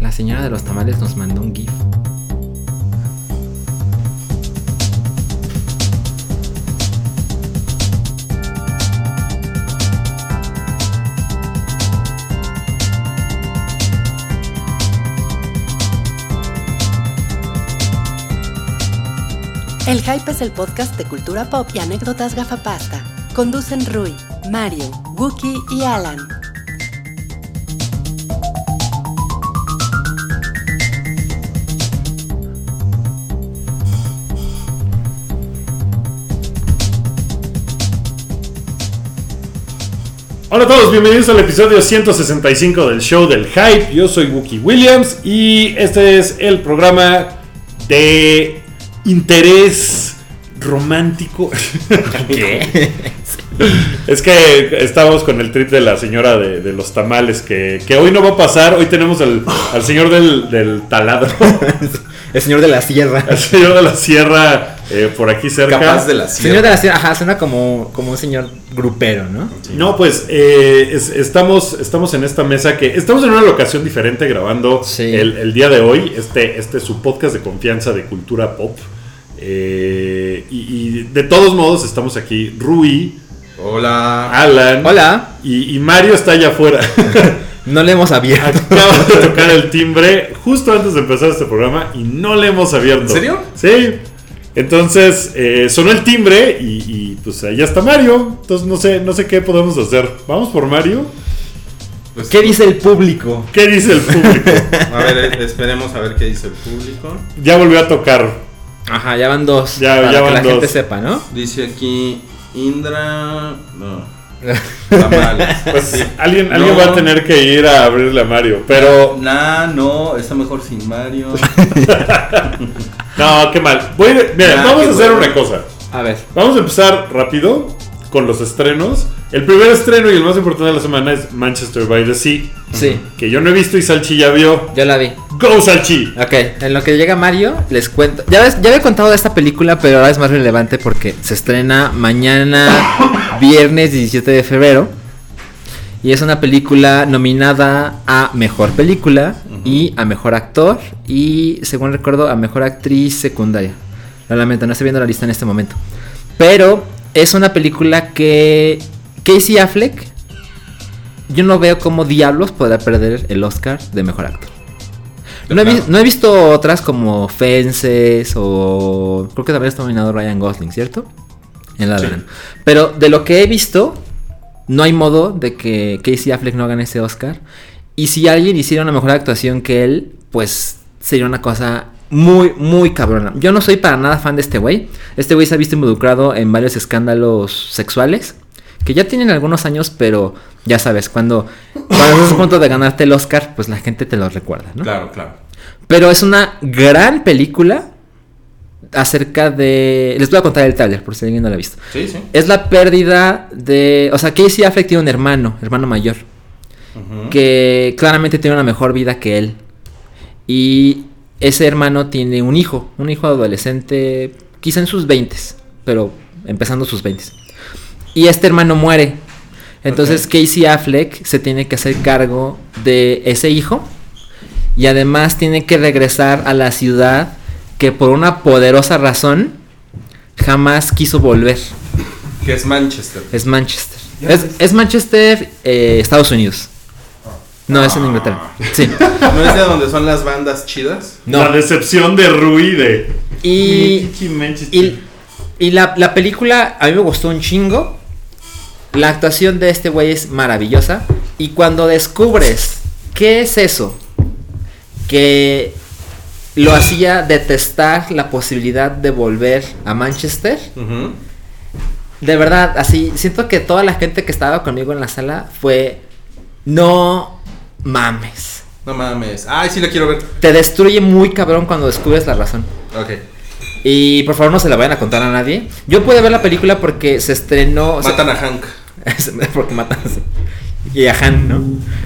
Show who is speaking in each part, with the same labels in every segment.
Speaker 1: La señora de los tamales nos mandó un GIF.
Speaker 2: El Hype es el podcast de cultura pop y anécdotas gafapasta. Conducen Rui, Mario, Wookie y Alan.
Speaker 3: Hola a todos, bienvenidos al episodio 165 del show del hype. Yo soy Wookie Williams y este es el programa de interés romántico.
Speaker 1: ¿Qué?
Speaker 3: es que estábamos con el trip de la señora de, de los tamales que, que hoy no va a pasar. Hoy tenemos al, al señor del, del taladro,
Speaker 4: El señor de la sierra.
Speaker 3: al señor de la sierra eh, por aquí cerca.
Speaker 5: Capaz de la
Speaker 4: Señor de
Speaker 5: sierra.
Speaker 4: la sierra, ajá, suena como, como un señor grupero, ¿no?
Speaker 3: No, pues eh, es- estamos, estamos en esta mesa que estamos en una locación diferente grabando
Speaker 4: Sí.
Speaker 3: el, el día de hoy. Este, este es su podcast de confianza de cultura pop. Eh, y, y de todos modos estamos aquí. Rui,
Speaker 4: Ah,
Speaker 5: Hola.
Speaker 3: Alan
Speaker 4: Hola,
Speaker 3: Y, y Mario está allá afuera.
Speaker 4: no le hemos abierto.
Speaker 3: Acaba de tocar el timbre justo antes de empezar este programa y no le hemos abierto.
Speaker 5: ¿En serio?
Speaker 3: Sí. Entonces eh, sonó el timbre y, y, pues allá está Mario. Entonces no sé, no sé qué podemos hacer. Vamos por Mario.
Speaker 5: Pues,
Speaker 4: ¿Qué dice el público?
Speaker 3: ¿Qué dice el público?
Speaker 5: A ver, eh, esperemos a ver qué dice el público.
Speaker 3: ya volvió a tocar.
Speaker 4: Ajá, ya van dos.
Speaker 3: Ya-
Speaker 4: para
Speaker 3: ya
Speaker 4: que
Speaker 3: van
Speaker 4: la gente
Speaker 3: dos.
Speaker 4: sepa, ¿no?
Speaker 5: Dice aquí Indra. No. Tamales.
Speaker 3: Pues
Speaker 5: Sí.
Speaker 3: alguien,
Speaker 5: No.
Speaker 3: alguien va a tener que ir a abrirle a Mario. Pero
Speaker 5: Nah, no, está mejor sin Mario.
Speaker 3: no, qué mal. Voy a ir- mira,
Speaker 5: Ah,
Speaker 3: vamos
Speaker 5: qué
Speaker 3: a hacer
Speaker 5: bueno.
Speaker 3: una cosa.
Speaker 4: A ver.
Speaker 3: Vamos a empezar rápido con los estrenos. El primer estreno y el más importante de la semana es Manchester by the Sea.
Speaker 4: Sí,
Speaker 3: Que yo no he visto y Salchi ya vio.
Speaker 4: yo la vi.
Speaker 3: ¡Go Salchi!
Speaker 4: Ok, en lo que llega Mario, les cuento. Ya, ves, ya había contado de esta película, pero ahora es más relevante porque se estrena mañana, viernes 17 de febrero. Y es una película nominada a Mejor Película y a Mejor Actor y, según recuerdo, a Mejor Actriz Secundaria. Lo lamento, no estoy viendo la lista en este momento. Pero es una película que Casey Affleck, yo no veo cómo diablos podrá perder el Oscar de Mejor Actor. No he, vi-
Speaker 5: Claro.
Speaker 4: no he visto otras como Fences o... Creo que también está nominado Ryan Gosling, ¿cierto? En La La Land. Pero de lo que he visto, no hay modo de que Casey Affleck no gane ese Oscar. Y si alguien hiciera una mejor actuación que él, pues sería una cosa muy, muy cabrona. Yo no soy para nada fan de este güey. Este güey se ha visto involucrado en varios escándalos sexuales. Que ya tienen algunos años, pero ya sabes, cuando, cuando estás a punto de ganarte el Oscar, pues la gente te lo recuerda, ¿no?
Speaker 5: Claro, claro.
Speaker 4: Pero es una gran película acerca de... Les voy a contar el trailer, por si alguien no la ha visto.
Speaker 5: Sí, sí.
Speaker 4: Es la pérdida de. O sea, Casey Affleck tiene un hermano, hermano mayor, Eh,
Speaker 5: Ujú.
Speaker 4: que claramente tiene una mejor vida que él. Y ese hermano tiene un hijo, un hijo adolescente, quizá en sus 20, pero empezando sus 20. Y este hermano muere. Entonces Casey Affleck se tiene que hacer cargo de ese hijo. Y además tiene que regresar a la ciudad que por una poderosa razón jamás quiso volver
Speaker 5: Que es Manchester.
Speaker 4: es Manchester. Es, es Manchester, eh, Estados Unidos. No, es en Inglaterra. Sí.
Speaker 5: ¿No es de donde son las bandas chidas?
Speaker 4: No.
Speaker 3: La decepción de Rui de.
Speaker 4: Y,
Speaker 3: Mickey Manchester.
Speaker 4: y, y la, la película a mí me gustó un chingo. La actuación de este güey es maravillosa. Y cuando descubres qué es eso que lo hacía detestar la posibilidad de volver a Manchester,
Speaker 5: Ujú.
Speaker 4: De verdad, así, siento que toda la gente que estaba conmigo en la sala fue, no mames.
Speaker 5: No mames. Ay, sí la quiero ver.
Speaker 4: Te destruye muy cabrón cuando descubres la razón.
Speaker 5: Ok.
Speaker 4: Y por favor no se la vayan a contar a nadie. Yo pude ver la película porque se estrenó... o sea,
Speaker 5: Matan a Hank.
Speaker 4: Es- Porque matan así. Y a Han, ¿no?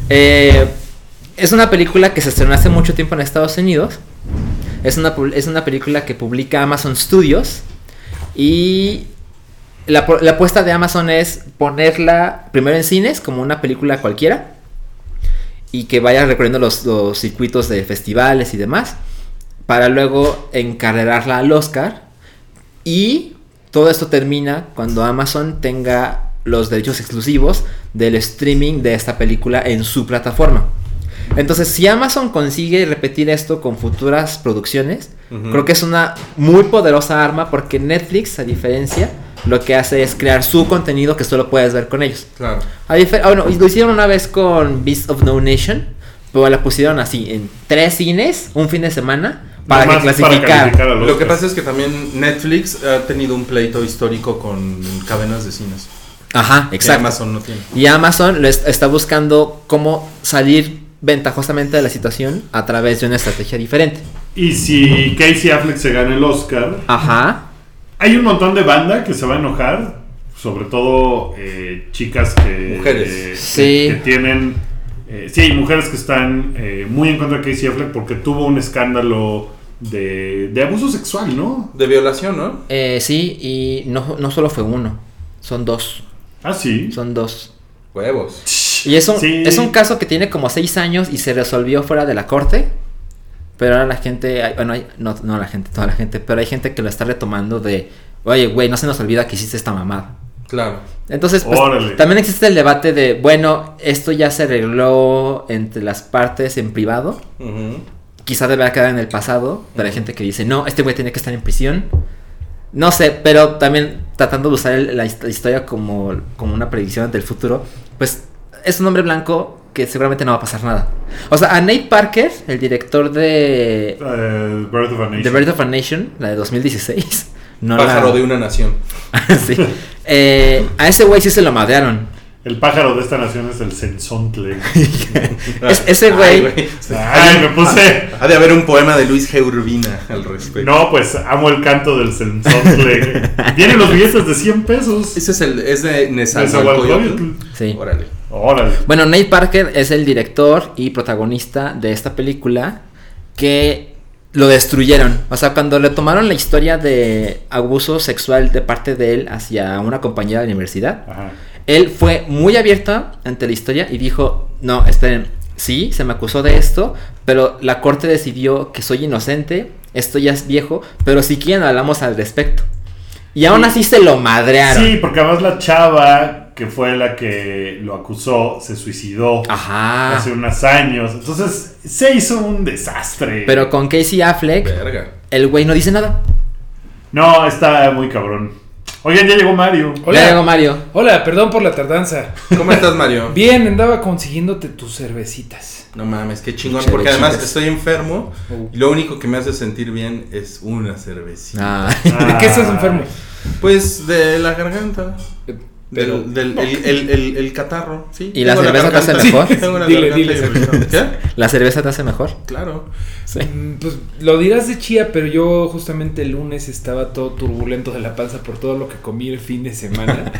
Speaker 4: Eh, es una película que se estrenó hace mucho tiempo en Estados Unidos. Es una, pub- es una película que publica Amazon Studios. Y la, pro- la apuesta de Amazon es ponerla primero en cines, como una película cualquiera. y que vayas recorriendo los, los circuitos de festivales y demás para luego encarrerarla al Oscar y todo esto termina cuando Amazon tenga los derechos exclusivos del streaming de esta película en su plataforma. Entonces, si Amazon consigue repetir esto con futuras producciones,
Speaker 5: Ujú.
Speaker 4: creo que es una muy poderosa arma porque Netflix, a diferencia, lo que hace es crear su contenido que solo puedes ver con ellos.
Speaker 5: Claro.
Speaker 4: A difer- ah, bueno, lo hicieron una vez con Beast of No Nation, pero la pusieron así, en tres cines, un fin de semana, para que
Speaker 3: Nomás
Speaker 4: clasificar.
Speaker 3: calificar al
Speaker 5: Lo que
Speaker 3: Oscar.
Speaker 5: pasa es que también Netflix ha tenido un pleito histórico con cadenas de cines.
Speaker 4: Ajá,
Speaker 5: que
Speaker 4: exacto.
Speaker 5: Amazon no tiene.
Speaker 4: Y Amazon lo es- está buscando cómo salir ventajosamente de la situación a través de una estrategia diferente.
Speaker 3: Y si Casey Affleck se gana el Oscar,
Speaker 4: Ajá.
Speaker 3: hay un montón de banda que se va a enojar, sobre todo eh, chicas que,
Speaker 5: Mujeres.
Speaker 3: eh, que-
Speaker 4: Sí.
Speaker 3: que tienen, eh, sí, mujeres que están eh, muy en contra de Casey Affleck porque tuvo un escándalo de, de abuso sexual, ¿no?
Speaker 5: De violación, ¿no?
Speaker 4: Eh, sí, y no, no solo fue uno, son dos,
Speaker 3: Ah, sí.
Speaker 4: son dos.
Speaker 5: Huevos.
Speaker 4: Y es un,
Speaker 3: Sí.
Speaker 4: es un caso que tiene como seis años y se resolvió fuera de la corte. Pero ahora la gente, hay- bueno, hay- no, no la gente, toda la gente, pero hay gente que lo está retomando de, oye, güey, no se nos olvida que hiciste esta mamada.
Speaker 5: Claro.
Speaker 4: Entonces, pues,
Speaker 3: Órale.
Speaker 4: también existe el debate de, bueno, esto ya se arregló entre las partes en privado,
Speaker 5: Ujú.
Speaker 4: quizá debería quedar en el pasado, pero hay gente que dice, no, este güey tenía que estar en prisión. No sé, pero también tratando de usar el- la his- la historia como, como una predicción del futuro, pues es un hombre blanco que seguramente no va a pasar nada. O sea, a Nate Parker, el director de
Speaker 3: Eh, Birth of a Nation.
Speaker 4: The Birth of a Nation, la de 2016, no
Speaker 5: Pájaro
Speaker 4: la...
Speaker 5: de una nación.
Speaker 4: Sí. Eh, a ese güey sí se lo madrearon.
Speaker 3: El pájaro de esta nación es el sensontle.
Speaker 4: Es- ese güey-
Speaker 5: Ay,
Speaker 3: Ay, me puse.
Speaker 5: Ha de haber un poema de Luis G. Urbina al respecto.
Speaker 3: No, pues amo el canto del sensontle. Vienen los billetes de 100 pesos.
Speaker 5: Ese es el es de Nezahualcóyotl.
Speaker 3: Nezahualcóyotl.
Speaker 4: Sí.
Speaker 5: Órale.
Speaker 3: Órale.
Speaker 4: Bueno, Nate Parker es el director y protagonista de esta película que lo destruyeron. O sea, cuando le tomaron la historia de abuso sexual de parte de él hacia una compañera de la universidad,
Speaker 3: Ajá.
Speaker 4: él fue muy abierto ante la historia y dijo, no, esperen, sí, se me acusó de esto, pero la corte decidió que soy inocente, esto ya es viejo, pero si quieren hablamos al respecto. Y aún así se lo madrearon.
Speaker 3: Sí, porque además la chava que fue la que lo acusó se suicidó
Speaker 4: Ajá.
Speaker 3: hace unos años. Entonces se hizo un desastre.
Speaker 4: Pero con Casey Affleck,
Speaker 5: Verga.
Speaker 4: el güey no dice nada.
Speaker 3: No, está muy cabrón. Oigan, ya llegó Mario.
Speaker 6: Hola.
Speaker 4: Ya llegó Mario.
Speaker 6: Hola, perdón por la tardanza.
Speaker 5: ¿Cómo estás, Mario?
Speaker 6: Bien, andaba consiguiéndote tus cervecitas.
Speaker 5: No mames, qué chingón.
Speaker 4: Chévere,
Speaker 5: porque además
Speaker 4: chicas.
Speaker 5: estoy enfermo
Speaker 6: Uh.
Speaker 5: y lo único que me hace sentir bien es una cervecita.
Speaker 3: Ah.
Speaker 6: ¿De qué estás enfermo?
Speaker 5: Pues de la garganta.
Speaker 6: Pero-
Speaker 5: del, del- el, el- el- el catarro, sí.
Speaker 4: ¿Y la
Speaker 5: Tengo
Speaker 4: cerveza te hace
Speaker 5: garganta.
Speaker 4: mejor?
Speaker 5: Sí, tengo la
Speaker 6: Dile,
Speaker 5: garganta
Speaker 6: dile.
Speaker 5: y- ¿Qué?
Speaker 4: ¿La cerveza te hace mejor?
Speaker 5: Claro.
Speaker 6: Mm, Pues lo dirás de chía, pero yo justamente el lunes estaba todo turbulento de la panza por todo lo que comí el fin de semana.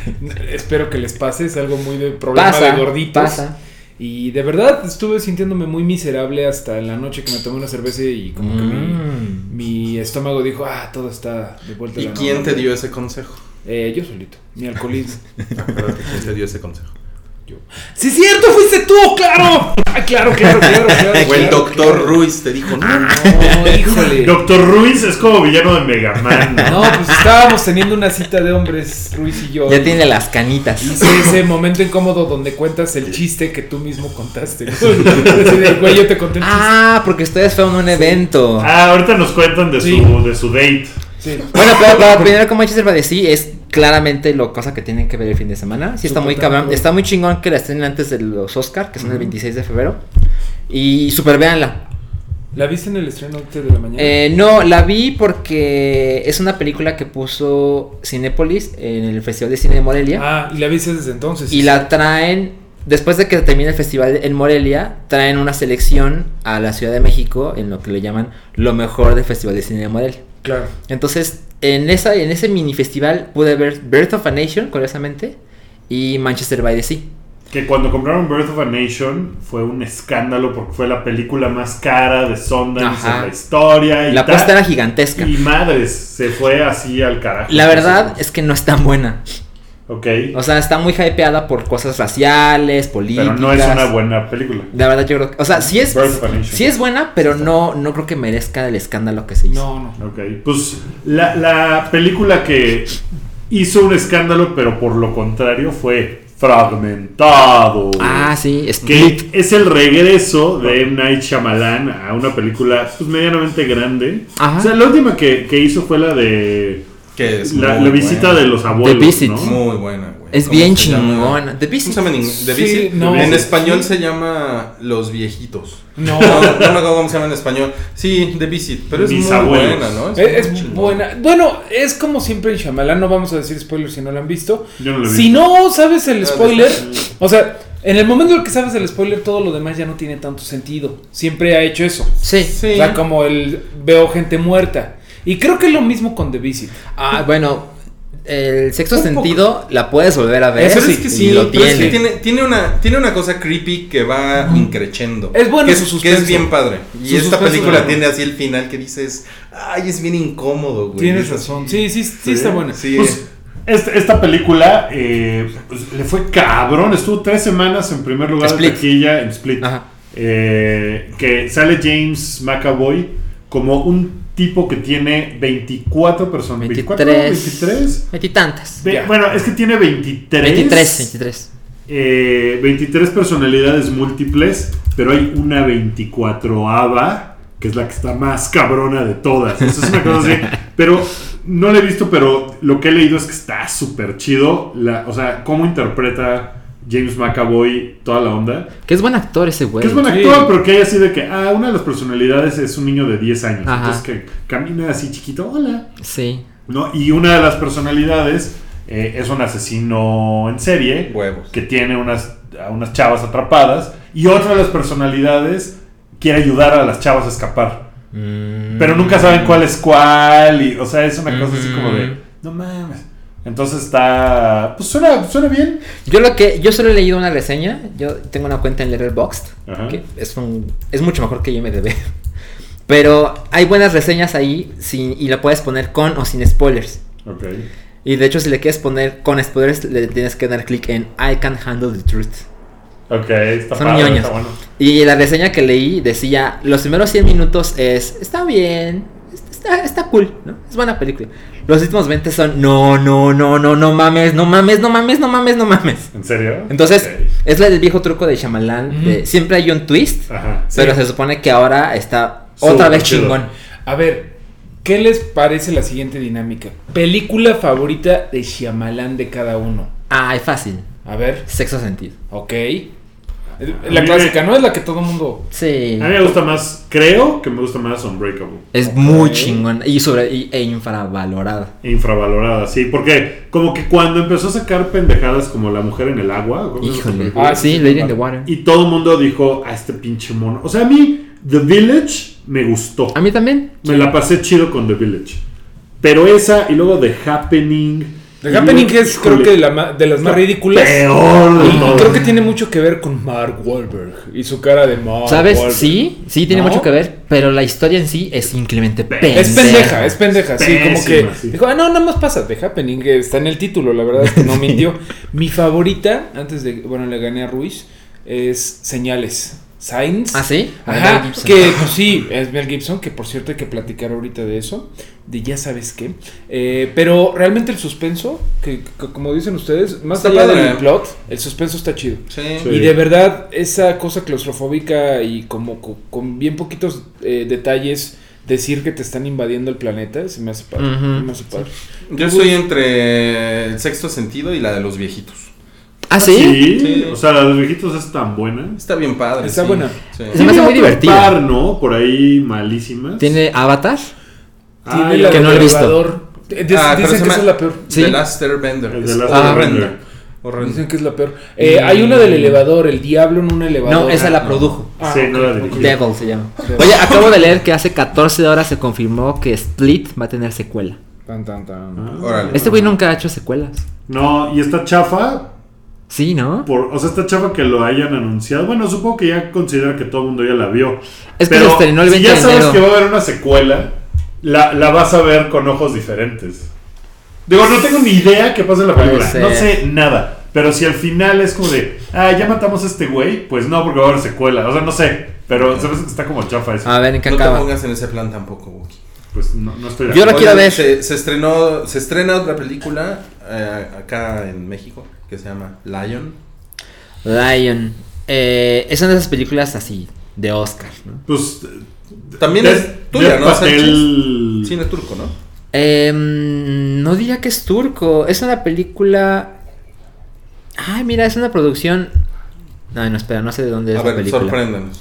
Speaker 6: Espero que les pase, es algo muy de problema de gorditos.
Speaker 4: pasa.
Speaker 6: Y de verdad estuve sintiéndome muy miserable hasta la noche que me tomé una cerveza y como que mi,
Speaker 4: Mm.
Speaker 6: mi estómago dijo, ah, todo está de vuelta. a
Speaker 5: ¿Y
Speaker 6: la
Speaker 5: quién te
Speaker 6: normalidad".
Speaker 5: dio ese consejo?
Speaker 6: Eh, yo solito, mi alcoholismo.
Speaker 5: Acuérdate quién te dio ese consejo.
Speaker 6: ¡Sí, es cierto! ¡Fuiste tú! ¡Claro! Ah, claro, claro, claro, claro.
Speaker 5: O el
Speaker 6: claro,
Speaker 5: doctor
Speaker 6: claro.
Speaker 5: Ruiz te dijo, no, no,
Speaker 6: No, híjole.
Speaker 3: Doctor Ruiz es como villano de Megaman.
Speaker 6: No, pues estábamos teniendo una cita de hombres, Ruiz y yo.
Speaker 4: Ya tiene las canitas.
Speaker 6: Hice ese momento incómodo donde cuentas el chiste que tú mismo contaste. Así de, güey, yo te conté el chiste.
Speaker 4: Ah, porque ustedes fueron a un evento.
Speaker 3: Ah, ahorita nos cuentan de
Speaker 6: Sí.
Speaker 3: su, de su date.
Speaker 6: Sí.
Speaker 4: Bueno, pero para primero como Manchester by the Sea es claramente lo cosa que tienen que ver el fin de semana. Sí está muy cabrón. Está muy chingón que la estrenen antes de los Oscar, que son el 26 de febrero. Y super véanla.
Speaker 6: ¿La viste en el estreno antes de la mañana?
Speaker 4: Eh, no, la vi porque es una película que puso Cinépolis en el Festival de Cine de Morelia.
Speaker 6: Ah, y la viste desde entonces.
Speaker 4: Y la traen, después de que termine el festival en Morelia, traen una selección a la Ciudad de México en lo que le llaman lo mejor del Festival de Cine de Morelia.
Speaker 6: Claro.
Speaker 4: Entonces, en, esa, en ese mini festival pude ver Birth of a Nation, curiosamente, y Manchester by the Sea.
Speaker 3: Que cuando compraron Birth of a Nation fue un escándalo porque fue la película más cara de Sundance
Speaker 4: Ajá.
Speaker 3: en la historia. Y
Speaker 4: La
Speaker 3: tal.
Speaker 4: apuesta era gigantesca.
Speaker 3: Y madres, se fue así al carajo.
Speaker 4: La verdad es que no es tan buena.
Speaker 3: Ok.
Speaker 4: O sea, está muy hypeada por cosas raciales, políticas.
Speaker 3: Pero no es una buena película.
Speaker 4: La verdad yo creo que, o sea, sí es,
Speaker 3: Birth Connection.
Speaker 4: sí es buena, pero no, no creo que merezca el escándalo que se hizo.
Speaker 6: No, no.
Speaker 3: Ok. Pues la, la película que hizo un escándalo, pero por lo contrario fue Fragmentado.
Speaker 4: Ah, sí, Split.
Speaker 3: Que es el regreso de M. Night Shyamalan a una película pues, medianamente grande.
Speaker 4: Ajá.
Speaker 3: O sea, la última que, que hizo fue la de
Speaker 5: Que es
Speaker 3: la,
Speaker 5: muy
Speaker 3: la visita
Speaker 5: buena.
Speaker 3: de los abuelos.
Speaker 4: Visit.
Speaker 3: ¿no?
Speaker 5: Muy buena, güey.
Speaker 4: Es
Speaker 5: ¿Cómo
Speaker 4: bien
Speaker 5: se llama?
Speaker 4: chingona. The Visit.
Speaker 5: ¿Cómo se llama en inglés? The
Speaker 6: Sí,
Speaker 5: Visit.
Speaker 6: no.
Speaker 5: En español se llama Los Viejitos.
Speaker 6: No.
Speaker 5: No, no me acuerdo cómo se llama en español. Sí, The Visit. Pero es
Speaker 3: Mis
Speaker 5: muy
Speaker 3: abuelos.
Speaker 5: buena, ¿no?
Speaker 6: Es,
Speaker 5: muy
Speaker 6: es
Speaker 5: chingona.
Speaker 6: buena. Bueno, es como siempre en Shyamalan, no vamos a decir spoilers si no lo han visto.
Speaker 3: Yo no lo he
Speaker 6: si
Speaker 3: visto.
Speaker 6: no sabes el
Speaker 5: No,
Speaker 6: spoiler, o sea, en el momento en el que sabes el spoiler, todo lo demás ya no tiene tanto sentido. Siempre ha hecho eso.
Speaker 4: Sí.
Speaker 5: Sí.
Speaker 6: O sea, como el veo gente muerta. Y creo que es lo mismo con The Visit.
Speaker 4: Ah, bueno, el sexto
Speaker 5: Un poco.
Speaker 4: sentido la puedes volver a ver.
Speaker 6: Eso
Speaker 5: Pero es que
Speaker 4: y
Speaker 5: sí,
Speaker 4: lo
Speaker 5: pero
Speaker 4: tiene.
Speaker 5: es que tiene, tiene una, tiene una cosa creepy que va increciendo.
Speaker 6: Es bueno
Speaker 5: que
Speaker 6: su
Speaker 5: es, que
Speaker 6: suspenso.
Speaker 5: es bien padre. Y
Speaker 6: Su
Speaker 5: esta
Speaker 6: suspenso
Speaker 5: película
Speaker 6: no.
Speaker 5: tiene así el final que dices, ay, es bien incómodo, güey.
Speaker 6: Tienes
Speaker 5: Es así.
Speaker 6: razón. Sí, sí, sí, está buena.
Speaker 5: Sí.
Speaker 3: Pues, esta, esta película eh, pues, le fue cabrón. Estuvo tres semanas en primer lugar
Speaker 4: Split.
Speaker 3: de taquilla en Split.
Speaker 4: Ajá.
Speaker 3: Eh, que sale James McAvoy como un tipo que tiene 24 personas. 24,
Speaker 4: 23.
Speaker 3: 23.
Speaker 4: Veintitantas.
Speaker 3: Ve-
Speaker 6: Ya.
Speaker 3: Bueno, es que tiene 23.
Speaker 4: 23, 23.
Speaker 3: eh, 23 personalidades múltiples, pero hay una 24 ava que es la que está más cabrona de todas. Eso es una cosa así. Pero no la he visto, pero lo que he leído es que está súper chido. La, o sea, cómo interpreta James McAvoy toda la onda.
Speaker 4: Que es buen actor ese güey.
Speaker 3: Que es buen
Speaker 6: Sí.
Speaker 3: actor, pero que hay así de que, ah, una de las personalidades es un niño de 10 años.
Speaker 4: Ajá.
Speaker 3: Entonces que camina así chiquito, hola.
Speaker 4: Sí.
Speaker 3: ¿no? Y una de las personalidades eh, es un asesino en serie
Speaker 5: Huevos.
Speaker 3: que tiene unas, a unas chavas atrapadas y otra de las personalidades quiere ayudar a las chavas a escapar.
Speaker 4: Mm.
Speaker 3: Pero nunca saben cuál es cuál y, o sea, es una cosa así como de,
Speaker 4: Ujú.
Speaker 3: no mames. Entonces está, pues suena, suena bien.
Speaker 4: Yo lo que yo solo he leído una reseña, yo tengo una cuenta en Letterboxd,
Speaker 3: Ajá.
Speaker 4: que es un es mucho mejor que IMDb. Pero hay buenas reseñas ahí sin, y la puedes poner con o sin spoilers.
Speaker 3: Ok.
Speaker 4: Y de hecho si le quieres poner con spoilers le tienes que dar clic en I can handle the truth.
Speaker 3: Ok, está
Speaker 4: Son
Speaker 3: padre,
Speaker 4: ñoños.
Speaker 3: está bueno.
Speaker 4: Y la reseña que leí decía, los primeros 100 minutos es, está bien, está, está cool, ¿no? Es buena película. Los últimos 20 son, no, no, no, no, no mames, no mames, no mames, no mames, no mames.
Speaker 3: ¿En serio?
Speaker 4: Entonces,
Speaker 3: Ok.
Speaker 4: es el viejo truco de Shyamalan, de siempre hay un twist,
Speaker 3: Ajá.
Speaker 4: pero se supone que ahora está
Speaker 3: Ah, Súper
Speaker 4: otra vez
Speaker 3: chido.
Speaker 4: chingón.
Speaker 6: A ver, ¿qué les parece la siguiente dinámica? Película favorita de Shyamalan de cada uno.
Speaker 4: Ay, fácil.
Speaker 6: A ver,
Speaker 4: Sexo sentido.
Speaker 6: ok. La clásica, ¿no? Es la que todo el mundo...
Speaker 4: Sí.
Speaker 3: A mí me gusta más, creo que me gusta más Unbreakable.
Speaker 4: Es muy chingón y sobre y- e infravalorado.
Speaker 3: Infravalorada, sí, porque como que cuando empezó a sacar pendejadas como la mujer en el agua, o cosas
Speaker 4: Híjole.
Speaker 3: así,
Speaker 6: Ah,
Speaker 4: sí,
Speaker 6: sí,
Speaker 4: Lady in
Speaker 6: claro.
Speaker 4: the Water.
Speaker 3: y todo el mundo dijo a este pinche mono. O sea, a mí The Village me gustó.
Speaker 4: A mí también.
Speaker 3: Me la pasé chido con The Village. Pero esa y luego The Happening.
Speaker 6: The Happening
Speaker 3: que
Speaker 6: es creo que de, la ma- de las más ridículas.
Speaker 3: peor de
Speaker 6: Y
Speaker 3: todas.
Speaker 6: creo que tiene mucho que ver con Mark Wahlberg y su cara de Mark
Speaker 4: ¿Sabes?
Speaker 6: Wahlberg.
Speaker 4: Sí, sí, tiene
Speaker 6: ¿No?
Speaker 4: mucho que ver, pero la historia en sí es simplemente pendeja.
Speaker 6: Es pendeja, es pendeja, sí,
Speaker 3: Pésima,
Speaker 6: como que
Speaker 3: sí.
Speaker 6: dijo, ah, no, nada más pasa, The Happening, que está en el título, la verdad es que no mintió. Mi favorita, antes de, bueno, le gané a Ruiz, es Señales, Signs.
Speaker 4: ¿Ah, sí?
Speaker 6: Ajá,
Speaker 4: Mel Gibson.
Speaker 6: que pues, sí, es Mel Gibson, que por cierto hay que platicar ahorita de eso, de ya sabes qué. Eh, pero realmente el suspenso, que, que como dicen ustedes, más
Speaker 5: Está
Speaker 6: allá
Speaker 5: padre.
Speaker 6: del plot, el suspenso está chido.
Speaker 5: Sí.
Speaker 3: Sí.
Speaker 6: Y de verdad, esa cosa claustrofóbica y como co- con, bien poquitos eh, detalles, decir que te están invadiendo el planeta, se me hace padre.
Speaker 4: Ujú.
Speaker 6: me hace padre.
Speaker 5: Yo estoy entre el sexto sentido y la de los viejitos.
Speaker 4: ¿Ah, sí?
Speaker 3: Sí,
Speaker 5: Sí.
Speaker 3: o sea, la de los viejitos es tan buena.
Speaker 5: Está bien padre.
Speaker 6: Está
Speaker 5: sí.
Speaker 6: buena.
Speaker 5: Sí.
Speaker 4: Se me hace
Speaker 3: Tiene
Speaker 4: muy
Speaker 3: otro
Speaker 4: divertida.
Speaker 3: par, ¿no? Por ahí malísimas.
Speaker 4: ¿Tiene Avatar?
Speaker 3: Ah,
Speaker 6: Tiene la
Speaker 4: que no
Speaker 6: del
Speaker 4: lo he visto.
Speaker 6: elevador. Eh, dis-
Speaker 5: Ah, pero
Speaker 6: dicen
Speaker 5: se
Speaker 6: que
Speaker 5: me-
Speaker 6: esa es la peor.
Speaker 4: Sí.
Speaker 5: The Last Airbender.
Speaker 3: El
Speaker 5: Es
Speaker 3: de Last
Speaker 5: horrenda.
Speaker 3: Airbender.
Speaker 5: Horrenda.
Speaker 6: Dicen que es la peor. Eh, Hay una del elevador, el diablo en un elevador.
Speaker 4: No, esa la
Speaker 5: no.
Speaker 4: produjo.
Speaker 6: Ah,
Speaker 3: Sí, no la
Speaker 6: ok,
Speaker 3: dirigí.
Speaker 6: ok.
Speaker 4: Devil se llama.
Speaker 6: Devil.
Speaker 4: Oye, acabo de leer que hace 14 horas se confirmó que Split va a tener secuela.
Speaker 6: Tan, tan, tan.
Speaker 3: Ah.
Speaker 5: Órale.
Speaker 4: Este güey nunca ha hecho secuelas.
Speaker 3: No, y está chafa
Speaker 4: Sí, ¿no?
Speaker 3: Por- o sea, esta chava que lo hayan anunciado. Bueno, supongo que ya considera que todo el mundo ya la vio.
Speaker 4: Es que se estrenó el
Speaker 3: si
Speaker 4: 20
Speaker 3: ya
Speaker 4: de
Speaker 3: sabes
Speaker 4: enero.
Speaker 3: que va a haber una secuela, la, la vas a ver con ojos diferentes. Digo, no tengo ni idea qué pasa en la
Speaker 4: Puede
Speaker 3: película.
Speaker 4: ser.
Speaker 3: No sé nada. Pero si al final es como de, ah, ya matamos a este güey, pues no, porque va a haber secuela. O sea, no sé. Pero se me hace que está como chafa eso.
Speaker 4: A ver en qué
Speaker 5: No te
Speaker 4: acaba.
Speaker 5: pongas en ese plan tampoco, Wookie.
Speaker 3: Pues no, no estoy de
Speaker 4: Yo
Speaker 3: acuerdo.
Speaker 4: la quiero
Speaker 5: Oigan,
Speaker 4: ver.
Speaker 5: Se, se estrenó, se estrena otra película eh, acá en México que se llama Lion.
Speaker 4: Lion. Eh, es una de esas películas así, de Oscar, ¿no?
Speaker 3: Pues.
Speaker 5: También
Speaker 3: Dev-
Speaker 5: es tuya,
Speaker 3: Dev
Speaker 5: ¿no,
Speaker 3: Patel-
Speaker 5: Cine turco, ¿no?
Speaker 4: Em, no diría que es turco. Es una película. Ay, mira, es una producción. No, no, espera, no sé de dónde es
Speaker 5: A
Speaker 4: la
Speaker 5: ver,
Speaker 4: película.
Speaker 5: sorpréndanos.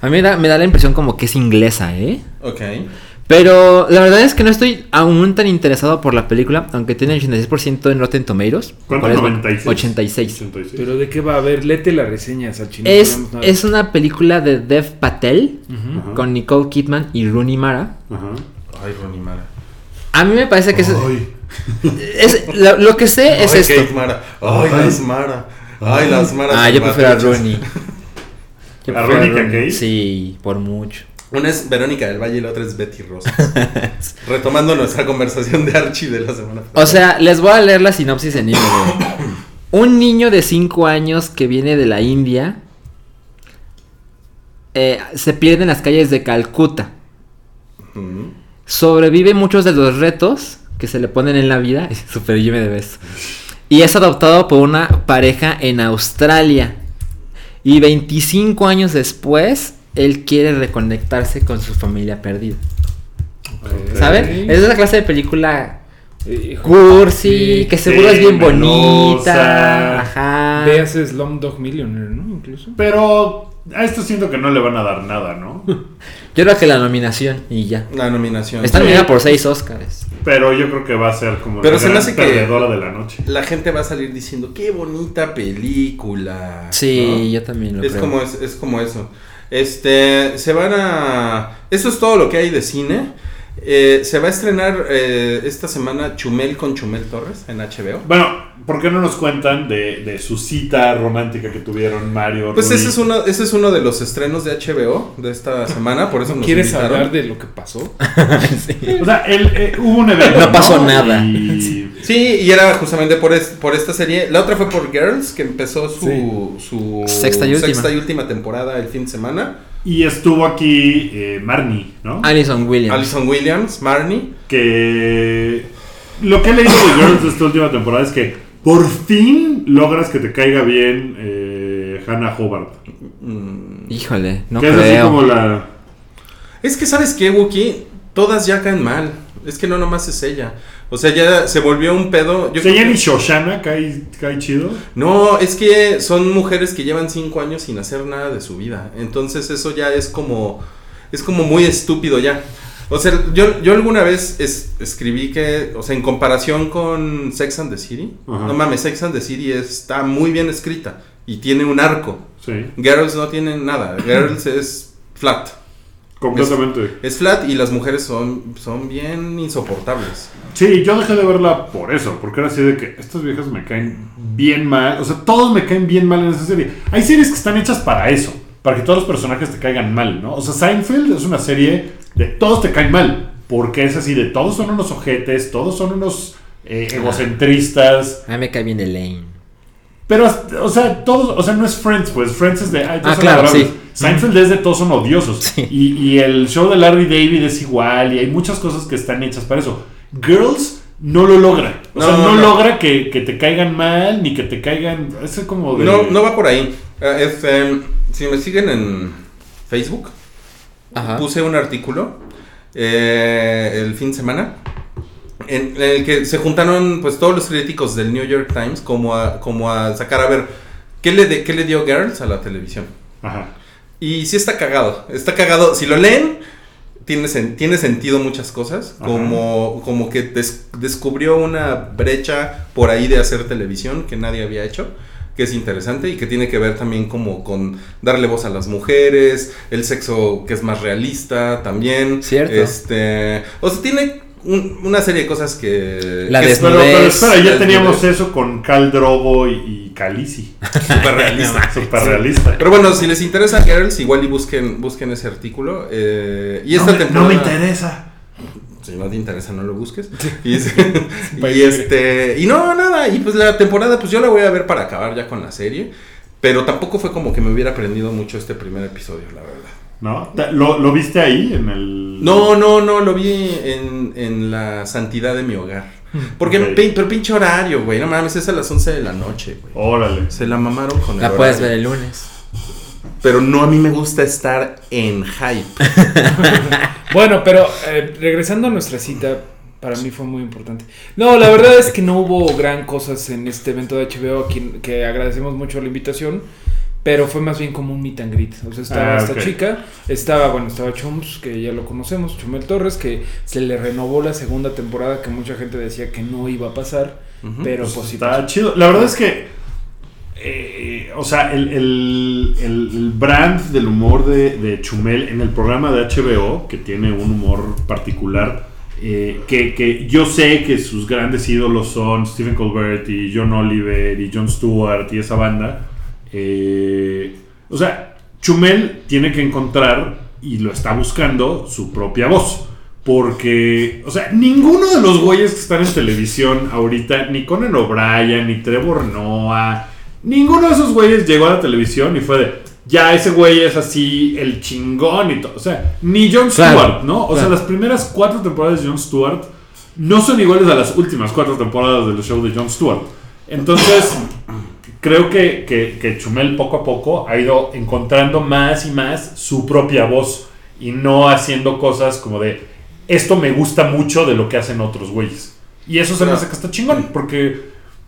Speaker 4: A mí me da, me da la impresión como que es inglesa, ¿eh?
Speaker 5: Ok.
Speaker 4: Pero la verdad es que no estoy aún tan interesado por la película, aunque tiene el 86% en Rotten Tomatoes.
Speaker 3: ¿Cuánto?
Speaker 4: ¿Cuál es?
Speaker 3: 96.
Speaker 4: 86.
Speaker 3: 86.
Speaker 6: Pero de qué va a haber, léete las reseñas al chino.
Speaker 4: Es,
Speaker 6: no tenemos nada.
Speaker 4: es una película de Dev Patel
Speaker 6: Ujú.
Speaker 3: Ajá.
Speaker 4: con Nicole Kidman y Rooney Mara.
Speaker 3: Ajá.
Speaker 5: Ay, Ronnie Mara.
Speaker 4: A mí me parece que es,
Speaker 3: Ay,
Speaker 4: es- lo, lo que sé es
Speaker 5: Ay,
Speaker 4: esto.
Speaker 5: Kate Mara. Ay,
Speaker 3: Ay.
Speaker 5: las Mara. Ay, las Mara.
Speaker 4: Ah, yo prefiero a Rooney. Yo
Speaker 3: ¿A
Speaker 4: prefiero
Speaker 3: Rooney que a Kate?
Speaker 4: Sí, por mucho.
Speaker 5: Una es Verónica del Valle y la otra es Betty Rosa. Retomando nuestra conversación de Archie de la semana
Speaker 4: O sea, les voy a leer la sinopsis en inglés. Un niño de 5 años que viene de la India eh, se pierde en las calles de Calcuta.
Speaker 5: Mm.
Speaker 4: Sobrevive muchos de los retos que se le ponen en la vida. Super yo me debes. Y es adoptado por una pareja en Australia. Y 25 años después, él quiere reconectarse con su familia perdida. ¿Saben?
Speaker 6: Ok.
Speaker 4: Es esa clase de película
Speaker 6: Hijo,
Speaker 4: cursi, que seguro es bien
Speaker 3: Sí, melosa.
Speaker 4: bonita. Ajá.
Speaker 6: Veas Slumdog Millionaire, ¿no? Incluso.
Speaker 3: Pero a esto siento que no le van a dar nada, ¿no?
Speaker 4: Yo creo que la nominación y ya.
Speaker 5: La nominación.
Speaker 4: Está nominada por seis Oscars.
Speaker 3: Pero yo creo que va a ser como
Speaker 5: Pero
Speaker 3: la
Speaker 5: se me
Speaker 3: gran
Speaker 5: hace que-
Speaker 3: perdedora de la noche.
Speaker 5: La gente va a salir diciendo, qué bonita película.
Speaker 4: Sí,
Speaker 5: ¿no?
Speaker 4: yo también lo
Speaker 5: es
Speaker 4: creo.
Speaker 5: como es, es como eso. Este, se van a... Eso es todo lo que hay de cine. Eh, se va a estrenar eh, esta semana Chumel con Chumel Torres en HBO.
Speaker 3: Bueno, ¿por qué no nos cuentan de, de su cita romántica que tuvieron Mario?
Speaker 5: Pues
Speaker 3: Rui?
Speaker 5: ese es, uno, ese es uno de los estrenos de HBO de esta semana, por eso nos
Speaker 6: ¿Quieres
Speaker 5: invitaron.
Speaker 6: hablar de lo que pasó?
Speaker 3: O sea, el, eh, hubo un evento.
Speaker 4: No pasó nada.
Speaker 3: Y-
Speaker 5: Sí, y era justamente por, es- por esta serie. La otra fue por Girls, que empezó su, su
Speaker 4: Sexta y última.
Speaker 5: última temporada el fin de semana.
Speaker 3: Y estuvo aquí eh, Marnie, ¿no?
Speaker 4: Alison Williams.
Speaker 5: Alison Williams, Marnie.
Speaker 3: Que lo que he leído de Girls de esta última temporada es que por fin logras que te caiga bien eh, Hannah Hobart.
Speaker 5: Mm,
Speaker 4: Híjole, no
Speaker 3: que
Speaker 4: creo.
Speaker 3: es así como la.
Speaker 5: Es que, ¿sabes qué, Wookie? Todas ya caen mal. Es que no nomás es ella. O sea, ya se volvió un pedo. Yo
Speaker 3: o sea,
Speaker 5: creo
Speaker 3: ya ni
Speaker 5: que-
Speaker 3: Shoshana cae, cae chido.
Speaker 5: No, es que son mujeres que llevan cinco años sin hacer nada de su vida. Entonces eso ya es como. Es como muy estúpido ya. O sea, yo, yo alguna vez es- escribí que, o sea, en comparación con Sex and the City,
Speaker 3: Ajá.
Speaker 5: no mames, Sex and the City está muy bien escrita y tiene un arco.
Speaker 3: Sí,
Speaker 5: Girls no tienen nada, Girls es flat.
Speaker 3: completamente.
Speaker 5: Es flat y las mujeres son, son bien insoportables.
Speaker 3: Sí, yo dejé de verla por eso, porque era así de que estas viejas me caen bien mal. O sea, todos me caen bien mal en esa serie. Hay series que están hechas para eso, para que todos los personajes te caigan mal, ¿no? O sea, Seinfeld es una serie de todos te caen mal, porque es así de todos son unos ojetes, todos son unos eh, egocentristas.
Speaker 4: A mí me cae bien Elaine.
Speaker 3: Pero, o sea, todos, o sea, no es Friends, pues Friends es de. ay, todos
Speaker 4: Ah,
Speaker 3: son
Speaker 4: claro,
Speaker 3: adorables.
Speaker 4: sí.
Speaker 3: Seinfeld es de todos son odiosos.
Speaker 4: Sí.
Speaker 3: Y, y el show de Larry David es igual, y hay muchas cosas que están hechas para eso. Girls no lo logra. O
Speaker 5: No,
Speaker 3: sea, no,
Speaker 5: no.
Speaker 3: logra que, que te caigan mal, ni que te caigan. Es como de.
Speaker 5: No, no va por ahí. Ah, es, em, si me siguen en Facebook,
Speaker 4: Ajá.
Speaker 5: puse un artículo eh, el fin de semana en el que se juntaron pues todos los críticos del New York Times como a, como a sacar a ver qué le, de- qué le dio Girls a la televisión.
Speaker 3: Ajá.
Speaker 5: Y sí está cagado, está cagado. Si lo leen, tiene, sen- tiene sentido muchas cosas,
Speaker 3: Ajá.
Speaker 5: como, como que des- descubrió una brecha por ahí de hacer televisión que nadie había hecho, que es interesante y que tiene que ver también como con darle voz a las mujeres, el sexo que es más realista también.
Speaker 4: Cierto.
Speaker 5: Este, o sea, tiene un- una serie de cosas que...
Speaker 4: La
Speaker 5: que es
Speaker 3: Pero, pero
Speaker 4: Desnudez,
Speaker 3: espera, ya
Speaker 5: desnudez.
Speaker 3: teníamos eso con Cal Drogo y, y Khaleesi.
Speaker 5: súper realista.
Speaker 3: Súper realista.
Speaker 5: Pero bueno, si les interesa Girls, igual y busquen, busquen ese artículo. eh, y esta
Speaker 3: no, me- no
Speaker 5: temporada...
Speaker 3: me interesa.
Speaker 5: si no te interesa no lo busques. Y, es- y este y no nada, y pues la temporada pues yo la voy a ver para acabar ya con la serie, pero tampoco fue como que me hubiera aprendido mucho este primer episodio, la verdad.
Speaker 3: ¿No? Ta- ¿Lo, lo viste ahí en el.
Speaker 5: No, no, no, lo vi en, en la santidad de mi hogar.
Speaker 3: Mm.
Speaker 5: Porque,
Speaker 3: Ok.
Speaker 5: pin- pero pinche horario, güey. No mames, es a las 11 de la noche, güey.
Speaker 3: Órale.
Speaker 5: Se la mamaron con el
Speaker 4: La puedes
Speaker 5: horario.
Speaker 4: ver el lunes.
Speaker 5: Pero no a mí me gusta estar en hype.
Speaker 6: Bueno, pero eh, regresando a nuestra cita, para mí fue muy importante. No, la verdad es que no hubo gran cosas en este evento de HBO, a quien- que agradecemos mucho la invitación, pero fue más bien como un meet and greet. O sea, estaba
Speaker 3: Ah,
Speaker 6: esta
Speaker 3: ok.
Speaker 6: chica, estaba, bueno, estaba Chums, que ya lo conocemos, Chumel Torres, que se le renovó la segunda temporada que mucha gente decía que no iba a pasar,
Speaker 5: Ujú.
Speaker 6: pero
Speaker 3: Pues
Speaker 6: pues sí
Speaker 3: está chido. La verdad es que. eh, o sea, el, el- el- el brand del humor de, de Chumel en el programa de HBO, que tiene un humor particular, eh, que, que yo sé que sus grandes ídolos son Stephen Colbert y John Oliver y Jon Stewart y esa banda. eh, o sea, Chumel tiene que encontrar, y lo está buscando, su propia voz. Porque, o sea, ninguno de los güeyes que están en televisión ahorita, ni Conan O'Brien, ni Trevor Noah, ninguno de esos güeyes llegó a la televisión y fue de, ya ese güey es así, el chingón y todo. O sea, ni Jon Stewart,
Speaker 4: Claro,
Speaker 3: ¿no? O sea,
Speaker 4: claro.
Speaker 3: las primeras cuatro temporadas de Jon Stewart no son iguales a las últimas cuatro temporadas del show de Jon Stewart. Entonces, creo que, que- que Chumel poco a poco ha ido encontrando más y más su propia voz y no haciendo cosas como de esto me gusta mucho de lo que hacen otros güeyes. Y eso se me hace que está chingón, porque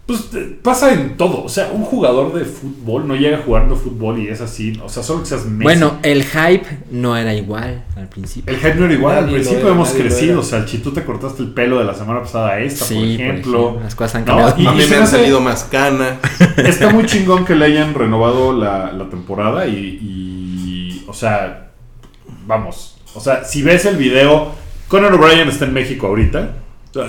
Speaker 3: pues, te- pasa en todo. O sea, un jugador de fútbol no llega jugando fútbol y es así. O sea, solo que seas Messi.
Speaker 4: Bueno, el hype no era igual al principio.
Speaker 3: el hype no era igual. Al
Speaker 6: Nadie lo
Speaker 3: principio
Speaker 6: era,
Speaker 3: hemos
Speaker 6: nadie lo
Speaker 3: crecido.
Speaker 6: era.
Speaker 3: O sea, el Chitu te cortaste el pelo de la semana pasada a esta, por
Speaker 4: Sí, por
Speaker 3: ejemplo.
Speaker 4: ejemplo, las cosas han
Speaker 3: No,
Speaker 4: cambiado.
Speaker 3: Y
Speaker 5: A mí
Speaker 3: se
Speaker 5: me
Speaker 3: me
Speaker 5: han
Speaker 3: hace-
Speaker 5: salido más canas.
Speaker 3: Está muy chingón que le hayan renovado la, la temporada y, y, O sea, vamos. O sea, si ves el video, Conan O'Brien está en México ahorita.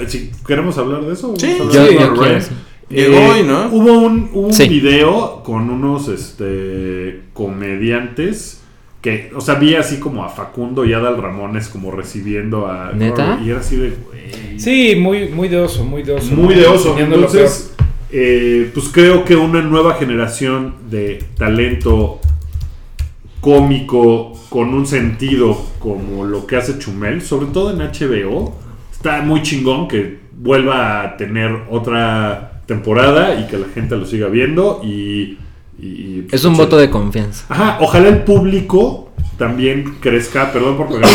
Speaker 3: Si queremos hablar de eso,
Speaker 5: Sí,
Speaker 3: vamos a
Speaker 4: yo-
Speaker 3: hablar
Speaker 4: yo
Speaker 3: de Conan
Speaker 4: quiero,
Speaker 3: O'Brien. Eh,
Speaker 4: sí.
Speaker 5: Llegó hoy, ¿no?
Speaker 3: Hubo un, hubo un
Speaker 4: Sí.
Speaker 3: video con unos este, comediantes que, o sea, vi así como a Facundo y Adal Ramones como recibiendo a.
Speaker 4: ¿Neta?
Speaker 3: Y era así de. güey.
Speaker 6: Sí, muy, muy de oso, muy de oso.
Speaker 3: Muy de oso.
Speaker 6: Enseñando lo
Speaker 3: Entonces, eh, pues creo que una nueva generación de talento cómico con un sentido como lo que hace Chumel, sobre todo en HBO, está muy chingón que vuelva a tener otra temporada y que la gente lo siga viendo y... y-
Speaker 4: Es un
Speaker 3: pues,
Speaker 4: voto de confianza.
Speaker 3: Ajá, ojalá el público también crezca, perdón por pegarle,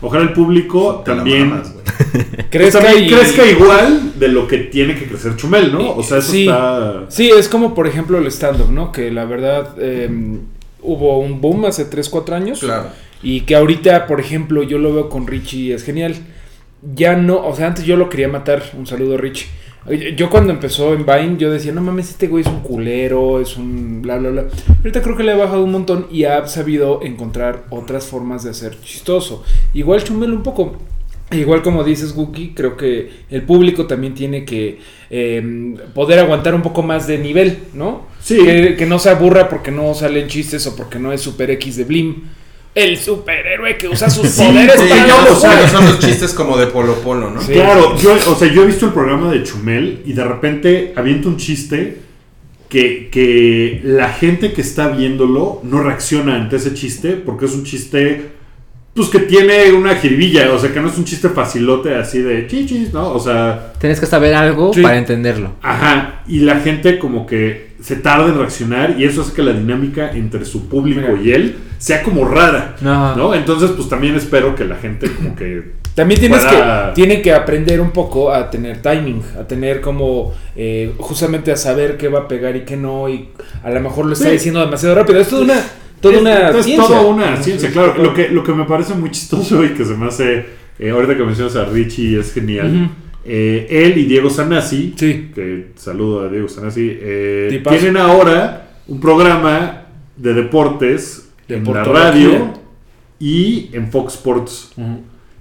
Speaker 3: ojalá el público
Speaker 5: Te la
Speaker 3: también
Speaker 5: mamas, güey.
Speaker 6: peor.
Speaker 3: pues
Speaker 6: Crezca
Speaker 3: también
Speaker 6: y- pues,
Speaker 3: crezca igual de lo que tiene que crecer Chumel, ¿no? O sea, eso
Speaker 6: Sí.
Speaker 3: está.
Speaker 6: Sí, es como por ejemplo el stand-up, ¿no? Que la verdad eh, hubo un boom hace 3, 4 años.
Speaker 5: Claro.
Speaker 6: Y que ahorita, por ejemplo, yo lo veo con Richie, es genial. Ya no, o sea, antes yo lo quería matar. Un saludo, Richie. Yo cuando empezó en Vine, yo decía, no mames, este güey es un culero, es un bla, bla, bla. Ahorita creo que le ha bajado un montón y ha sabido encontrar otras formas de hacer chistoso. Igual Chumel un poco. Igual como dices, Wookie, creo que el público también tiene que eh, poder aguantar un poco más de nivel, ¿no?
Speaker 3: Sí.
Speaker 6: Que, que no se aburra porque no salen chistes o porque no es Super X de Blim. El superhéroe que usa sus poderes
Speaker 5: Sí,
Speaker 6: para
Speaker 5: no,
Speaker 6: usar.
Speaker 5: pero son los chistes como de Polo Polo, ¿no?
Speaker 6: Sí.
Speaker 3: Claro, yo, o sea, yo he visto el programa de Chumel y de repente avienta un chiste que, que la gente que está viéndolo no reacciona ante ese chiste porque es un chiste, pues que tiene una jiribilla, o sea, que no es un chiste facilote así de chichis, ¿no? O sea,
Speaker 4: Tienes que saber algo
Speaker 6: Sí.
Speaker 4: para entenderlo.
Speaker 3: Ajá, y la gente como que se tarda en reaccionar y eso hace que la dinámica entre su público
Speaker 6: Mira.
Speaker 3: y él sea como rara,
Speaker 4: No.
Speaker 3: ¿no? Entonces, pues también espero que la gente como que...
Speaker 6: También tienes
Speaker 3: Para-
Speaker 6: que, tiene que aprender un poco a tener timing, a tener como eh, justamente a saber qué va a pegar y qué no, y a lo mejor lo está
Speaker 3: Sí.
Speaker 6: diciendo demasiado rápido. Es toda una, toda
Speaker 3: Es-
Speaker 6: una
Speaker 3: es
Speaker 6: ciencia.
Speaker 3: toda una ciencia,
Speaker 6: Sí,
Speaker 3: claro.
Speaker 6: claro.
Speaker 3: Lo que, lo que me parece muy chistoso y que se me hace... eh, ahorita que mencionas a Richie es genial.
Speaker 6: Ujú.
Speaker 3: Eh, él y Diego Sanasi,
Speaker 6: Sí.
Speaker 3: que saludo a Diego Sanasi, eh,
Speaker 6: Tipazo.
Speaker 3: tienen ahora un programa de deportes en la
Speaker 6: Deportología.
Speaker 3: radio y en Fox Sports.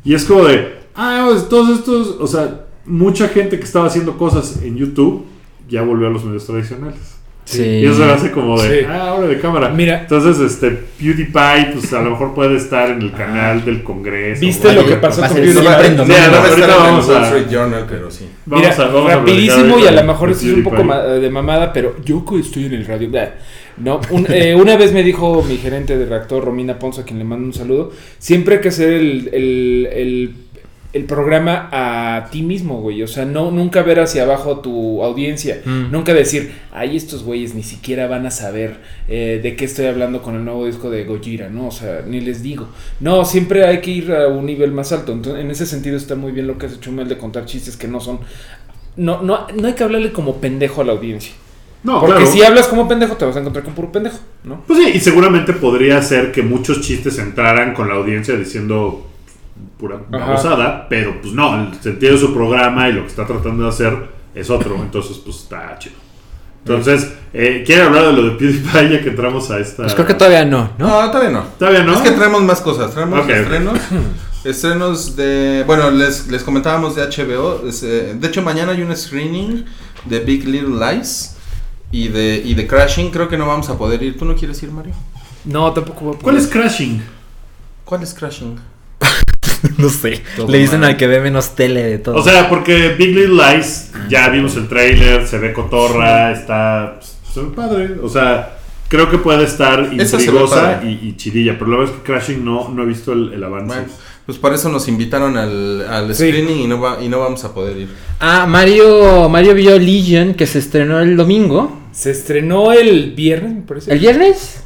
Speaker 3: Y es como de, ah, pues, todos estos, o sea, mucha gente que estaba haciendo cosas en YouTube ya volvió a los medios tradicionales.
Speaker 4: Sí.
Speaker 3: Y eso lo hace como de,
Speaker 6: Sí.
Speaker 3: ah, hora de cámara.
Speaker 6: Mira.
Speaker 3: Entonces, este, PewDiePie, pues a lo mejor puede estar en el canal del Congreso.
Speaker 6: Ah. ¿Viste
Speaker 3: Oye,
Speaker 6: lo que pasó
Speaker 4: va a
Speaker 6: con
Speaker 4: ser
Speaker 6: PewDiePie?
Speaker 4: siempre en domingo.
Speaker 3: Sí, a la
Speaker 5: No va a
Speaker 3: Ahorita
Speaker 5: estar en el
Speaker 3: vamos
Speaker 5: Wall
Speaker 3: a-
Speaker 5: Street Journal, pero sí.
Speaker 3: Vamos
Speaker 6: Mira,
Speaker 3: a- vamos a platicar
Speaker 6: rapidísimo y
Speaker 3: ahorita
Speaker 6: a lo
Speaker 3: con
Speaker 6: mejor esto es un poco
Speaker 3: PewDiePie.
Speaker 6: ma- de mamada, pero yo que estoy en el radio. blah. No, un- eh, una vez me dijo mi gerente de reactor, Romina Ponzo, a quien le mando un saludo, siempre hay que hacer el, el- el- el programa a ti mismo, güey. O sea, no, nunca ver hacia abajo a tu audiencia.
Speaker 4: Mm.
Speaker 6: Nunca decir, ay, estos güeyes ni siquiera van a saber eh, de qué estoy hablando con el nuevo disco de Gojira, ¿no? O sea, ni les digo. No, siempre hay que ir a un nivel más alto. Entonces, en ese sentido está muy bien lo que has hecho, Mel, de contar chistes que no son no, no, no hay que hablarle como pendejo a la audiencia.
Speaker 3: No,
Speaker 6: Porque
Speaker 3: claro.
Speaker 6: si hablas como pendejo, te vas a encontrar con puro pendejo, ¿no?
Speaker 3: Pues sí, y seguramente podría ser que muchos chistes entraran con la audiencia diciendo pura
Speaker 6: Ajá.
Speaker 3: babosada, pero pues no, el sentido de su programa y lo que está tratando de hacer es otro, entonces pues está chido. Entonces, eh, ¿quiere hablar de lo de PewDiePie ya que entramos a esta...?
Speaker 4: Pues creo que todavía no, ¿no?
Speaker 5: No, todavía no.
Speaker 3: Todavía no.
Speaker 5: Es que traemos más cosas, traemos
Speaker 3: Ok.
Speaker 5: estrenos. Estrenos de. Bueno, les, les comentábamos de HBO. es, eh, de hecho, mañana hay un screening de Big Little Lies y de, y de Crashing. Creo que no vamos a poder ir. ¿Tú no quieres ir, Mario?
Speaker 6: No, tampoco voy a
Speaker 3: ¿Cuál es Crashing?
Speaker 5: ¿Cuál es Crashing?
Speaker 4: No sé.
Speaker 5: Todo
Speaker 4: Le dicen
Speaker 5: mal.
Speaker 4: al que ve menos tele de todo.
Speaker 3: O sea, porque Big Little Lies, ya vimos el tráiler, se ve cotorra, está... pues, Se ve padre, o sea... Creo que puede estar
Speaker 5: Esa se ve
Speaker 3: intrigosa
Speaker 5: padre.
Speaker 3: y, y chidilla, pero la verdad es que Crashing no, no he visto el, el avance.
Speaker 5: Bueno, pues para eso nos invitaron al, al
Speaker 6: Sí.
Speaker 5: screening y, no va, y no vamos a poder ir.
Speaker 4: Ah, Mario, Mario vio Legion que se estrenó el domingo.
Speaker 6: Se estrenó el viernes, me parece.
Speaker 4: ¿El viernes?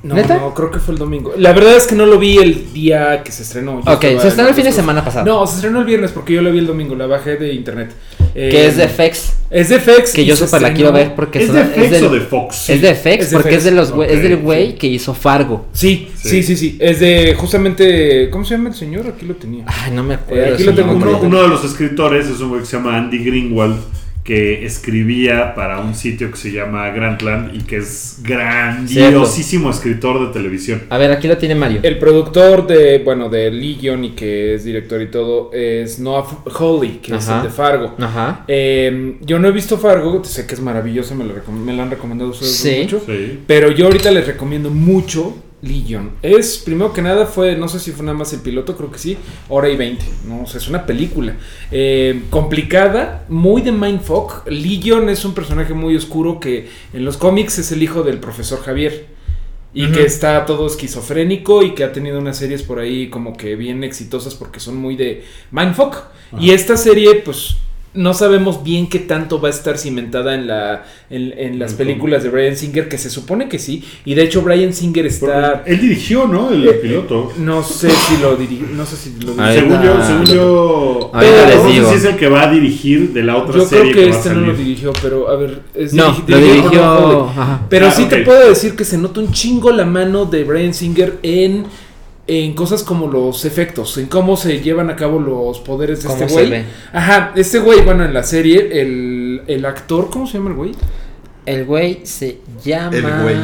Speaker 6: No,
Speaker 4: ¿Neta?
Speaker 6: no, creo que fue el domingo. La verdad es que no lo vi el día que se estrenó. Yo
Speaker 4: ok,
Speaker 6: estaba
Speaker 4: se estrenó
Speaker 6: en
Speaker 4: el fin de
Speaker 6: otras
Speaker 4: semana
Speaker 6: cosas.
Speaker 4: pasado.
Speaker 6: No, se estrenó el viernes porque yo la vi el domingo, la bajé de internet. Eh,
Speaker 4: que es de FX.
Speaker 6: Es de FX.
Speaker 4: Que
Speaker 6: y
Speaker 4: yo
Speaker 6: se
Speaker 4: sepa la
Speaker 6: estrenó-
Speaker 4: quiero ver porque
Speaker 3: ¿Es
Speaker 4: son-
Speaker 3: de FX
Speaker 4: del-
Speaker 3: o de Fox?
Speaker 4: es de FX
Speaker 6: Es de
Speaker 4: porque
Speaker 6: FX,
Speaker 4: es de los güey- es del
Speaker 3: ok,
Speaker 4: güey
Speaker 3: sí.
Speaker 4: que hizo Fargo.
Speaker 6: Sí, sí, sí, sí. Es de justamente. ¿Cómo se llama el señor? Aquí lo tenía.
Speaker 4: Ay, no me acuerdo.
Speaker 6: Eh, aquí
Speaker 4: sí,
Speaker 6: lo tengo
Speaker 4: no
Speaker 3: Uno,
Speaker 4: creo.
Speaker 3: uno de los escritores es un güey que se llama Andy Greenwald, que escribía para un sitio que se llama Grantland y que es grandiosísimo escritor de televisión.
Speaker 4: A ver, aquí lo tiene Mario.
Speaker 6: El productor de, bueno, de Legion y que es director y todo es Noah F- Hawley, que es
Speaker 4: Ajá.
Speaker 6: el de Fargo.
Speaker 4: Ajá.
Speaker 6: Eh, yo no he visto Fargo, sé que es maravilloso, me, lo recom- me la han recomendado ustedes
Speaker 4: Sí.
Speaker 6: mucho.
Speaker 3: Sí.
Speaker 6: Pero yo ahorita les recomiendo mucho Legion. Es, primero que nada, fue, no sé si fue nada más el piloto, creo que sí, hora y 20. No, o sea, es una película eh, complicada, muy de mindfuck. Legion es un personaje muy oscuro que en los cómics es el hijo del profesor Javier. Y
Speaker 4: Ujú.
Speaker 6: que está todo esquizofrénico y que ha tenido unas series por ahí como que bien exitosas porque son muy de mindfuck. Y esta serie, pues, no sabemos bien qué tanto va a estar cimentada en la en, en las
Speaker 3: Ujú.
Speaker 6: películas de Brian Singer, que se supone que sí. Y de hecho, Brian Singer está...
Speaker 3: Él dirigió, ¿no?
Speaker 5: Eh,
Speaker 3: El piloto.
Speaker 6: No sé si lo dirigió, no sé si lo
Speaker 4: Ahí
Speaker 3: Según
Speaker 4: está.
Speaker 3: yo, según yo.
Speaker 4: Ahorita
Speaker 3: Pero
Speaker 4: les
Speaker 3: no sé
Speaker 4: digo.
Speaker 3: si es el que va a dirigir de la otra
Speaker 6: Yo
Speaker 3: serie
Speaker 6: creo que
Speaker 3: va a
Speaker 6: este no lo
Speaker 3: salir.
Speaker 6: dirigió, pero a ver... es
Speaker 4: No,
Speaker 6: dirigi-
Speaker 4: lo
Speaker 6: por
Speaker 4: dirigió.
Speaker 6: Noah Hawley.
Speaker 4: ajá.
Speaker 6: Pero
Speaker 3: Ah,
Speaker 6: sí
Speaker 3: ok.
Speaker 6: te puedo decir que se nota un chingo la mano de Brian Singer en, en cosas como los efectos, en cómo se llevan a cabo los poderes de
Speaker 4: ¿Cómo
Speaker 6: este
Speaker 4: se
Speaker 6: güey.
Speaker 4: ve?
Speaker 6: Ajá, este güey, bueno, en la serie, el, el actor, ¿cómo se llama el güey?
Speaker 4: El güey se llama.
Speaker 5: El güey.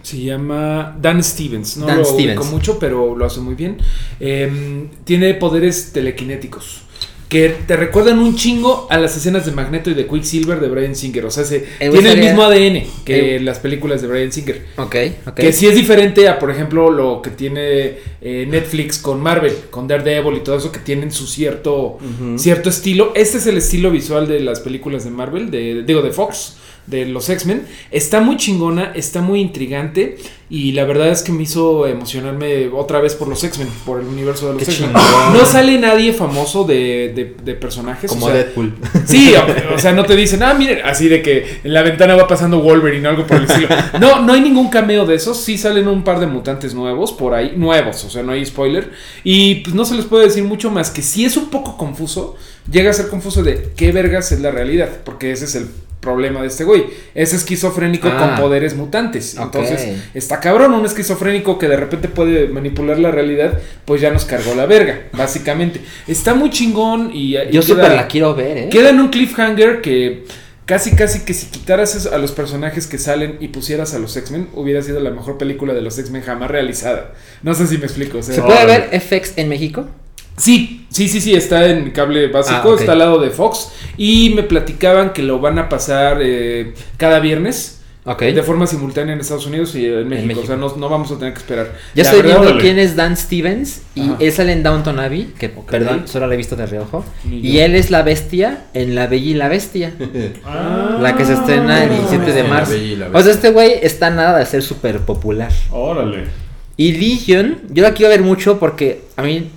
Speaker 6: Se llama Dan Stevens, no
Speaker 4: Dan
Speaker 6: lo
Speaker 4: Stevens.
Speaker 6: ubico mucho, pero lo hace muy bien. Em, tiene poderes telequinéticos. Que te recuerdan un chingo a las escenas de Magneto y de Quicksilver de Brian Singer. O sea, se,
Speaker 4: El güey
Speaker 6: tiene el
Speaker 4: sería-
Speaker 6: mismo ADN que
Speaker 4: el-
Speaker 6: las películas de Brian Singer.
Speaker 4: Ok, ok.
Speaker 6: Que sí es diferente a, por ejemplo, lo que tiene eh, Netflix con Marvel, con Daredevil y todo eso, que tienen su cierto,
Speaker 5: Ujú.
Speaker 6: cierto estilo. Este es el estilo visual de las películas de Marvel, de, digo, de Fox, de los X-Men. Está muy chingona, está muy intrigante y la verdad es que me hizo emocionarme otra vez por los X-Men, por el universo de los
Speaker 4: Qué
Speaker 6: X-Men.
Speaker 4: chingón.
Speaker 6: No sale nadie famoso de, de- de personajes.
Speaker 5: Como
Speaker 6: o sea,
Speaker 5: Deadpool.
Speaker 6: Sí, o, o sea, no te dicen, ah, miren, así de que en la ventana va pasando Wolverine o algo por el estilo. No, no hay ningún cameo de esos. Sí salen un par de mutantes nuevos por ahí, nuevos, o sea, no hay spoiler. Y pues no se les puede decir mucho más que si es un poco confuso, llega a ser confuso de qué vergas es la realidad, porque ese es el problema de este güey. Es esquizofrénico
Speaker 4: Ah.
Speaker 6: con poderes mutantes.
Speaker 4: Ok.
Speaker 6: Entonces, está cabrón, un esquizofrénico que de repente puede manipular la realidad, pues ya nos cargó la verga, básicamente. Está muy chingón y... y
Speaker 4: Yo súper
Speaker 6: queda-
Speaker 4: la quiero ver, ¿eh?
Speaker 6: Queda en un cliffhanger que casi casi que si quitaras eso- a los personajes que salen y pusieras a los X-Men, hubiera sido la mejor película de los X-Men jamás realizada. No sé si me explico. o sea-
Speaker 4: ¿Se puede ver FX en México?
Speaker 6: sí, sí, sí, sí, está en cable básico,
Speaker 4: Ah, ok.
Speaker 6: está al lado de Fox. Y me platicaban que lo van a pasar eh, cada viernes.
Speaker 4: Ok.
Speaker 6: de forma simultánea en Estados Unidos y en México.
Speaker 4: México.
Speaker 6: O sea, no, no vamos a tener que esperar.
Speaker 4: Ya
Speaker 6: La
Speaker 4: estoy
Speaker 6: verdad,
Speaker 4: viendo
Speaker 3: órale.
Speaker 4: quién es Dan Stevens y
Speaker 6: Ajá.
Speaker 4: él sale en Downton Abbey, que
Speaker 6: Ok.
Speaker 4: perdón, solo la he visto de reojo.
Speaker 6: Ni
Speaker 4: Y
Speaker 6: yo.
Speaker 4: él es la bestia en La Bella y la Bestia,
Speaker 3: Ah,
Speaker 4: la que se estrena el
Speaker 5: no,
Speaker 4: 17 de
Speaker 5: La
Speaker 4: marzo.
Speaker 5: Bella y la
Speaker 4: O sea,
Speaker 5: Bestia.
Speaker 4: este güey está nada de ser súper popular.
Speaker 3: Órale.
Speaker 4: Y Legion, yo la quiero ver mucho porque a mí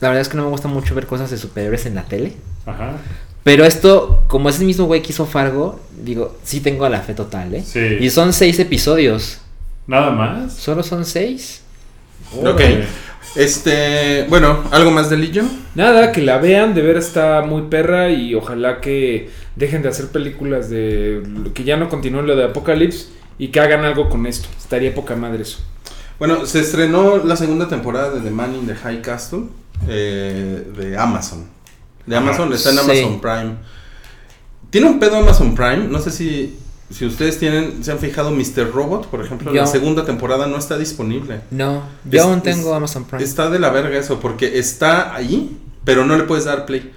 Speaker 4: la verdad es que no me gusta mucho ver cosas de superhéroes en la tele.
Speaker 3: Ajá.
Speaker 4: Pero esto, como es el mismo güey que hizo Fargo, digo, sí tengo la fe total, ¿eh?
Speaker 3: Sí.
Speaker 4: Y son seis episodios.
Speaker 3: Nada más.
Speaker 4: ¿Solo son seis?
Speaker 5: Ok.
Speaker 3: Órale.
Speaker 5: Este, bueno, ¿algo más de Legion?
Speaker 6: Nada, que la vean, de ver está muy perra y ojalá que dejen de hacer películas de que ya no continúen lo de Apocalypse y que hagan algo con esto. Estaría poca madre eso.
Speaker 5: Bueno, se estrenó la segunda temporada de The Man in the High Castle eh, de Amazon. De Amazon, está en
Speaker 4: Sí.
Speaker 5: Amazon Prime. Tiene un pedo Amazon Prime. No sé si, si ustedes tienen, se han fijado, Mr. Robot, por ejemplo,
Speaker 4: Yo.
Speaker 5: la segunda temporada no está disponible.
Speaker 4: No, yo
Speaker 5: Es-
Speaker 4: aún
Speaker 5: es-
Speaker 4: tengo Amazon Prime.
Speaker 5: Está de la verga eso, porque está ahí, pero no le puedes dar play.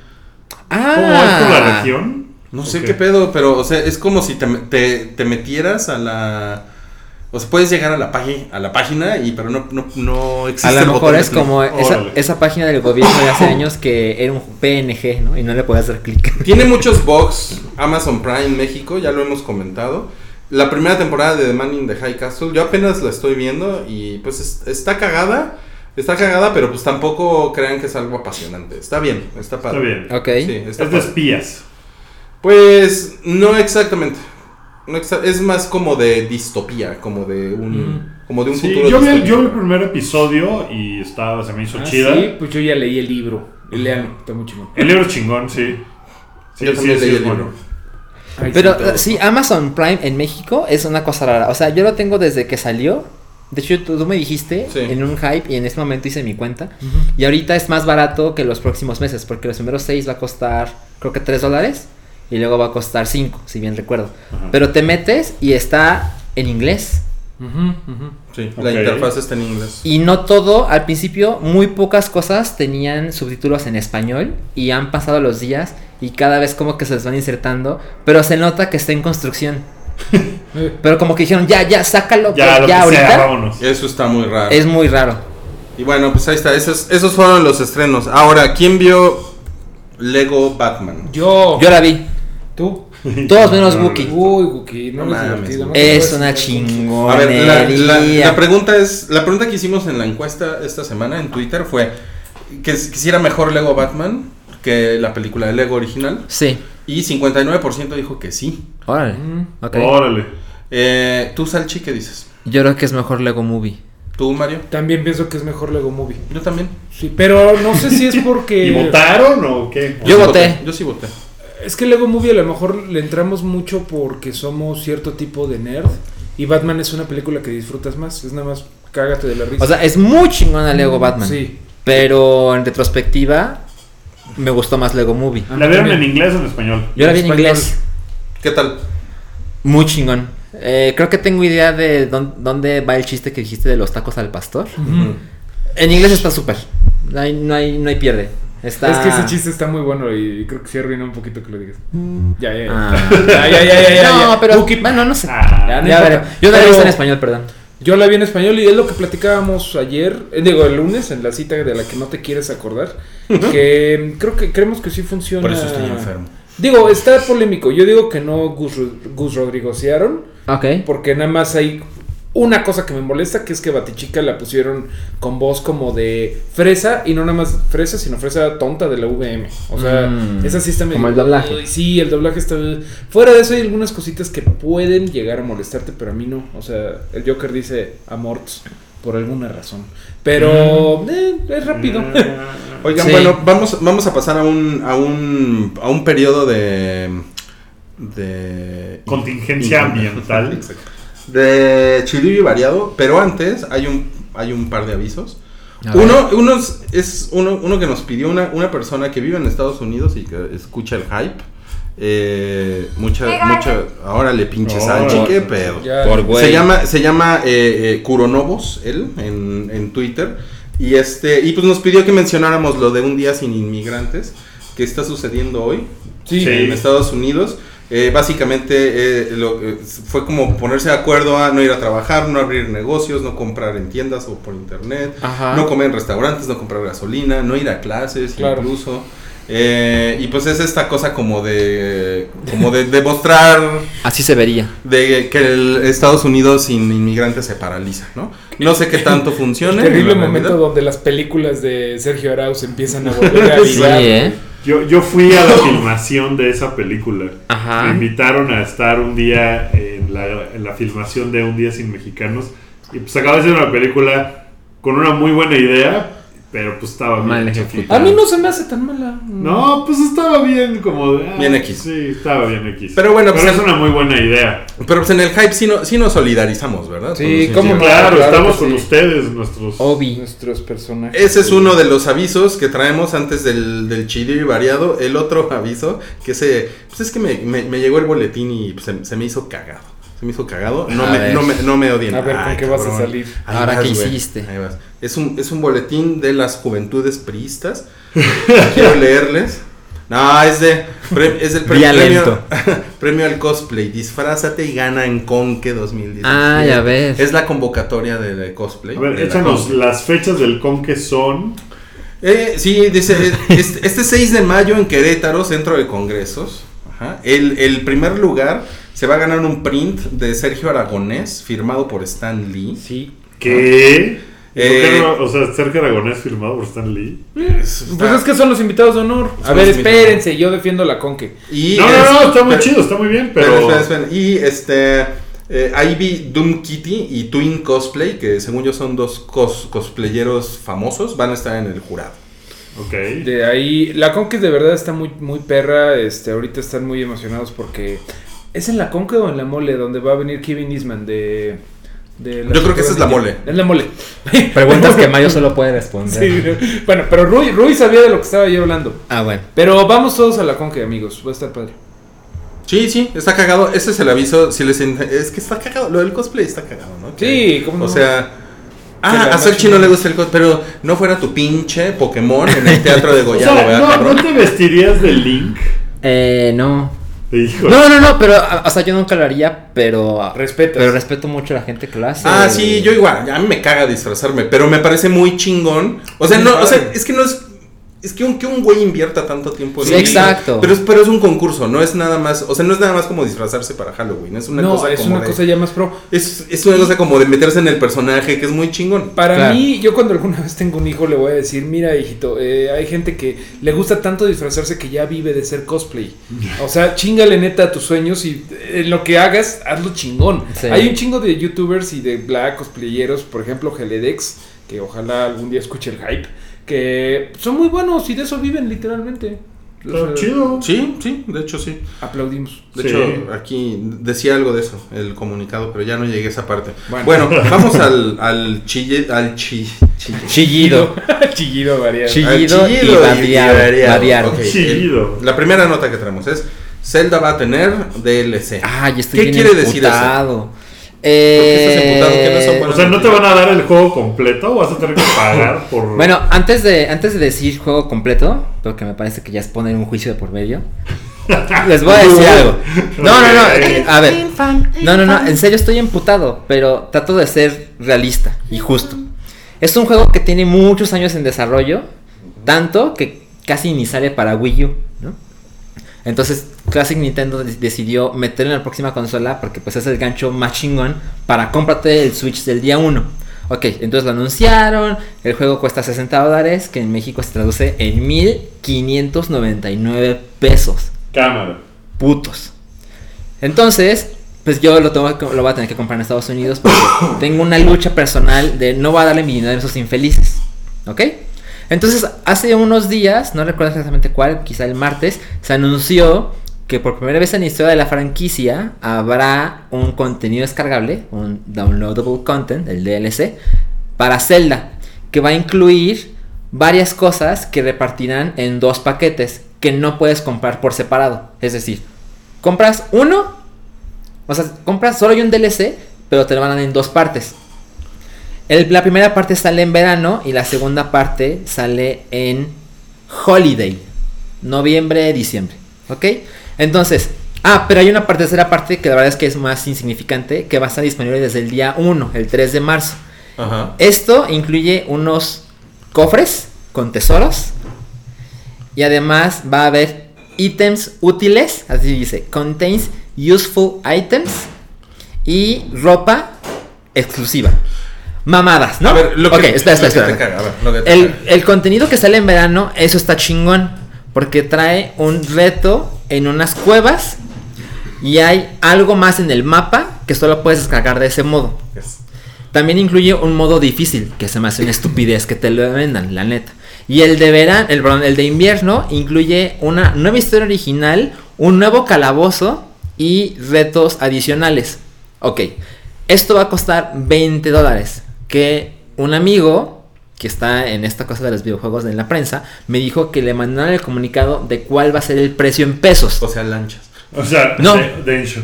Speaker 4: ¡Ah!
Speaker 3: ¿Cómo es por la región?
Speaker 5: No sé
Speaker 3: Ok.
Speaker 5: qué pedo, pero, o sea, es como si te, te- te metieras a la... O sea, puedes llegar a la, página a la página, y, pero no, no, no existe
Speaker 4: A
Speaker 5: el
Speaker 4: lo
Speaker 5: botón
Speaker 4: mejor
Speaker 5: de
Speaker 4: es
Speaker 5: play.
Speaker 4: como esa,
Speaker 3: Órale.
Speaker 4: esa página del gobierno de hace años que era un PNG, ¿no? Y no le podías dar clic.
Speaker 5: Tiene muchos bugs Amazon Prime México, ya lo hemos comentado. La primera temporada de The Man in the High Castle, yo apenas la estoy viendo y pues es- está cagada. Está cagada, pero pues tampoco crean que es algo apasionante. Está bien, está
Speaker 3: Está
Speaker 5: padre.
Speaker 3: bien.
Speaker 4: Ok.
Speaker 5: Sí, está
Speaker 3: Es de
Speaker 5: padre.
Speaker 3: espías.
Speaker 5: Pues no exactamente. No exa- es más como de distopía, como de un, como de un
Speaker 3: Sí,
Speaker 5: futuro.
Speaker 3: yo vi, el,
Speaker 5: distópico.
Speaker 3: yo vi el primer episodio y estaba, se me hizo
Speaker 6: Ah,
Speaker 3: chida.
Speaker 6: Sí, pues yo ya leí el libro. Y Lean, está muy chingón.
Speaker 3: El libro es chingón, sí. Sí,
Speaker 5: Yo
Speaker 3: sí,
Speaker 5: también
Speaker 3: sí,
Speaker 5: leí
Speaker 3: es
Speaker 5: el
Speaker 3: bueno.
Speaker 5: libro.
Speaker 6: Ay,
Speaker 4: Pero
Speaker 6: sí, todo.
Speaker 4: eh, sí, Amazon Prime en México es una cosa rara. O sea, yo lo tengo desde que salió. De hecho, tú, tú me dijiste
Speaker 5: Sí.
Speaker 4: en un hype y en este momento hice mi cuenta. Y ahorita es más barato que los próximos meses, porque los primeros 6 va a costar, creo que 3 dólares. Y luego va a costar 5, si bien recuerdo.
Speaker 3: Ajá.
Speaker 4: Pero te metes y está en inglés.
Speaker 6: Ujú, ujú.
Speaker 5: Sí,
Speaker 3: Ok.
Speaker 5: la interfaz está en inglés.
Speaker 4: Y no todo, al principio muy pocas cosas tenían subtítulos en español y han pasado los días y cada vez como que se les van insertando, pero se nota que está en construcción. pero como que dijeron, ya, ya, sácalo, pues,
Speaker 3: Ya,
Speaker 4: ya,
Speaker 3: lo que
Speaker 4: ahorita.
Speaker 3: sea, vámonos.
Speaker 5: Eso está muy raro.
Speaker 4: es muy raro.
Speaker 5: Y bueno, pues ahí está, esos, esos fueron los estrenos. Ahora, ¿quién vio Lego Batman?
Speaker 6: Yo,
Speaker 4: Yo la vi,
Speaker 6: tú.
Speaker 4: todos menos
Speaker 3: No,
Speaker 4: Wookie.
Speaker 6: Uy, Guki, Uh, no,
Speaker 5: No
Speaker 6: me es
Speaker 5: mames,
Speaker 6: divertido, no te
Speaker 4: Es
Speaker 6: puedes
Speaker 4: una
Speaker 6: sentar con-
Speaker 5: A ver, la, la- la
Speaker 4: chingonería.
Speaker 5: pregunta es, la pregunta que hicimos en la encuesta esta semana en Twitter fue que quisiera mejor Lego Batman que la película de Lego original
Speaker 4: Sí,
Speaker 5: y 59% dijo que sí.
Speaker 4: órale. ok.
Speaker 3: Órale.
Speaker 5: Eh, tú Salchi, ¿qué dices?
Speaker 4: Yo creo que es mejor Lego Movie.
Speaker 5: ¿Tú Mario?
Speaker 6: También pienso que es mejor Lego Movie.
Speaker 5: Yo también.
Speaker 6: Sí, pero no sé si es porque.
Speaker 3: ¿Y votaron o qué?
Speaker 4: Yo
Speaker 5: sí
Speaker 4: voté.
Speaker 5: Yo sí voté.
Speaker 6: Es que Lego Movie a lo mejor le entramos mucho porque somos cierto tipo de nerd. Y Batman es una película que disfrutas más. Es nada más cágate de la risa.
Speaker 4: O sea, es muy chingona Lego Batman.
Speaker 6: Mm, Sí.
Speaker 4: Pero en retrospectiva, me gustó más Lego Movie.
Speaker 6: Ah,
Speaker 3: ¿La vieron
Speaker 6: también.
Speaker 3: en inglés o en español?
Speaker 4: Yo la vi en
Speaker 6: Español.
Speaker 4: inglés.
Speaker 5: ¿Qué tal?
Speaker 4: Muy chingón. Eh, creo que tengo idea de dón- dónde va el chiste que dijiste de los tacos al pastor.
Speaker 5: mm,
Speaker 3: Mm.
Speaker 4: En inglés está súper. No hay, no hay, no hay pierde. Está...
Speaker 6: Es que ese chiste está muy bueno y creo que sí arruinó un poquito que lo digas. Ya, ya, ya.
Speaker 4: Ah.
Speaker 6: Ya, ya, ya, ya, ya,
Speaker 4: no,
Speaker 6: ya.
Speaker 4: pero...
Speaker 6: Tú que-
Speaker 4: Bueno, no sé.
Speaker 3: Ah,
Speaker 6: Ya, no
Speaker 4: Ya
Speaker 6: importa.
Speaker 4: veré. Yo no la he
Speaker 6: Pero
Speaker 4: visto en español, perdón.
Speaker 6: Yo la vi en español y es lo que platicábamos ayer, eh, digo, el lunes en la cita de la que no te quieres acordar. que mm, creo que creemos que sí funciona.
Speaker 5: Por eso estoy enfermo.
Speaker 6: Digo, está polémico. Yo digo que no Gus, Ro- Gus Rodrigosearon.
Speaker 4: Ok.
Speaker 6: Porque nada más hay una cosa que me molesta, que es que Batichica la pusieron con voz como de fresa, y no nada más fresa, sino fresa tonta de la VM. O sea,
Speaker 4: Mm,
Speaker 6: esa sí está medio...
Speaker 4: como el doblaje.
Speaker 6: Ay, Sí, el doblaje está... Fuera de eso hay algunas cositas que pueden llegar a molestarte, pero a mí no. O sea, el Joker dice amorts por alguna razón. Pero
Speaker 4: Mm.
Speaker 6: eh, es rápido.
Speaker 3: Ah,
Speaker 5: Oigan,
Speaker 4: Sí.
Speaker 5: bueno, vamos, vamos a pasar a un, a un, a un periodo de... de
Speaker 3: Contingencia ambiental.
Speaker 5: Exacto. De Chiribi variado, pero antes hay un, hay un par de avisos.
Speaker 4: A ver.
Speaker 5: Uno, uno es- es uno, uno que nos pidió una, una persona que vive en Estados Unidos y que escucha el hype. Eh, mucha, mucha. Ahora le pinche
Speaker 3: Oh.
Speaker 5: Salchi, qué pedo.
Speaker 6: Ya.
Speaker 5: Se llama, se llama eh, eh, Curonovos, él, en, en Twitter. Y este, y pues nos pidió que mencionáramos lo de un día sin inmigrantes que está sucediendo hoy
Speaker 6: Sí.
Speaker 3: Sí.
Speaker 5: en Estados Unidos. Eh, básicamente eh, lo- eh, fue como ponerse de acuerdo a no ir a trabajar, no abrir negocios, no comprar en tiendas o por internet,
Speaker 6: Ajá.
Speaker 5: no comer en restaurantes, no comprar gasolina, no ir a clases
Speaker 6: Claro.
Speaker 5: incluso. Eh, y pues es esta cosa como de como de demostrar
Speaker 4: Así se vería.
Speaker 5: de que el Estados Unidos sin inmigrantes se paraliza, ¿no? No sé qué tanto funcione.
Speaker 6: Terrible
Speaker 5: en la
Speaker 6: momento
Speaker 5: realidad.
Speaker 6: donde las películas de Sergio Arauz empiezan a volver a
Speaker 4: Sí,
Speaker 6: virar.
Speaker 4: ¿eh?
Speaker 3: Yo, yo fui a la filmación de esa película.
Speaker 4: Ajá.
Speaker 3: Me invitaron a estar un día en la, en la filmación de Un Día Sin Mexicanos. Y pues acaba de ser una película con una muy buena idea, pero pues estaba bien
Speaker 4: Mal
Speaker 3: hecha
Speaker 4: ejecutada.
Speaker 6: A mí Ah, no se me hace tan mala.
Speaker 3: No, pues estaba bien como de, ah,
Speaker 5: Bien X.
Speaker 3: Sí, estaba bien X.
Speaker 5: Pero bueno, pues
Speaker 3: es
Speaker 5: el-
Speaker 3: una muy buena idea.
Speaker 5: Pero pues en el hype sí, no, sí nos solidarizamos, ¿verdad?
Speaker 6: Sí,
Speaker 5: Con los
Speaker 6: ¿cómo
Speaker 5: indígenas.
Speaker 6: no?
Speaker 3: Claro,
Speaker 6: claro
Speaker 3: estamos
Speaker 6: que
Speaker 3: con
Speaker 6: sí.
Speaker 3: ustedes, nuestros...
Speaker 4: Obi.
Speaker 6: Nuestros personajes.
Speaker 5: Ese es uno de los avisos que traemos antes del, del chili variado. El otro aviso, que se, pues es que me, me- me llegó el boletín y pues, se, se me hizo cagado. Se me hizo cagado. No,
Speaker 4: A
Speaker 5: me,
Speaker 4: ver.
Speaker 5: no, me, no me odien.
Speaker 6: A ver, ¿con
Speaker 5: Ay,
Speaker 6: qué vas a
Speaker 5: cabrón.
Speaker 6: salir?
Speaker 5: Ahí
Speaker 4: Ahora, ¿qué
Speaker 5: güey.
Speaker 4: hiciste?
Speaker 5: Ahí vas. Es un, es un boletín de las juventudes priistas. Quiero leerles. No, es de. pre- es del pre-
Speaker 4: Vía
Speaker 5: premio,
Speaker 4: lento.
Speaker 5: premio al cosplay. Disfrázate y gana en Conque 2016.
Speaker 4: Ah, ya ves.
Speaker 5: Es la convocatoria de, de cosplay.
Speaker 3: A ver,
Speaker 5: de la
Speaker 3: échanos
Speaker 5: Conque.
Speaker 3: las fechas del con que son.
Speaker 5: Eh, sí, dice, este, este 6 de mayo en Querétaro, Centro de Congresos, ajá, el, el primer lugar se va a ganar un print de Sergio Aragonés, firmado por Stan Lee.
Speaker 6: Sí.
Speaker 3: ¿Qué? ¿Y por qué
Speaker 5: Eh,
Speaker 3: no- o sea, Sergio Aragonés firmado por Stan Lee.
Speaker 6: Pues es que son los invitados de honor. A
Speaker 5: Pues Son
Speaker 6: ver,
Speaker 5: los invitados.
Speaker 6: espérense, yo defiendo la conque.
Speaker 5: Y
Speaker 3: No,
Speaker 5: es-
Speaker 3: no, no, está muy
Speaker 5: pero-
Speaker 3: chido, está muy bien, pero.
Speaker 5: pero espera, espera, Y este, eh, ahí vi Doom Kitty y Twin Cosplay, que según yo son dos cos- cosplayeros famosos, van a estar en el jurado.
Speaker 3: Ok.
Speaker 6: De ahí, la Conque de verdad está muy, muy perra. Este, ahorita están muy emocionados porque. ¿Es en la Conque o en la mole donde va a venir Kevin Eastman de. de
Speaker 5: Yo creo que esa es la
Speaker 6: Ninja?
Speaker 5: mole.
Speaker 6: Es la mole.
Speaker 4: Preguntas que Mayo solo puede responder.
Speaker 6: Sí, bueno, pero Rui, Rui sabía de lo que estaba yo hablando.
Speaker 4: Ah, bueno.
Speaker 6: Pero vamos todos a la Conque, amigos. Va a estar padre.
Speaker 5: Sí, sí, está cagado. Este Ese es el aviso. Si les in- es que está cagado. Lo del cosplay está cagado, ¿no? Que-
Speaker 6: Sí, ¿cómo no?
Speaker 5: O sea.
Speaker 6: la
Speaker 5: Ah, a
Speaker 6: máquina.
Speaker 5: Solchi no le gusta el cosplay, pero no fuera tu pinche Pokémon en el teatro de
Speaker 3: O
Speaker 5: Goya,
Speaker 3: sea, no, ¿no te vestirías de Link?
Speaker 4: Eh, no.
Speaker 3: Hijo.
Speaker 4: No, no, no, pero, a- o sea, yo nunca lo haría, pero.
Speaker 6: Respetas.
Speaker 4: Pero respeto mucho a la gente que lo hace.
Speaker 5: Ah, sí, yo igual. A mí me caga disfrazarme, pero me parece muy chingón. O sea, no, o sea, es que no es. Es que un, que un güey invierta tanto tiempo
Speaker 4: Sí, exacto.
Speaker 5: Pero es, pero es un concurso, no es nada más. O sea, no es nada más como disfrazarse para Halloween. Es una
Speaker 6: no,
Speaker 5: cosa
Speaker 6: es
Speaker 5: como
Speaker 6: una
Speaker 5: de-
Speaker 6: cosa ya más pro.
Speaker 5: es, es una cosa como de meterse en el personaje, que es muy chingón.
Speaker 6: Para
Speaker 4: Claro.
Speaker 6: mí, yo cuando alguna vez tengo un hijo le voy a decir, mira hijito, eh, hay gente que le gusta tanto disfrazarse que ya vive de ser cosplay. O sea, chingale neta a tus sueños y eh, lo que hagas, hazlo chingón.
Speaker 4: Sí.
Speaker 6: Hay un chingo de youtubers y de bla cosplayeros, por ejemplo, Geledex, que ojalá algún día escuche el hype, que son muy buenos y de eso viven literalmente. O
Speaker 3: Está
Speaker 6: sea,
Speaker 3: chido.
Speaker 5: Sí, sí, de hecho sí.
Speaker 6: Aplaudimos.
Speaker 5: De
Speaker 3: Sí.
Speaker 5: hecho, aquí decía algo de eso, el comunicado, pero ya no llegué a esa parte.
Speaker 6: Bueno.
Speaker 5: Bueno, vamos al, al chille, al chi, chille-
Speaker 4: Chillido.
Speaker 6: Chillido variado.
Speaker 4: Sí.
Speaker 5: al
Speaker 4: Ah, Chillido y variado, variado.
Speaker 5: Ok,
Speaker 3: Chillido.
Speaker 5: el- la primera nota que traemos es, Zelda va a tener DLC.
Speaker 4: Ah, yo estoy
Speaker 5: ¿Qué
Speaker 4: bien
Speaker 5: quiere decir
Speaker 4: emputado.
Speaker 5: estás emputado? ¿Qué no
Speaker 4: Eh,
Speaker 5: son buenas
Speaker 3: O sea, ¿no te van a dar el juego completo o vas a tener que pagar por.
Speaker 4: bueno, antes de, antes de decir juego completo, porque me parece que ya es poner un juicio de por medio, les voy a decir algo. No, no, no, eh, a ver. No, no, no, en serio estoy emputado, pero trato de ser realista y justo. Es un juego que tiene muchos años en desarrollo, tanto que casi ni sale para Wii U, ¿no? Entonces Classic Nintendo dec- decidió meterlo en la próxima consola porque pues es el gancho más chingón para cómprate el Switch del día 1. Ok, entonces lo anunciaron, el juego cuesta 60 dólares, que en México se traduce en 1599 pesos
Speaker 3: Cámara.
Speaker 4: putos. Entonces, pues yo lo, tengo, que- lo voy a tener que comprar en Estados Unidos porque tengo una lucha personal de no voy a darle mi dinero a esos infelices. ¿Ok? Entonces, hace unos días, no recuerdo exactamente cuál, quizá el martes, se anunció que por primera vez en la historia de la franquicia habrá un contenido descargable, un downloadable content, el DLC, para Zelda, que va a incluir varias cosas que repartirán en dos paquetes que no puedes comprar por separado. Es decir, compras uno, o sea, compras solo hay un DLC, pero te lo van a dar en dos partes. El- la primera parte sale en verano y la segunda parte sale en holiday, noviembre, diciembre. ¿Ok? Entonces, Ah, pero hay una parte- tercera parte que la verdad es que es más insignificante, que va a estar disponible desde el día 1, el 3 de marzo.
Speaker 5: Ajá.
Speaker 4: Esto incluye unos cofres con tesoros. Y además va a haber ítems útiles, así dice, contains useful items y ropa exclusiva. Mamadas, ¿no?
Speaker 5: A ver, lo que,
Speaker 4: Ok, espera,
Speaker 5: lo
Speaker 4: espera,
Speaker 5: que
Speaker 4: espera.
Speaker 5: te caga, a ver, lo que te
Speaker 4: El,
Speaker 5: caga.
Speaker 4: el contenido que sale en verano, eso está chingón. Porque trae un reto en unas cuevas. Y hay algo más en el mapa que solo puedes descargar de ese modo.
Speaker 5: Es-
Speaker 4: También incluye un modo difícil, que se me hace una estupidez que te lo vendan, la neta. Y el de verano, el, perdón, el de invierno incluye una nueva historia original, un nuevo calabozo y retos adicionales. Ok, esto va a costar 20 dólares. Que un amigo que está en esta cosa de los videojuegos en la prensa me dijo que le mandaron el comunicado de cuál va a ser el precio en pesos.
Speaker 5: O sea, lanchas.
Speaker 3: O sea,
Speaker 4: No.
Speaker 3: de, Densho.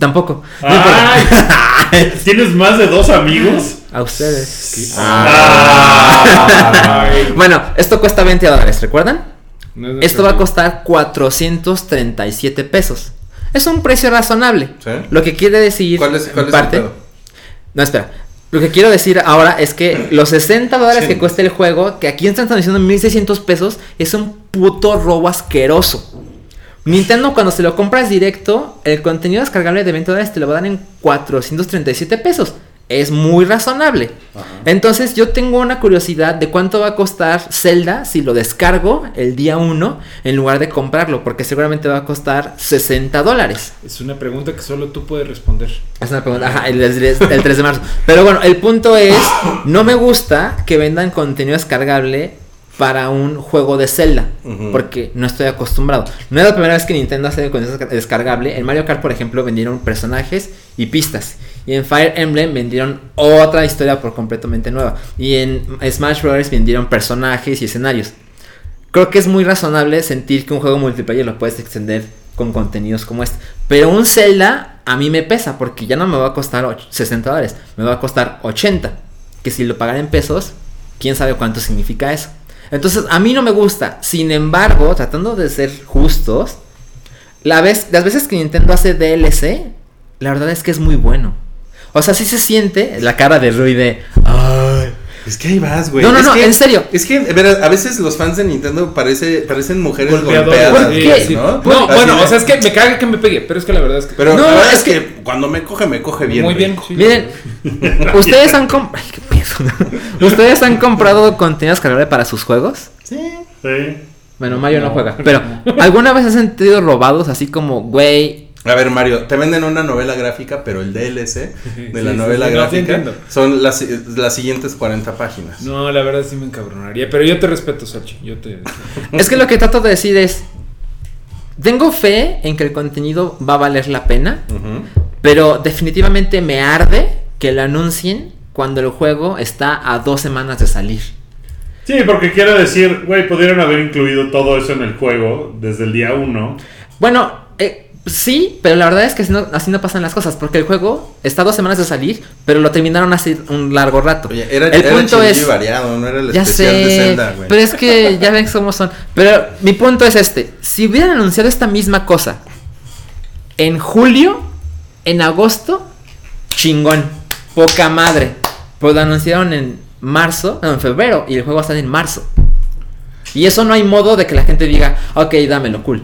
Speaker 4: Tampoco. No importa.
Speaker 3: ¡Ay! ¿Tienes más de dos amigos?
Speaker 4: A ustedes.
Speaker 5: Ah.
Speaker 4: Bueno, esto cuesta 20 dólares, ¿recuerdan?
Speaker 6: No es de
Speaker 4: Esto va a
Speaker 6: perdido.
Speaker 4: costar 437 pesos. Es un precio razonable.
Speaker 5: ¿Sí?
Speaker 4: Lo que quiere decir.
Speaker 5: ¿Cuál es,
Speaker 4: en
Speaker 5: cuál es
Speaker 4: parte-
Speaker 5: el pedo?
Speaker 4: No, espera. Lo que quiero decir ahora es que los 60 dólares
Speaker 5: Sí.
Speaker 4: que cuesta el juego, que aquí están diciendo 1600 pesos, es un puto robo asqueroso. Nintendo, cuando se lo compras directo, el contenido descargable de 20 dólares te lo va a dar en 437 pesos. Es muy razonable. Entonces, yo tengo una curiosidad de cuánto va a costar Zelda si lo descargo el día 1 en lugar de comprarlo, porque seguramente va a costar 60 dólares.
Speaker 6: Es una pregunta que solo tú puedes responder.
Speaker 4: Es una pregunta, ajá, el, el 3 el 3 de marzo. Pero bueno, el punto es, no me gusta que vendan contenido descargable para un juego de Zelda,
Speaker 5: Ujú.
Speaker 4: porque no estoy acostumbrado. No es la primera vez que Nintendo hace contenido desca- descargable. En Mario Kart, por ejemplo, vendieron personajes y pistas. Y en Fire Emblem vendieron otra historia por completamente nueva. Y en Smash Bros. vendieron personajes y escenarios. Creo que es muy razonable sentir que un juego multiplayer lo puedes extender con contenidos como este. Pero un Zelda a mí me pesa porque ya no me va a costar och- 60 dólares, me va a costar 80. Que si lo pagar en pesos, quién sabe cuánto significa eso. Entonces a mí no me gusta. Sin embargo, tratando de ser justos, la vez, las veces que Nintendo hace DLC, la verdad es que es muy bueno. O sea, sí se siente la cara de Rui de...
Speaker 5: Ay, es que ahí vas, güey.
Speaker 4: No, no,
Speaker 5: Es
Speaker 4: no,
Speaker 5: que-
Speaker 4: en serio.
Speaker 5: Es que, a ver, a veces los fans de Nintendo parece, parecen mujeres
Speaker 6: Golpeadores,
Speaker 5: golpeadas,
Speaker 6: sí,
Speaker 5: güey,
Speaker 6: sí.
Speaker 5: ¿no?
Speaker 6: No,
Speaker 5: Así
Speaker 6: bueno,
Speaker 5: de-
Speaker 6: o sea, es que me caga que me pegue, pero es que la verdad es que.
Speaker 5: Pero
Speaker 4: No,
Speaker 5: la
Speaker 4: no,
Speaker 5: verdad
Speaker 4: es
Speaker 5: es que, cuando me coge, me coge bien.
Speaker 6: muy bien.
Speaker 5: rico.
Speaker 6: sí.
Speaker 4: Miren, ustedes han comp- Ay, qué pedo. ¿Ustedes han comprado contenido descargable para sus juegos?
Speaker 3: Sí.
Speaker 4: Bueno, Mario no,
Speaker 6: No.
Speaker 4: juega, pero ¿alguna vez se han sentido robados así como, güey?
Speaker 5: A ver, Mario, te venden una novela gráfica, pero el DLC de la
Speaker 6: sí,
Speaker 5: novela
Speaker 6: sí, no, sí
Speaker 5: gráfica
Speaker 6: entiendo.
Speaker 5: son las, las siguientes 40 páginas.
Speaker 6: No, la verdad sí me encabronaría. Pero yo te respeto, Sachi. Yo te.
Speaker 4: Es que lo que trato de decir es, tengo fe en que el contenido va a valer la pena,
Speaker 5: Ujú.
Speaker 4: pero definitivamente me arde que lo anuncien cuando el juego está a dos semanas de salir.
Speaker 3: Sí, porque quiero decir, güey, pudieron haber incluido todo eso en el juego desde el día 1.
Speaker 4: Bueno, eh, sí, pero la verdad es que así no, así no pasan las cosas, porque el juego está a dos semanas de salir, pero lo terminaron hace un largo rato.
Speaker 5: Oye, era
Speaker 4: el
Speaker 5: era
Speaker 4: punto
Speaker 5: Shinji
Speaker 4: es...
Speaker 5: variado, no era el
Speaker 4: Ya
Speaker 5: especial de
Speaker 4: sé,
Speaker 5: Zelda, güey.
Speaker 4: pero es que ya ven cómo son. Pero mi punto es este: si hubieran anunciado esta misma cosa en julio, en agosto, chingón, poca madre. Pues lo anunciaron en marzo, no, en febrero, y el juego está en marzo. Y eso no hay modo de que la gente diga, ok, dámelo, cool.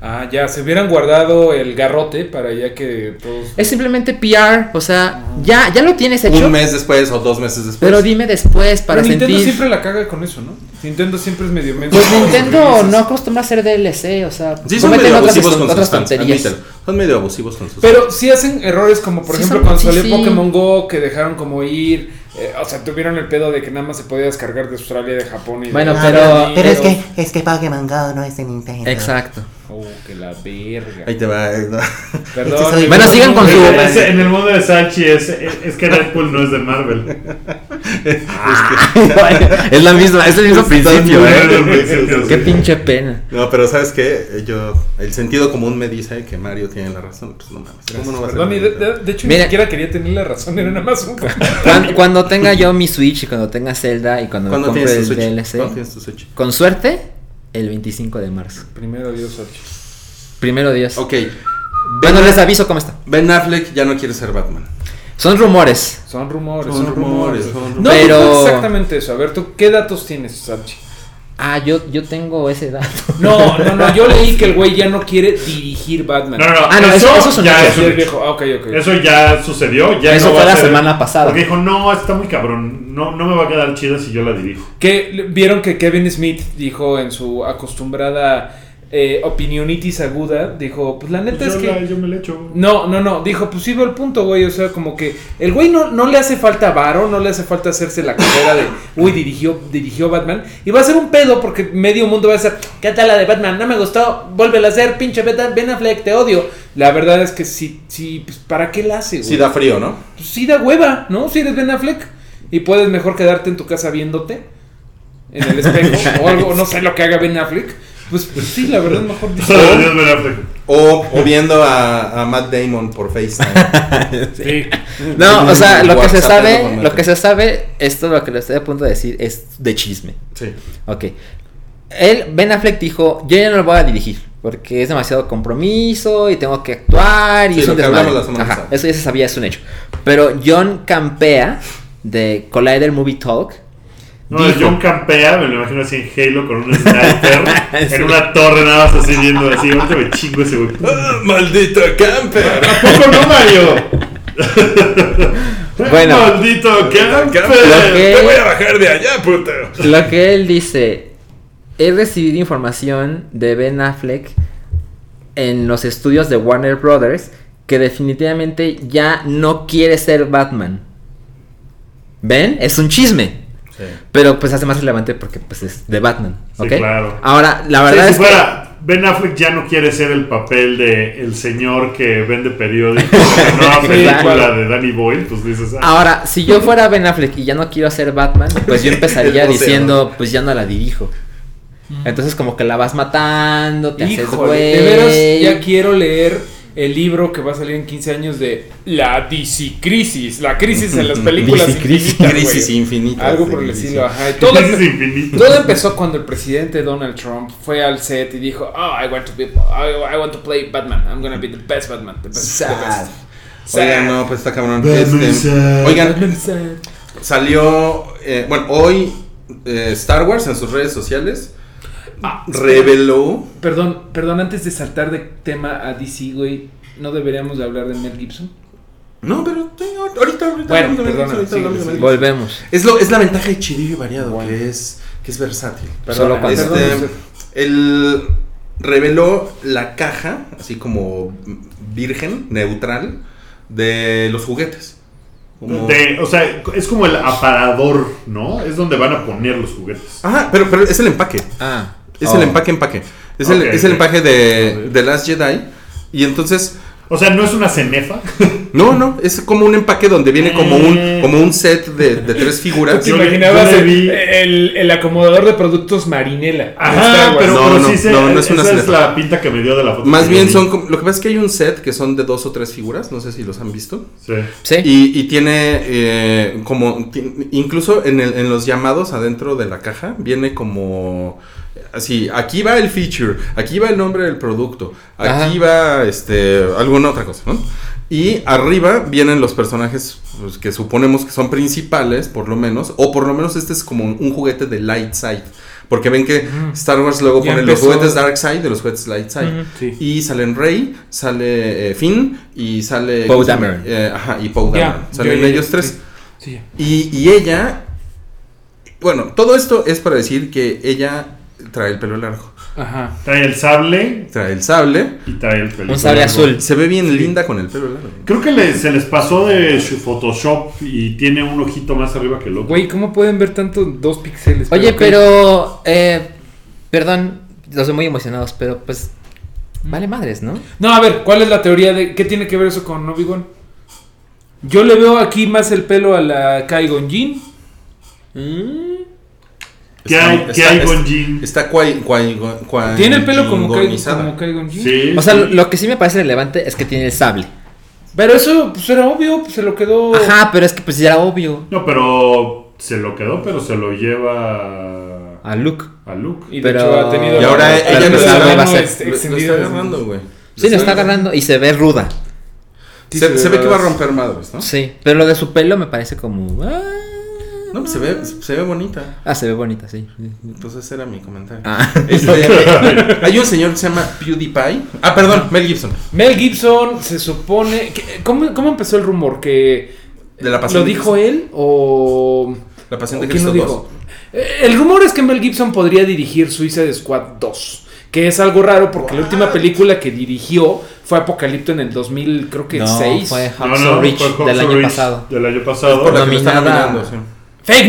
Speaker 6: Ah, ya, se hubieran guardado el garrote para ya que todos.
Speaker 4: Es simplemente PR, o sea, ya, ya lo tienes hecho,
Speaker 5: Un mes después o dos meses después.
Speaker 4: pero dime después
Speaker 6: Pero
Speaker 4: para
Speaker 6: Nintendo
Speaker 4: sentir.
Speaker 6: siempre la caga con eso, ¿no? Nintendo siempre es medio menso.
Speaker 4: Pues
Speaker 6: con los
Speaker 4: Nintendo
Speaker 6: releases.
Speaker 4: no acostumbra a hacer DLC, o sea,
Speaker 5: Sí, son
Speaker 4: cometen
Speaker 5: medio abusivos
Speaker 4: diston-
Speaker 5: con sus
Speaker 4: otras
Speaker 5: fans,
Speaker 4: tonterías.
Speaker 5: admítelo. Son medio abusivos con sus
Speaker 6: Pero sí hacen errores como por
Speaker 4: Sí
Speaker 6: ejemplo
Speaker 4: son-
Speaker 6: cuando
Speaker 4: sí,
Speaker 6: salió
Speaker 4: sí.
Speaker 6: Pokémon Go que dejaron como ir, eh, o sea, tuvieron el pedo de que nada más se podía descargar de Australia, de Japón y de-
Speaker 4: Bueno,
Speaker 6: de
Speaker 4: pero-
Speaker 7: Pero es que,
Speaker 6: Unidos.
Speaker 7: es que Pokémon Go no es de Nintendo.
Speaker 4: Exacto.
Speaker 6: Oh, que la verga.
Speaker 5: Ahí te va. eh, ¿no?
Speaker 7: Es que
Speaker 6: Perdón.
Speaker 7: soy-
Speaker 4: Bueno, sigan con su-
Speaker 3: Es- en el mundo de Sachi es, es, es que Deadpool no es de Marvel.
Speaker 4: es la misma, es el mismo principio,
Speaker 5: muy
Speaker 4: eh.
Speaker 5: bueno, principio,
Speaker 4: Qué
Speaker 5: sí.
Speaker 4: pinche pena.
Speaker 5: No, pero ¿sabes qué? Eh, Yo, el sentido común me dice que Mario tiene la razón. Pues no mames. ¿Cómo no va a ser?
Speaker 6: Perdón, y de, de- de hecho
Speaker 4: Mira.
Speaker 6: ni siquiera quería tener la razón, era nada más un comentario.
Speaker 4: Cuando, cuando tenga yo mi Switch y cuando tenga Zelda y cuando,
Speaker 5: ¿Cuándo
Speaker 4: compre
Speaker 5: tienes tu
Speaker 4: el
Speaker 5: Switch? ¿Cuándo
Speaker 4: DLC,
Speaker 5: tienes tu Switch?
Speaker 4: con suerte, el 25 de marzo.
Speaker 6: Primero Dios ocho.
Speaker 4: Primero Dios.
Speaker 5: Ok.
Speaker 4: Bueno, les aviso cómo está.
Speaker 5: Ben Affleck ya no quiere ser Batman.
Speaker 4: Son rumores.
Speaker 6: Son rumores,
Speaker 5: Son
Speaker 6: son,
Speaker 5: rumores,
Speaker 6: rumores.
Speaker 5: son rumores.
Speaker 6: No,
Speaker 4: Pero-
Speaker 6: no fue exactamente eso. A ver, ¿tú qué datos tienes, Sachi?
Speaker 4: Ah, yo, yo tengo ese dato.
Speaker 6: No, no, no, yo leí que el güey ya no quiere dirigir Batman.
Speaker 3: No, no, no.
Speaker 4: Ah, no,
Speaker 3: eso,
Speaker 4: eso- eso es un
Speaker 3: ya
Speaker 4: hecho.
Speaker 3: es
Speaker 6: Sí,
Speaker 3: un
Speaker 6: el
Speaker 3: hecho.
Speaker 6: viejo. Ah, ok, ok.
Speaker 3: Eso ya sucedió. Ya
Speaker 4: Eso
Speaker 3: no
Speaker 4: fue
Speaker 3: va a
Speaker 4: la
Speaker 3: ser-
Speaker 4: semana pasada.
Speaker 3: Porque dijo, no, está muy cabrón. No, no me va a quedar chida si yo la dirijo.
Speaker 6: Que le- vieron que Kevin Smith dijo en su acostumbrada eh, opinionitis aguda, dijo, pues la neta
Speaker 3: Yo,
Speaker 6: es que...
Speaker 3: la- yo me la echo.
Speaker 6: No, no, no, dijo, pues sí veo el punto, güey, o sea, como que el güey no, no le hace falta varo, no le hace falta hacerse la carrera de, uy, dirigió, dirigió Batman, y va a ser un pedo porque medio mundo va a decir, ¿qué tal la de Batman? No me gustó, vuélvela a hacer, pinche Beta- Ben Affleck, te odio. La verdad es que sí, sí, pues ¿para qué la hace, güey?
Speaker 5: Sí da frío, ¿no?
Speaker 6: Pues, sí da hueva, ¿no? Si eres Ben Affleck y puedes mejor quedarte en tu casa viéndote en el espejo o algo, no sé lo que haga Ben Affleck, pues, pues, sí, la verdad mejor dice,
Speaker 3: Dios me la fre-
Speaker 5: O, o viendo a, a Matt Damon por FaceTime.
Speaker 6: sí.
Speaker 4: No, o sea, lo que se
Speaker 5: WhatsApp,
Speaker 4: sabe,
Speaker 5: teléfono,
Speaker 4: lo que se sabe, esto lo que le estoy a punto de decir es de chisme.
Speaker 5: Sí.
Speaker 4: Ok. Él, Ben Affleck dijo, yo ya no lo voy a dirigir, porque es demasiado compromiso y tengo que actuar y
Speaker 5: Sí,
Speaker 4: es
Speaker 5: lo
Speaker 4: un
Speaker 5: que
Speaker 4: desmadre".
Speaker 5: hablamos la semana
Speaker 4: Ajá,
Speaker 5: pasada.
Speaker 4: Eso ya se sabía, es un hecho. Pero John Campea, de Collider Movie Talk,
Speaker 3: No,
Speaker 4: dijo-
Speaker 3: John Campea, me lo imagino así en Halo con un sniper
Speaker 4: Sí.
Speaker 3: en una torre nada más así viendo así. Ahorita me chingo ese güey.
Speaker 5: ¡Ah, ¡Maldito camper!
Speaker 3: ¿A poco no, Mario?
Speaker 4: Bueno.
Speaker 3: Maldito camper.
Speaker 4: Lo que-
Speaker 5: ¡Te voy a bajar de allá, puto!
Speaker 4: Lo que él dice, he recibido información de Ben Affleck en los estudios de Warner Brothers que definitivamente ya no quiere ser Batman. ¿Ven? Es un chisme.
Speaker 5: Sí.
Speaker 4: Pero pues hace más relevante porque pues es de Batman.
Speaker 3: Sí,
Speaker 4: ¿Ok?
Speaker 3: claro.
Speaker 4: Ahora, la
Speaker 3: Sí,
Speaker 4: verdad
Speaker 3: si
Speaker 4: es que-
Speaker 3: fuera, Ben Affleck ya no quiere ser el papel de el señor que vende periódicos en la nueva
Speaker 4: Sí,
Speaker 3: película
Speaker 4: claro.
Speaker 3: de Danny Boyle, pues dices, ah,
Speaker 4: Ahora, si yo fuera Ben Affleck y ya no quiero ser Batman, pues yo empezaría
Speaker 5: El boceador.
Speaker 4: diciendo, pues ya no la dirijo. Entonces como que la vas matando, te haces
Speaker 6: Híjole,
Speaker 4: güey.
Speaker 6: de veras ya quiero leer el libro que va a salir en 15 años de la disicrisis, la crisis en las películas
Speaker 4: Disicrisis.
Speaker 6: infinitas, güey.
Speaker 5: Crisis infinita.
Speaker 6: Algo por el
Speaker 5: Sí,
Speaker 6: estilo, ajá. y Todo,
Speaker 3: crisis
Speaker 6: empe-
Speaker 3: infinita.
Speaker 6: todo empezó cuando el presidente Donald Trump fue al set y dijo, "Oh, I want to be I, I want to play Batman. I'm gonna be the best Batman, the best, the best." Sad.
Speaker 5: Oigan, no, pues está cabrón.
Speaker 3: Batman
Speaker 5: Este,
Speaker 3: sad.
Speaker 5: oigan, salió, eh, bueno, hoy eh, Star Wars en sus redes sociales
Speaker 6: Ah,
Speaker 5: reveló.
Speaker 6: Perdón, perdón, antes de saltar de tema a DC, güey, no deberíamos de hablar de Mel Gibson.
Speaker 5: No, pero eh, ahorita, ahorita,
Speaker 6: Bueno,
Speaker 5: hablamos de Mel
Speaker 6: perdóname,
Speaker 5: Gibson, ahorita
Speaker 6: sí,
Speaker 5: hablamos de
Speaker 6: sí.
Speaker 5: Mel Gibson.
Speaker 4: Volvemos.
Speaker 5: es, lo, es la ventaja de chidillo y variado, que es que es versátil.
Speaker 4: Solo cuando-
Speaker 5: Este,
Speaker 6: Ah, Perdón, usted.
Speaker 5: él reveló la caja, así como virgen, neutral, de los juguetes. Como-
Speaker 3: de- o sea, es como el aparador, ¿no? Es donde van a poner los juguetes.
Speaker 5: Ajá, pero, pero es el empaque.
Speaker 4: Ah.
Speaker 5: Es
Speaker 4: Oh.
Speaker 5: el empaque, empaque. Es, el,
Speaker 3: Ok,
Speaker 5: es el
Speaker 3: ok.
Speaker 5: empaque de, de Last Jedi. Y entonces,
Speaker 3: O sea, no es una cenefa.
Speaker 5: no, no, es como un empaque donde viene como un, como un set de, de tres figuras.
Speaker 6: ¿Te
Speaker 3: Mm. Yo le-
Speaker 6: imaginabas
Speaker 3: yo le
Speaker 6: el,
Speaker 3: vi-
Speaker 6: el- el acomodador de productos Marinela?
Speaker 3: Ajá, pero,
Speaker 5: No,
Speaker 3: pero
Speaker 5: no,
Speaker 3: sí se-
Speaker 5: no, no es una
Speaker 3: esa es
Speaker 5: cenefa.
Speaker 3: la pinta que me dio de la foto.
Speaker 5: Más
Speaker 3: que
Speaker 5: bien
Speaker 3: vi.
Speaker 5: son, como- lo que pasa es que hay un set que son de dos o tres figuras, no sé si los han visto.
Speaker 3: Sí.
Speaker 4: Sí.
Speaker 5: Y, y tiene eh, como, ti- incluso en, el- en los llamados adentro de la caja, viene como, así, aquí va el feature, aquí va el nombre del producto, aquí va, este, alguna otra cosa, ¿no? Y arriba vienen los personajes pues, que suponemos que son principales, por lo menos, o por lo menos este es como un juguete de light side. Porque ven que Star Wars luego
Speaker 6: Ya
Speaker 5: pone
Speaker 6: empezó.
Speaker 5: los juguetes Dark Side y los juguetes Light Side.
Speaker 6: sí.
Speaker 5: Y salen Rey, sale eh, Finn y sale.
Speaker 4: Poe
Speaker 5: ¿cómo se llama?
Speaker 4: Dameron.
Speaker 5: Eh, ajá, y Poe
Speaker 6: Ya,
Speaker 5: Dameron. Salen
Speaker 6: yo ya-
Speaker 5: ellos tres.
Speaker 6: sí. Sí.
Speaker 5: Y, y ella. Bueno, todo esto es para decir que ella trae el pelo largo,
Speaker 6: Ajá.
Speaker 3: Trae el sable
Speaker 5: trae el sable.
Speaker 3: y trae el pelo.
Speaker 4: Un sable
Speaker 3: largo.
Speaker 4: azul.
Speaker 5: Se ve bien linda con el pelo largo.
Speaker 3: Creo que le- se les pasó de su Photoshop y tiene un ojito más arriba que el otro.
Speaker 6: Güey, ¿cómo pueden ver tanto dos píxeles?
Speaker 4: Oye,
Speaker 6: ok.
Speaker 4: pero. Eh, perdón, los veo muy emocionados, pero pues. Vale madres, ¿no?
Speaker 6: No, a ver, ¿cuál es la teoría de qué tiene que ver eso con Obi-Wan? Yo le veo aquí más el pelo a la Kaigon Jin.
Speaker 3: ¿Qué hay- qué hay con
Speaker 5: está-
Speaker 3: Jin?
Speaker 5: Está cuai, cuai, cuai-
Speaker 6: Tiene el pelo como, Kai-
Speaker 5: jingonizada.
Speaker 6: como Qui-Gon Jinn.
Speaker 3: Sí.
Speaker 4: O sea,
Speaker 3: sí.
Speaker 4: lo, lo que sí me parece relevante es que tiene el sable.
Speaker 6: Pero eso pues era obvio, pues se lo quedó.
Speaker 4: Ajá, pero es que pues ya era obvio.
Speaker 3: No, pero se lo quedó, pero se lo lleva a,
Speaker 4: A Luke.
Speaker 3: Luke.
Speaker 6: Y de
Speaker 4: Pero-
Speaker 6: hecho ha tenido
Speaker 5: Y ahora
Speaker 6: la-
Speaker 5: ella
Speaker 6: la-
Speaker 5: no
Speaker 6: la
Speaker 5: sabe,
Speaker 6: mano
Speaker 4: va a ser.
Speaker 6: este,
Speaker 5: Lo- lo
Speaker 6: extendida
Speaker 5: está
Speaker 6: desde-
Speaker 5: agarrando, güey.
Speaker 4: Sí, lo está agarrando y se ve ruda.
Speaker 5: Se, se ve que va a romper madres, ¿no?
Speaker 4: Sí, pero lo de su pelo me parece como... ah.
Speaker 5: No, pues se ve, se ve bonita.
Speaker 4: Ah, se ve bonita, sí.
Speaker 5: Entonces ese era mi comentario.
Speaker 4: Ah.
Speaker 5: Este, hay un señor que se llama PewDiePie. Ah, perdón, Mel Gibson.
Speaker 6: Mel Gibson se supone. que- ¿cómo, cómo empezó el rumor? ¿Que
Speaker 5: De la pasión
Speaker 6: lo
Speaker 5: de
Speaker 6: dijo
Speaker 5: Cristo.
Speaker 6: él o.?
Speaker 5: La pasión
Speaker 6: o
Speaker 5: de
Speaker 6: quién
Speaker 5: Cristo
Speaker 6: lo
Speaker 5: 2.
Speaker 6: dijo? Eh, El rumor es que Mel Gibson podría dirigir Suicide Squad 2. Que es algo raro porque la última película que dirigió fue Apocalipto en el 2000, creo que
Speaker 4: No,
Speaker 6: 6.
Speaker 4: fue
Speaker 3: No,
Speaker 4: Hacksaw
Speaker 3: no,
Speaker 4: Ridge
Speaker 3: fue Hawks
Speaker 4: del
Speaker 3: of
Speaker 4: año
Speaker 3: Ridge
Speaker 4: pasado.
Speaker 3: Del año
Speaker 5: Por la
Speaker 3: pasado.
Speaker 5: que lo están
Speaker 4: Nominada.
Speaker 5: nominando, sí.
Speaker 6: ¡Fake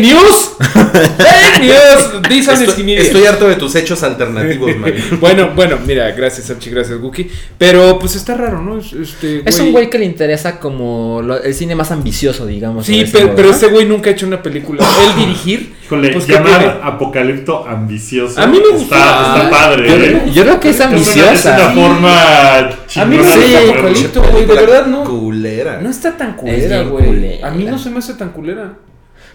Speaker 6: news! ¡Fake news! Dicen es
Speaker 5: Estoy, estoy harto de tus hechos alternativos, Mario.
Speaker 6: Bueno, bueno, mira, gracias Archie, gracias Guki. Pero pues está raro, ¿no? Es- Este,
Speaker 4: Es un güey que le interesa como lo- el cine más ambicioso, digamos. a
Speaker 6: Sí,
Speaker 4: ese
Speaker 6: pero,
Speaker 4: modo,
Speaker 6: pero
Speaker 4: ¿no?
Speaker 6: este güey nunca ha hecho una película. Él dirigir.
Speaker 3: Híjole,
Speaker 6: pues, ¿qué
Speaker 3: llamar
Speaker 6: tiene?
Speaker 3: apocalipto ambicioso.
Speaker 6: A mí
Speaker 3: está-
Speaker 6: me gusta.
Speaker 3: Está
Speaker 4: Yo,
Speaker 3: padre, ¿eh?
Speaker 4: yo creo que es
Speaker 3: Es una- Es una
Speaker 4: ambiciosa.
Speaker 3: forma
Speaker 6: A mí me
Speaker 3: chingona
Speaker 6: gusta
Speaker 3: de Ah,
Speaker 6: el
Speaker 3: verlo.
Speaker 6: apocalipto, güey. De
Speaker 5: Película
Speaker 6: verdad no.
Speaker 5: Culera.
Speaker 6: No está tan culera,
Speaker 4: bien
Speaker 6: güey.
Speaker 4: culera.
Speaker 6: A mí no se me hace tan culera.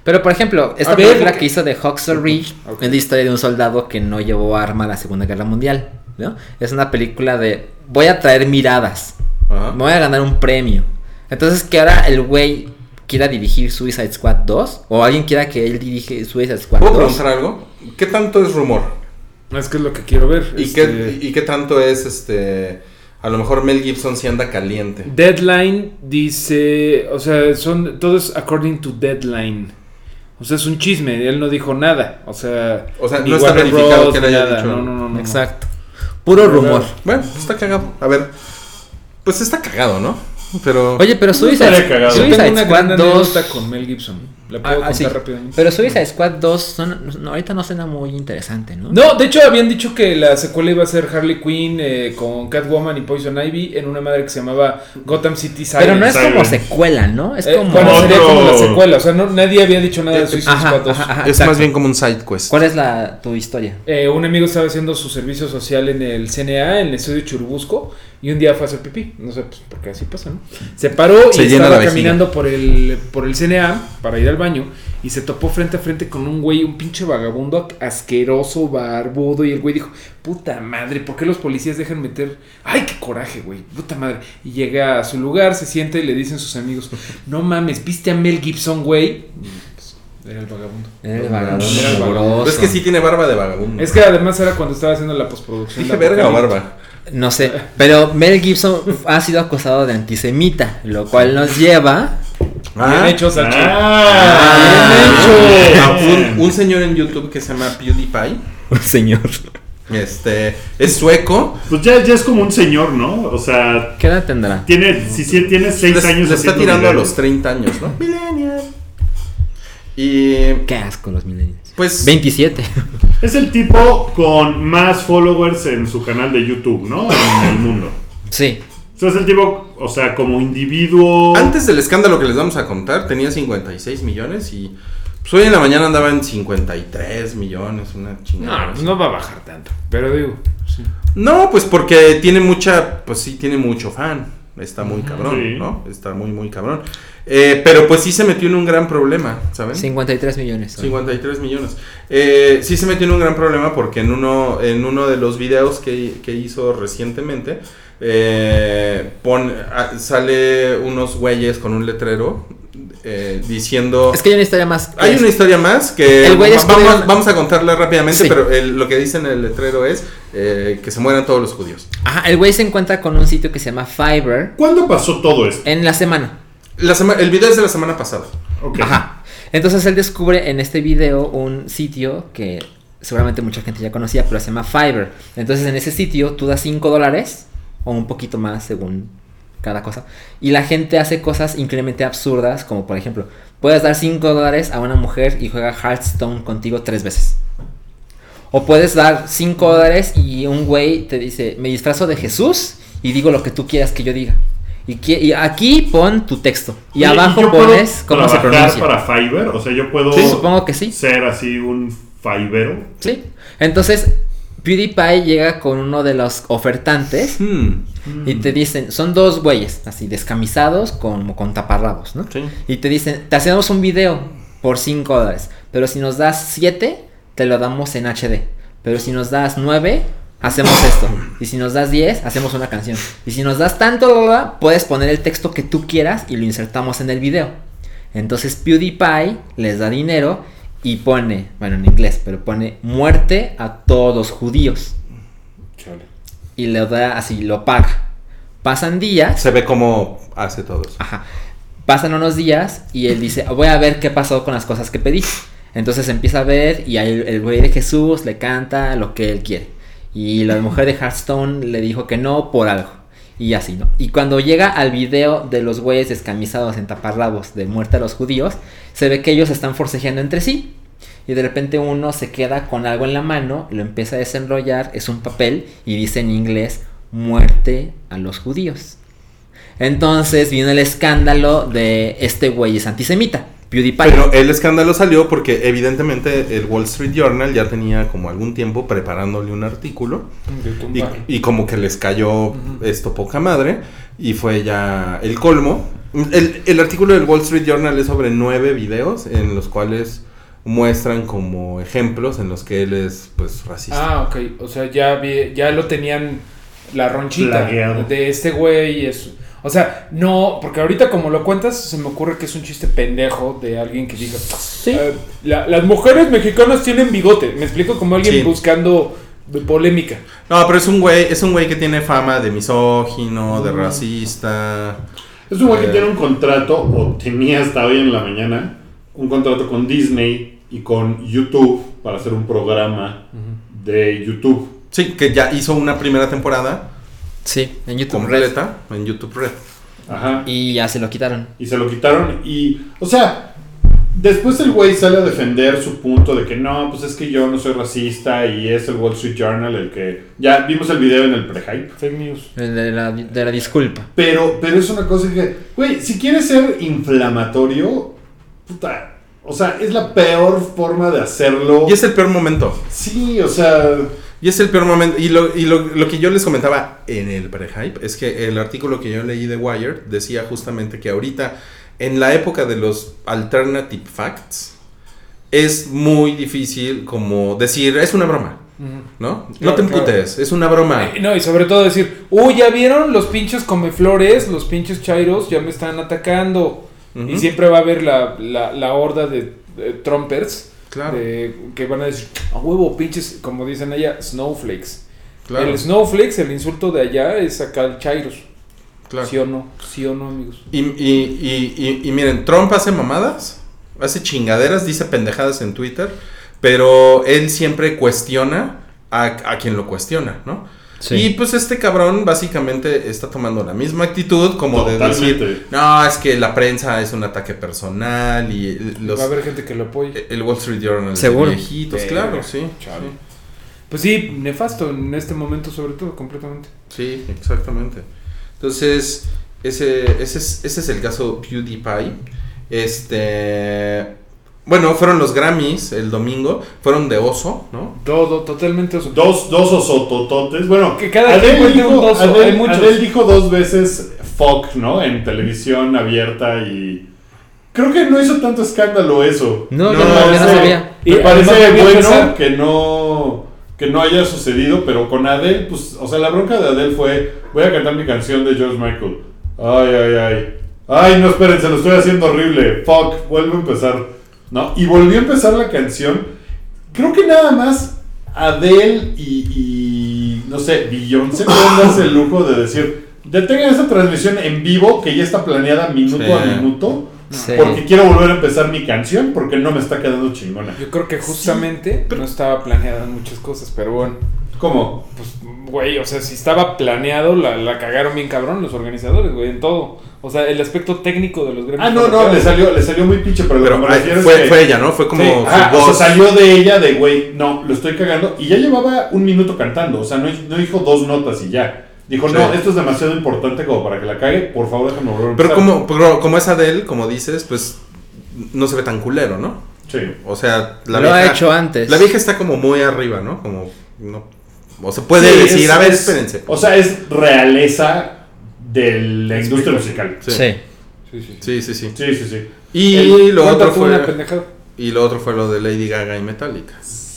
Speaker 4: Pero por ejemplo, esta
Speaker 6: A ver,
Speaker 4: película
Speaker 6: ok.
Speaker 4: que hizo de Huxley Ridge
Speaker 6: Ok.
Speaker 4: es la historia de un soldado que no llevó arma a la Segunda Guerra Mundial. ¿no? Es una película de voy a traer miradas,
Speaker 5: Ajá.
Speaker 4: me voy a ganar un premio. Entonces que ahora el güey quiera dirigir Suicide Squad 2 o alguien quiera que él dirige Suicide Squad
Speaker 5: ¿Puedo
Speaker 4: 2.
Speaker 5: preguntar algo? ¿Qué tanto es rumor?
Speaker 6: Es que es lo que quiero ver.
Speaker 5: ¿Y,
Speaker 6: este,
Speaker 5: qué, ¿Y qué tanto es este.? A lo mejor Mel Gibson sí anda caliente.
Speaker 6: Deadline dice. O sea, son. Todo es according to deadline. O sea, es un chisme. Él no dijo nada. O sea.
Speaker 5: O sea,
Speaker 6: ni
Speaker 5: no está
Speaker 6: Warner
Speaker 5: verificado que él
Speaker 6: ni
Speaker 5: haya
Speaker 6: nada.
Speaker 5: dicho.
Speaker 6: No, no, no, no.
Speaker 4: Exacto. Puro rumor.
Speaker 5: Bueno, pues está cagado. A ver. Pues está cagado, ¿no? Pero.
Speaker 4: Oye, pero
Speaker 3: estaría
Speaker 4: Suicide,
Speaker 3: cagado.
Speaker 6: Yo tengo
Speaker 4: Suicide
Speaker 6: una
Speaker 4: Squad
Speaker 6: gran
Speaker 4: 2
Speaker 6: anécdota con Mel Gibson. La
Speaker 4: Ah,
Speaker 6: puedo
Speaker 4: ah,
Speaker 6: contar
Speaker 4: sí.
Speaker 6: rápidamente.
Speaker 4: Pero Suicide Squad 2 son, no, ahorita no suena muy interesante, ¿no?
Speaker 6: No, de hecho habían dicho que la secuela iba a ser Harley Quinn eh, con Catwoman y Poison Ivy en una madre que se llamaba Gotham City Sirens.
Speaker 4: Pero no es
Speaker 3: Siren.
Speaker 4: como secuela, ¿no? Es
Speaker 6: Eh,
Speaker 4: como...
Speaker 6: bueno, sería
Speaker 3: Otro-
Speaker 6: como la secuela, o sea, no- nadie había dicho nada de
Speaker 5: Eh,
Speaker 6: Suicide
Speaker 4: Ajá,
Speaker 6: Squad 2.
Speaker 4: ajá, ajá,
Speaker 5: es
Speaker 4: exacto.
Speaker 5: más bien como un side quest.
Speaker 4: ¿Cuál es la tu historia?
Speaker 6: Eh, un amigo estaba haciendo su servicio social en el CNA, en el estudio Churubusco, y un día fue a hacer pipí. No sé, pues, porque así pasa, ¿no? Se paró
Speaker 5: Se
Speaker 6: y
Speaker 5: llena
Speaker 6: estaba
Speaker 5: la vejiga.
Speaker 6: caminando por el, por el CNA para ir al baño, y se topó frente a frente con un güey, un pinche vagabundo asqueroso, barbudo, y el güey dijo, puta madre, ¿por qué los policías dejan meter? ¡Ay, qué coraje, güey! ¡Puta madre! Y llega a su lugar, se siente y le dicen sus amigos, no mames, ¿viste a Mel Gibson, güey? Y, pues, Era el vagabundo.
Speaker 4: El vagabundo
Speaker 6: Era el vagabundo.
Speaker 4: mugroso.
Speaker 5: es que sí tiene barba de vagabundo.
Speaker 6: Es que además era cuando estaba haciendo la postproducción.
Speaker 5: Dije
Speaker 6: de
Speaker 5: verga o
Speaker 6: Apocalipto.
Speaker 5: barba.
Speaker 4: No sé, pero Mel Gibson ha sido acusado de antisemita, lo cual nos lleva...
Speaker 5: Ah.
Speaker 6: Bien hecho, Salchi.
Speaker 3: Ah, bien hecho.
Speaker 5: Pues, Un, un señor en YouTube que se llama PewDiePie.
Speaker 4: Señor.
Speaker 5: Este. Es sueco.
Speaker 3: Pues ya, ya es como un señor, ¿no? O sea,
Speaker 4: ¿Qué edad tendrá?
Speaker 3: tiene, si, si tiene seis
Speaker 5: Les-
Speaker 3: años.
Speaker 5: Le está
Speaker 3: haciendo
Speaker 5: tirando a
Speaker 3: videos.
Speaker 5: los 30 años, ¿no? Millennial. Y.
Speaker 4: Qué asco los millennials.
Speaker 5: Pues.
Speaker 4: 27.
Speaker 3: Es el tipo con más followers en su canal de YouTube, ¿no? En el mundo.
Speaker 4: Sí.
Speaker 3: O sea, es el tipo, o sea, como individuo.
Speaker 5: Antes del escándalo que les vamos a contar, tenía 56 millones y. Pues hoy en la mañana andaba en 53 millones, una chingada.
Speaker 6: Ah, No,
Speaker 5: así.
Speaker 6: no va a bajar tanto. Pero digo, sí.
Speaker 5: No, pues porque tiene mucha, pues sí, tiene mucho fan. Está muy cabrón,
Speaker 3: Sí.
Speaker 5: ¿no? Está muy, muy cabrón. Eh, pero pues sí se metió en un gran problema, ¿saben?
Speaker 4: 53 millones.
Speaker 5: 53 millones. Eh, sí se metió en un gran problema porque en uno, en uno de los videos que, que hizo recientemente, eh, pon- ah, sale unos güeyes con un letrero eh, diciendo...
Speaker 4: Es que hay una historia más... que
Speaker 5: Hay
Speaker 4: es-
Speaker 5: una historia más que
Speaker 4: El güey
Speaker 5: va-
Speaker 4: descubre
Speaker 5: vamos,
Speaker 4: una-
Speaker 5: vamos a contarla rápidamente,
Speaker 4: Sí.
Speaker 5: pero el- lo que dice en el letrero es eh, que se mueran todos los judíos.
Speaker 4: Ajá, el güey se encuentra con un sitio que se llama Fiverr
Speaker 3: ¿Cuándo pasó todo esto?
Speaker 4: en la semana.
Speaker 5: La sema- el video es de la semana pasada.
Speaker 3: Ok.
Speaker 4: Ajá. Entonces él descubre en este video un sitio que seguramente mucha gente ya conocía, pero se llama Fiverr. Entonces en ese sitio tú das 5 dólares o un poquito más según cada cosa. Y la gente hace cosas increíblemente absurdas, como por ejemplo, puedes dar 5 dólares a una mujer y juega Hearthstone contigo tres veces. O puedes dar 5 dólares y un güey te dice, me disfrazo de Jesús y digo lo que tú quieras que yo diga. Y, qui- y aquí pon tu texto. Y
Speaker 3: Oye,
Speaker 4: abajo
Speaker 3: yo puedo
Speaker 4: pones cómo se
Speaker 3: trabajar
Speaker 4: pronuncia.
Speaker 3: para Fiverr? O sea, yo puedo
Speaker 4: Sí, supongo que sí.
Speaker 3: ser así un Fivero.
Speaker 4: Sí. Entonces, PewDiePie llega con uno de los ofertantes
Speaker 5: Hmm,
Speaker 4: y te dicen, son dos güeyes, así descamisados, como con taparrabos, ¿no?
Speaker 5: sí.
Speaker 4: Y te dicen, te hacemos un video por 5 dólares, pero si nos das 7, te lo damos en HD, pero si nos das 9, hacemos esto. Y si nos das 10, hacemos una canción. Y si nos das tanto, bla, bla, bla, puedes poner el texto que tú quieras y lo insertamos en el video. Entonces PewDiePie les da dinero y pone, bueno en inglés, pero pone muerte a todos los judíos. Y le da así, lo paga. Pasan días.
Speaker 5: Se ve cómo hace todo eso.
Speaker 4: Ajá. Pasan unos días y él dice, voy a ver qué pasó con las cosas que pedí. Entonces empieza a ver y ahí el- el güey de Jesús le canta lo que él quiere. Y la mujer de Hearthstone le dijo que no por algo. Y así, ¿no? Y cuando llega al video de los güeyes descamisados en taparrabos de muerte a los judíos, se ve que ellos están forcejeando entre sí. Y de repente uno se queda con algo en la mano, lo empieza a desenrollar, es un papel y dice en inglés muerte a los judíos. Entonces viene el escándalo de este güey es antisemita, PewDiePie.
Speaker 5: Pero el escándalo salió porque evidentemente el Wall Street Journal ya tenía como algún tiempo preparándole un artículo
Speaker 6: De
Speaker 5: y,
Speaker 6: tumbar.
Speaker 5: y como que les cayó esto poca madre y fue ya el colmo. El, el artículo del Wall Street Journal es sobre nueve videos en los cuales muestran como ejemplos en los que él es pues racista.
Speaker 6: Ah, ok. O sea, ya, vi- ya lo tenían la ronchita
Speaker 3: Plagueado.
Speaker 6: de este güey y eso. O sea, no, porque ahorita como lo cuentas, se me ocurre que es un chiste pendejo de alguien que diga, "Eh, la- las mujeres mexicanas tienen bigote. Me explico como alguien
Speaker 5: Sí.
Speaker 6: buscando polémica.
Speaker 5: No, pero es un güey, es un güey que tiene fama de misógino, de racista.
Speaker 3: Es un güey que
Speaker 5: Eh.
Speaker 3: tiene un contrato, o tenía hasta hoy en la mañana, un contrato con Disney y con YouTube para hacer un programa de YouTube.
Speaker 5: Sí, que ya hizo una primera temporada
Speaker 4: Sí, en YouTube Red.
Speaker 5: completa en YouTube Red.
Speaker 3: Ajá.
Speaker 4: Y ya se lo quitaron.
Speaker 3: y se lo quitaron y, o sea, después el güey sale a defender su punto de que no, pues es que yo no soy racista y es el Wall Street Journal el que ya vimos el video en el pre-hype.
Speaker 6: Fake news.
Speaker 4: De la, de la disculpa.
Speaker 3: Pero, pero es una cosa que, güey, si quieres ser inflamatorio, puta, o sea, es la peor forma de hacerlo.
Speaker 5: Y es el peor momento.
Speaker 3: Sí, o sea,
Speaker 5: Y es el peor momento. Y lo, y lo, lo que yo les comentaba en el pre-hype es que el artículo que yo leí de Wired decía justamente que ahorita, en la época de los alternative facts, es muy difícil como decir, es una broma, ¿no? no
Speaker 6: Claro,
Speaker 5: te
Speaker 6: claro.
Speaker 5: emputes, es una broma.
Speaker 6: Eh, No, y sobre todo decir, uy, ya vieron los pinches comeflores, los pinches chairos ya me están atacando.
Speaker 5: Ujú.
Speaker 6: Y siempre va a haber la, la, la horda de, eh, trumpers
Speaker 5: Claro.
Speaker 6: de- que van a decir, a huevo, pinches, como dicen allá, snowflakes.
Speaker 5: Claro,
Speaker 6: El snowflakes, el insulto de allá es sacar chairos.
Speaker 5: claro.
Speaker 6: ¿Sí o no? ¿Sí o no, amigos?
Speaker 5: Y, y- y- y- y miren, Trump hace mamadas, hace chingaderas, dice pendejadas en Twitter, pero él siempre cuestiona a, a quien lo cuestiona, ¿no? Y pues este cabrón básicamente está tomando la misma actitud como de
Speaker 3: Totalmente.
Speaker 5: decir, no, es que la prensa es un ataque personal y los,
Speaker 6: Va a haber gente que lo apoye.
Speaker 5: el Wall Street Journal es de
Speaker 4: Seguro.
Speaker 5: viejitos,
Speaker 6: Eh,
Speaker 5: claro, sí,
Speaker 6: chale. Pues sí, nefasto en este momento, sobre todo, completamente.
Speaker 5: sí, sí, exactamente. Entonces, ese, ese, es, ese es el caso PewDiePie. Este... Bueno, fueron los Grammys el domingo, fueron de oso, ¿no?
Speaker 6: Todo, totalmente oso.
Speaker 3: dos, dos osotototes. Bueno,
Speaker 6: Que cada quien cuente un oso,
Speaker 3: Adele-
Speaker 6: hay muchos.
Speaker 3: Adele dijo dos veces fuck, ¿no? En televisión abierta y... Creo que no hizo tanto escándalo eso.
Speaker 4: No, yo
Speaker 5: No,
Speaker 4: no, yo no
Speaker 3: ese-
Speaker 4: sabía.
Speaker 6: Y
Speaker 3: Me parece
Speaker 6: además voy a
Speaker 3: bueno
Speaker 6: empezar-
Speaker 3: que no, que no haya sucedido, pero con Adele, pues, o sea, la bronca de Adele fue, voy a cantar mi canción de George Michael. Ay, ay, ay. Ay, no, espérense, lo estoy haciendo horrible. Fuck, vuelvo a empezar. ¿No? Y volvió a empezar la canción. Creo que nada más Adele y, y no sé, Beyoncé pueden darse el lujo de decir, detengan esta transmisión en vivo que ya está planeada minuto
Speaker 5: Sí.
Speaker 3: a minuto.
Speaker 4: Sí.
Speaker 3: Porque quiero volver a empezar mi canción porque no me está quedando chingona.
Speaker 6: Yo creo que justamente no estaba planeada muchas cosas, pero bueno.
Speaker 3: ¿Cómo?
Speaker 6: Pues, güey, o sea, si estaba planeado, la, la cagaron bien cabrón los organizadores, güey, en todo. O sea, el aspecto técnico de los Grammys.
Speaker 3: Ah, no, no, le salió, le salió muy pinche, pero,
Speaker 5: Pero
Speaker 3: lo que me
Speaker 5: ay,
Speaker 3: refiero es
Speaker 5: fue,
Speaker 3: que-
Speaker 5: fue ella, ¿no? Fue como
Speaker 3: Sí,
Speaker 5: su
Speaker 3: ajá, o sea,
Speaker 5: voz.
Speaker 3: salió de ella de, güey, no, lo estoy cagando. Y ya llevaba un minuto cantando, o sea, no, no dijo dos notas y ya. Dijo, no,
Speaker 5: Sí.
Speaker 3: esto es demasiado importante como para que la cague, por favor déjame volver a
Speaker 5: Pero
Speaker 3: empezar".
Speaker 5: como, pero como es Adele, como dices, pues no se ve tan culero, ¿no?
Speaker 3: Sí.
Speaker 5: O sea, la
Speaker 4: lo
Speaker 5: vieja.
Speaker 4: ha hecho antes.
Speaker 5: La vieja está como muy arriba, ¿no? Como. No, o se puede
Speaker 3: Sí,
Speaker 5: decir,
Speaker 3: es-
Speaker 5: a ver,
Speaker 3: es-
Speaker 5: espérense.
Speaker 3: O sea, es realeza de la industria musical.
Speaker 4: Sí.
Speaker 6: Sí, sí.
Speaker 5: Sí, sí, sí.
Speaker 3: Sí, sí, sí.
Speaker 5: Y
Speaker 6: El-
Speaker 5: lo
Speaker 6: cuenta
Speaker 5: otro
Speaker 6: tú
Speaker 5: fue.
Speaker 6: una pendejada.
Speaker 5: Y lo otro fue lo de Lady Gaga y Metallica.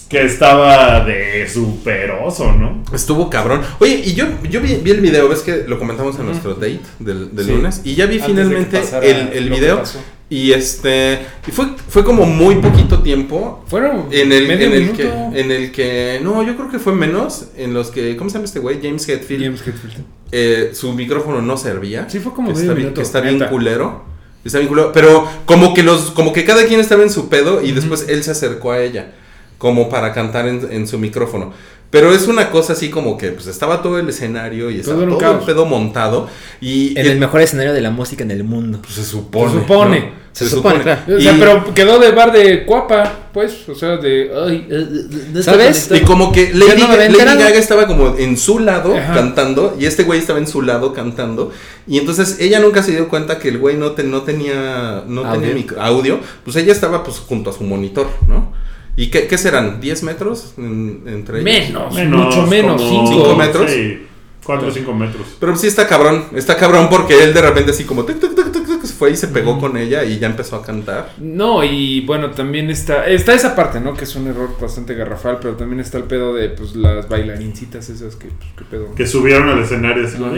Speaker 3: que estaba de superoso, ¿no?
Speaker 5: Estuvo cabrón. Oye, y yo, yo vi, vi el video, ves que lo comentamos en nuestro date del, del
Speaker 6: Sí.
Speaker 5: lunes. Y ya vi
Speaker 6: Antes de que
Speaker 5: finalmente
Speaker 6: pasara
Speaker 5: el, el
Speaker 6: lo que
Speaker 5: video.
Speaker 6: pasó.
Speaker 5: Y este. Y fue, fue como muy poquito tiempo.
Speaker 6: Fueron
Speaker 5: En el,
Speaker 6: medio
Speaker 5: en el que.
Speaker 6: minuto.
Speaker 5: En el que. No, yo creo que fue menos. En los que. ¿Cómo se llama este güey? James Hetfield.
Speaker 6: James Hetfield.
Speaker 5: eh, su micrófono no servía.
Speaker 6: Sí, fue como
Speaker 5: que
Speaker 6: medio
Speaker 5: está, bien-
Speaker 6: minuto,
Speaker 5: que está bien
Speaker 6: neta.
Speaker 5: culero. Está bien culero. Pero como que los, como que cada quien estaba en su pedo y después él se acercó a ella. Como para cantar en, en su micrófono. Pero es una cosa así como que pues estaba todo el escenario y estaba
Speaker 6: era un
Speaker 5: todo el
Speaker 6: caos.
Speaker 5: pedo montado. Y
Speaker 4: En
Speaker 5: el-
Speaker 4: el mejor escenario de la música en el mundo.
Speaker 5: pues, se supone.
Speaker 6: Se supone.
Speaker 5: ¿no?
Speaker 4: Se supone, claro.
Speaker 6: O sea,
Speaker 5: Y-
Speaker 6: pero quedó de bar de cuapa, pues. O sea, de.
Speaker 4: Eh,
Speaker 6: Ay,
Speaker 4: ¿Sabes?
Speaker 5: Y como que Lady,
Speaker 4: Yo no me
Speaker 5: Ga-
Speaker 4: había
Speaker 5: Lady
Speaker 4: enterado.
Speaker 5: Gaga estaba como en su lado
Speaker 6: Ajá.
Speaker 5: cantando y este güey estaba en su lado cantando y entonces ella nunca se dio cuenta que el güey no, te- no tenía no
Speaker 4: Audio.
Speaker 5: tenía micro- audio, pues ella estaba pues junto a su monitor, ¿no? ¿Y qué, qué serán? ¿10 metros en- entre ellos?
Speaker 6: menos, mucho menos.
Speaker 3: como-
Speaker 6: Cinco.
Speaker 5: Cinco metros.
Speaker 3: Sí, cuatro o cinco metros.
Speaker 5: Pero sí está cabrón, está cabrón porque él de repente así como tuc, tuc, tuc, tuc, tuc, se fue y se pegó con ella y ya empezó a cantar.
Speaker 6: No, y bueno, también está, está esa parte, ¿no? Que es un error bastante garrafal, pero también está el pedo de pues las bailarincitas esas que, pues, qué pedo.
Speaker 3: Que subieron al escenario así como,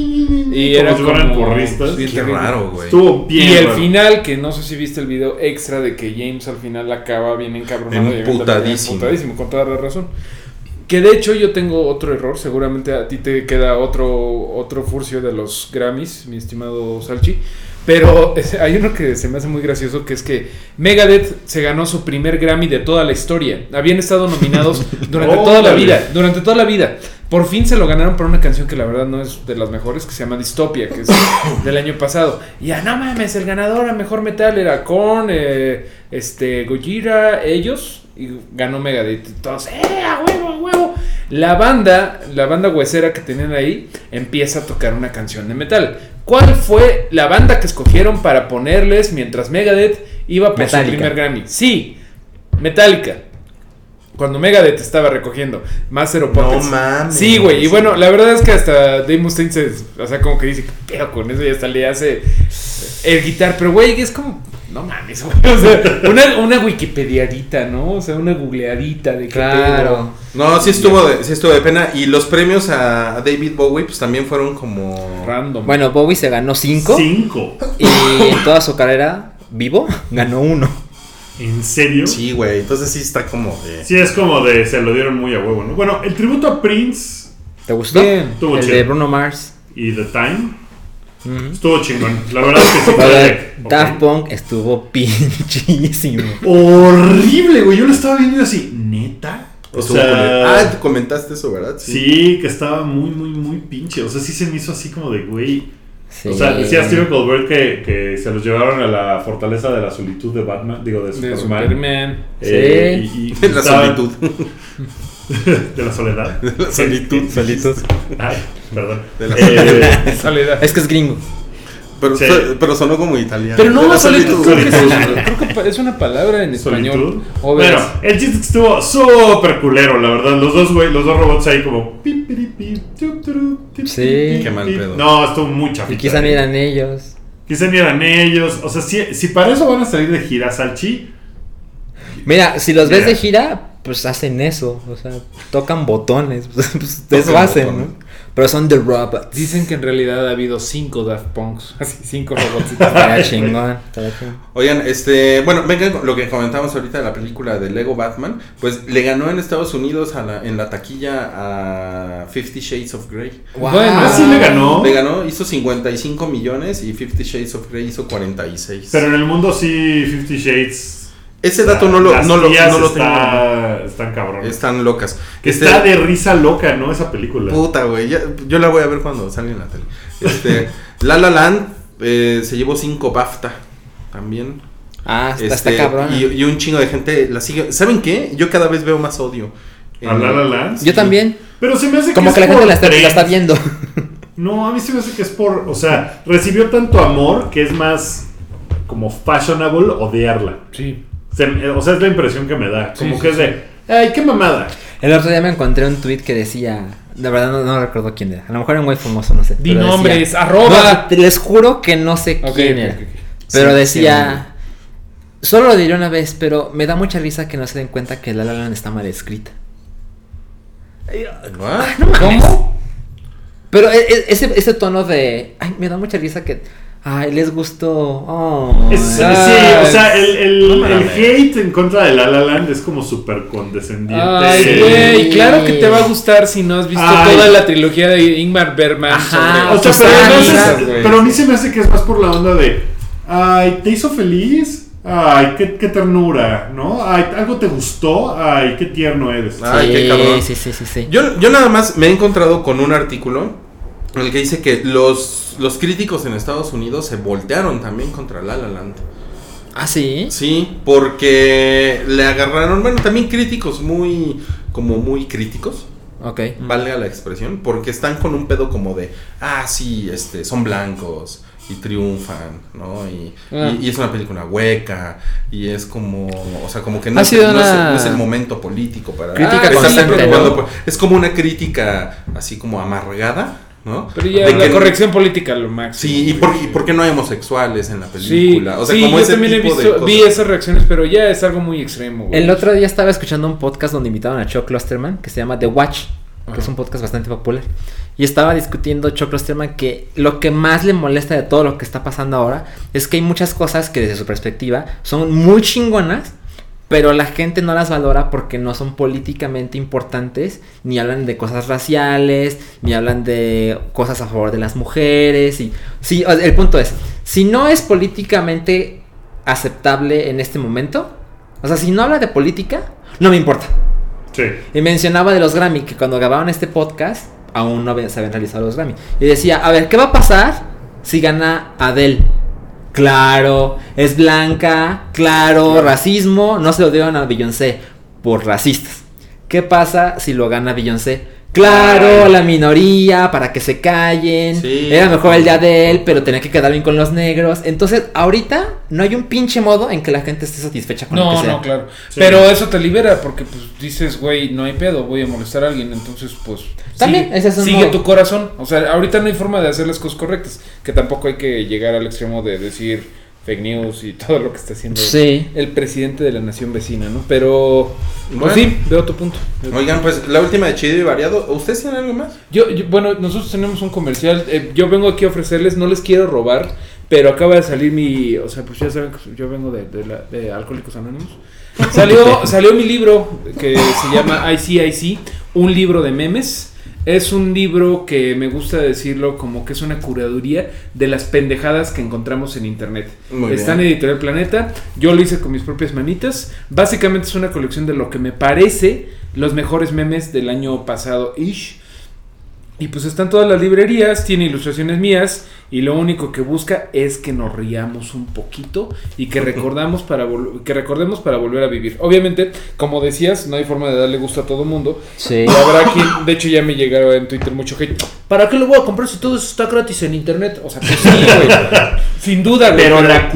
Speaker 6: Y
Speaker 3: como
Speaker 6: era
Speaker 3: si fueran
Speaker 6: como-
Speaker 3: porristas.
Speaker 6: sí.
Speaker 5: Qué
Speaker 6: terrible.
Speaker 5: raro, güey.
Speaker 3: Estuvo bien.
Speaker 6: Y el
Speaker 3: raro.
Speaker 6: final, que no sé si viste el video extra de que James al final acaba bien encabronado. y evidentemente
Speaker 5: Emputadísimo.
Speaker 6: Emputadísimo, con toda la razón. Que de hecho yo tengo otro error, seguramente a ti te queda otro, otro furcio de los Grammys, mi estimado Salchi. Pero es- hay uno que se me hace muy gracioso, que es que Megadeth se ganó su primer Grammy de toda la historia. Habían estado nominados durante toda la
Speaker 3: Órale.
Speaker 6: vida, durante toda la vida. Por fin se lo ganaron por una canción que la verdad no es de las mejores, que se llama Distopia, que es del año pasado. Y ya, no mames, el ganador a mejor metal era Korn, eh, este, Gojira, ellos, y ganó Megadeth. Y Todos, ¡eh, a huevo, a huevo! La banda, la banda huesera que tenían ahí, empieza a tocar una canción de metal. ¿Cuál fue la banda que escogieron para ponerles mientras Megadeth iba por
Speaker 4: Metallica.
Speaker 6: su primer Grammy? Sí, Metallica. Cuando Megadeth estaba recogiendo más Master
Speaker 5: No mames.
Speaker 6: Sí, güey. Y bueno, la verdad es que hasta Dave Mustaine se. O sea, como que dice, ¿qué pedo con eso? Y hasta le hace el guitar. Pero, güey, es como. No mames, güey. O sea, una, una Wikipediadita, ¿no? O sea, una googleadita de qué
Speaker 4: Claro.
Speaker 5: No, sí estuvo, de, sí estuvo de pena. Y los premios a a David Bowie, pues también fueron
Speaker 6: pedo.
Speaker 5: como.
Speaker 6: Random.
Speaker 4: Bueno, Bowie se ganó cinco.
Speaker 3: Cinco.
Speaker 4: Y en toda su carrera, vivo, ganó uno.
Speaker 3: ¿En serio?
Speaker 5: Sí, güey. Entonces sí está como de.
Speaker 3: Sí, es como de se lo dieron muy a huevo, ¿no? Bueno, el tributo a Prince
Speaker 4: ¿Te gustó?
Speaker 6: Bien.
Speaker 3: Estuvo
Speaker 4: el
Speaker 3: chido.
Speaker 4: de Bruno Mars.
Speaker 3: y The Time
Speaker 4: Ujú.
Speaker 3: estuvo chingón. La verdad es que sí.
Speaker 4: La de
Speaker 3: fue- ok.
Speaker 4: Daft Punk estuvo pinchísimo.
Speaker 3: Horrible, güey. Yo lo estaba viendo así, neta. O
Speaker 5: Estuvo culero.
Speaker 3: sea,
Speaker 5: ah, tú comentaste eso, ¿verdad?
Speaker 3: sí, que estaba muy, muy, muy pinche. O sea, sí se me hizo así como de, güey.
Speaker 4: Sí.
Speaker 3: O sea, decía Steven Colbert que, que se los llevaron a la fortaleza de la solitud de Batman, digo, de
Speaker 6: De
Speaker 3: Superman.
Speaker 6: Superman.
Speaker 3: Eh, y- y-
Speaker 5: De la
Speaker 3: estaban-
Speaker 5: solitud.
Speaker 3: de la soledad.
Speaker 5: De la solitud.
Speaker 3: Ay, perdón.
Speaker 5: De la
Speaker 3: Eh,
Speaker 6: Soledad.
Speaker 4: Es que es gringo.
Speaker 5: Pero,
Speaker 3: Sí.
Speaker 5: so- pero sonó como italiano.
Speaker 6: Pero no
Speaker 5: De la
Speaker 6: va a salir
Speaker 5: solitud.
Speaker 6: Creo que, es, creo que pa- es una palabra en
Speaker 3: Solitud.
Speaker 6: español.
Speaker 3: Bueno,
Speaker 6: Overas.
Speaker 3: el chiste es que estuvo súper culero, la verdad. Los dos, güey, los dos robots ahí como. pi, piri, pi, tu, turu, ti,
Speaker 4: Sí.
Speaker 3: pi, pi,
Speaker 5: Qué mal
Speaker 3: pi.
Speaker 5: pedo.
Speaker 3: No, estuvo muy chafita.
Speaker 4: Y quizá no
Speaker 3: eh.
Speaker 4: eran ellos.
Speaker 3: Quizá ni eran ellos. O sea, si, si para eso van a salir de gira, Salchi.
Speaker 4: Mira, si los ves
Speaker 3: Mira.
Speaker 4: de gira, pues hacen eso. O sea, tocan botones. Pues,
Speaker 5: Tocan
Speaker 4: eso hacen,
Speaker 5: botones.
Speaker 4: ¿no? Pero son The Robots.
Speaker 6: Dicen que en realidad ha habido cinco Daft Punks. Así, cinco robots.
Speaker 4: Estaría chingón. estaría chingón.
Speaker 5: Oigan, este. Bueno, venga, con lo que comentábamos ahorita de la película de Lego Batman. Pues le ganó en Estados Unidos a la, en la taquilla a Fifty Shades of Grey.
Speaker 6: Bueno,
Speaker 3: Ah, sí le ganó.
Speaker 5: Le ganó, hizo 55 millones y Fifty Shades of Grey hizo 46.
Speaker 3: Pero en el mundo sí, Fifty Shades.
Speaker 5: Ese dato no lo,
Speaker 3: las
Speaker 5: no lo,
Speaker 3: tías
Speaker 5: no lo tengo.
Speaker 3: está, Están cabrones.
Speaker 5: Están locas.
Speaker 3: que
Speaker 5: Este-
Speaker 3: está de risa loca, ¿no? Esa película.
Speaker 5: Puta, güey. ya- Yo la voy a ver cuando salga en la tele. Este, la La Land eh, se llevó 5 BAFTA también.
Speaker 4: Ah, está,
Speaker 5: Este,
Speaker 4: está cabrón.
Speaker 5: Y, y un chingo de gente la sigue. ¿Saben qué? Yo cada vez veo más odio.
Speaker 3: A La La Land.
Speaker 4: Yo también.
Speaker 3: Pero se me hace
Speaker 4: Como
Speaker 3: es
Speaker 4: que la gente
Speaker 3: por
Speaker 4: la está, la
Speaker 3: trends.
Speaker 4: está viendo.
Speaker 3: No, a mí se me hace que es por. O sea, recibió tanto amor que es más como fashionable odiarla.
Speaker 6: Sí.
Speaker 3: Se- eh, o sea, es la impresión que me da. Como
Speaker 6: Sí,
Speaker 3: que
Speaker 6: sí,
Speaker 3: es de. ¡Ay, qué mamada!
Speaker 4: El otro día me encontré un tweet que decía. La verdad no, no recuerdo quién era. A lo mejor era un güey famoso, no sé.
Speaker 6: Di
Speaker 4: pero decía-
Speaker 6: nombres, arroba.
Speaker 4: No, te- les juro que no sé
Speaker 6: Ok,
Speaker 4: quién
Speaker 6: ok,
Speaker 4: era.
Speaker 6: ok, ok.
Speaker 4: Pero
Speaker 5: Sí,
Speaker 4: decía. Solo lo diré una vez, pero me da mucha risa que no se den cuenta que La La Land está mal escrita.
Speaker 5: ¿What?
Speaker 4: ¿Cómo? Pero e- e- ese, ese tono de. Ay, me da mucha risa que. Ay, les gustó. Oh,
Speaker 3: Es-
Speaker 6: Ah,
Speaker 3: sí, o sea, el, el-
Speaker 5: No
Speaker 3: el
Speaker 5: mames.
Speaker 3: hate en contra de La La Land es como súper condescendiente.
Speaker 6: Ay, güey, claro que te va a gustar si no has visto
Speaker 3: Ay.
Speaker 6: toda la trilogía de Ingmar Bergman.
Speaker 4: Ajá.
Speaker 3: O sea,
Speaker 4: Quizá
Speaker 3: pero, además
Speaker 4: quizás,
Speaker 3: es-
Speaker 5: güey.
Speaker 3: pero a mí se me hace que es más por la onda de, ay, ¿te hizo feliz? Ay, qué, qué ternura, ¿no? Ay, ¿algo te gustó? Ay, qué tierno eres.
Speaker 5: Ah. Ay, qué cabrón.
Speaker 4: Sí, sí, sí, sí.
Speaker 5: Yo, yo nada más me he encontrado con un artículo en el que dice que los, los críticos en Estados Unidos se voltearon también contra La La Land.
Speaker 4: Ah, sí.
Speaker 5: Sí, porque le agarraron, bueno, también críticos muy, como muy críticos,
Speaker 4: Ok.
Speaker 6: Mm.
Speaker 5: valga la expresión, porque están con un pedo como de, ah, sí, este, son blancos y triunfan, ¿no? Y,
Speaker 6: Ah.
Speaker 5: y- y es una película hueca y es como, o sea, como que no,
Speaker 4: Ha
Speaker 5: es,
Speaker 4: sido
Speaker 5: no es-
Speaker 4: una-
Speaker 5: no es el momento político para...
Speaker 4: Crítica
Speaker 5: Ah, se están
Speaker 4: constante,
Speaker 5: preocupando
Speaker 4: ¿no?
Speaker 5: por- es como una crítica así como amargada, ¿no?
Speaker 6: Pero ya
Speaker 5: De
Speaker 6: la
Speaker 5: que-
Speaker 6: corrección política lo máximo.
Speaker 5: Sí, y
Speaker 6: güey.
Speaker 5: por, y por qué no hay homosexuales en la
Speaker 6: Sí,
Speaker 5: película. o sea,
Speaker 6: sí,
Speaker 5: como
Speaker 6: yo
Speaker 5: ese
Speaker 6: también he
Speaker 5: tipo de
Speaker 6: visto, vi
Speaker 5: cosas.
Speaker 6: esas reacciones, pero ya es algo muy extremo, güey.
Speaker 4: El otro día estaba escuchando un podcast donde invitaron a Chuck Klosterman que se llama The Watch, que es un podcast bastante popular. Y estaba discutiendo Chuck Klosterman que lo que más le molesta de todo lo que está pasando ahora es que hay muchas cosas que desde su perspectiva son muy chingonas, pero la gente no las valora porque no son políticamente importantes, ni hablan de cosas raciales, ni hablan de cosas a favor de las mujeres. Y sí, o- el punto es, si no es políticamente aceptable en este momento, o sea, si no habla de política, no me importa.
Speaker 3: Sí.
Speaker 4: Y mencionaba de los Grammy, que cuando grababan este podcast, aún no habían- se habían realizado los Grammy. Y decía, a ver, ¿qué va a pasar si gana Adele? Claro, es blanca, claro, racismo, no se lo dieron a Beyoncé por racistas. ¿Qué pasa si lo gana Beyoncé? Claro, la minoría, para que se callen.
Speaker 5: Sí.
Speaker 4: Era mejor el de Adele, pero tenía que quedar bien con los negros. Entonces, ahorita no hay un pinche modo en que la gente esté satisfecha con lo que
Speaker 6: No,
Speaker 4: sea.
Speaker 6: no, claro. Pero eso te libera porque pues dices, güey, no hay pedo, voy a molestar a alguien, entonces pues
Speaker 4: También,
Speaker 6: sigue,
Speaker 4: ese es un
Speaker 6: sigue
Speaker 4: modo.
Speaker 6: tu corazón. O sea, ahorita no hay forma de hacer las cosas correctas, que tampoco hay que llegar al extremo de decir fake news y todo lo que está haciendo
Speaker 4: Sí.
Speaker 6: el presidente de la nación vecina, ¿no? Pero pues,
Speaker 5: Bueno.
Speaker 6: sí, veo tu punto.
Speaker 5: Oigan, pues la última de Chido y Variado. ¿Ustedes tienen algo más?
Speaker 6: Yo, yo- bueno, nosotros tenemos un comercial. eh, yo vengo aquí a ofrecerles, no les quiero robar, pero acaba de salir mi. O sea, pues ya saben que yo vengo de, de la- de Alcohólicos Anónimos. Salió, salió mi libro que se llama ICIC, un libro de memes. Es un libro que me gusta decirlo como que es una curaduría de las pendejadas que encontramos en internet.
Speaker 5: Muy
Speaker 6: Está
Speaker 5: bien.
Speaker 6: en Editorial Planeta, yo lo hice con mis propias manitas. Básicamente es una colección de lo que me parece los mejores memes del año pasado ish. Y pues están todas las librerías, tiene ilustraciones mías y lo único que busca es que nos riamos un poquito y que recordamos para vol- que recordemos para volver a vivir. Obviamente, como decías, no hay forma de darle gusto a todo mundo. Eh,
Speaker 4: Sí.
Speaker 6: Y habrá quien, de hecho ya me llegaron en Twitter mucho hate. ¿Para qué lo voy a comprar si todo eso está gratis en internet? O sea, pues sí, güey. Sin duda, güey.
Speaker 3: Pero la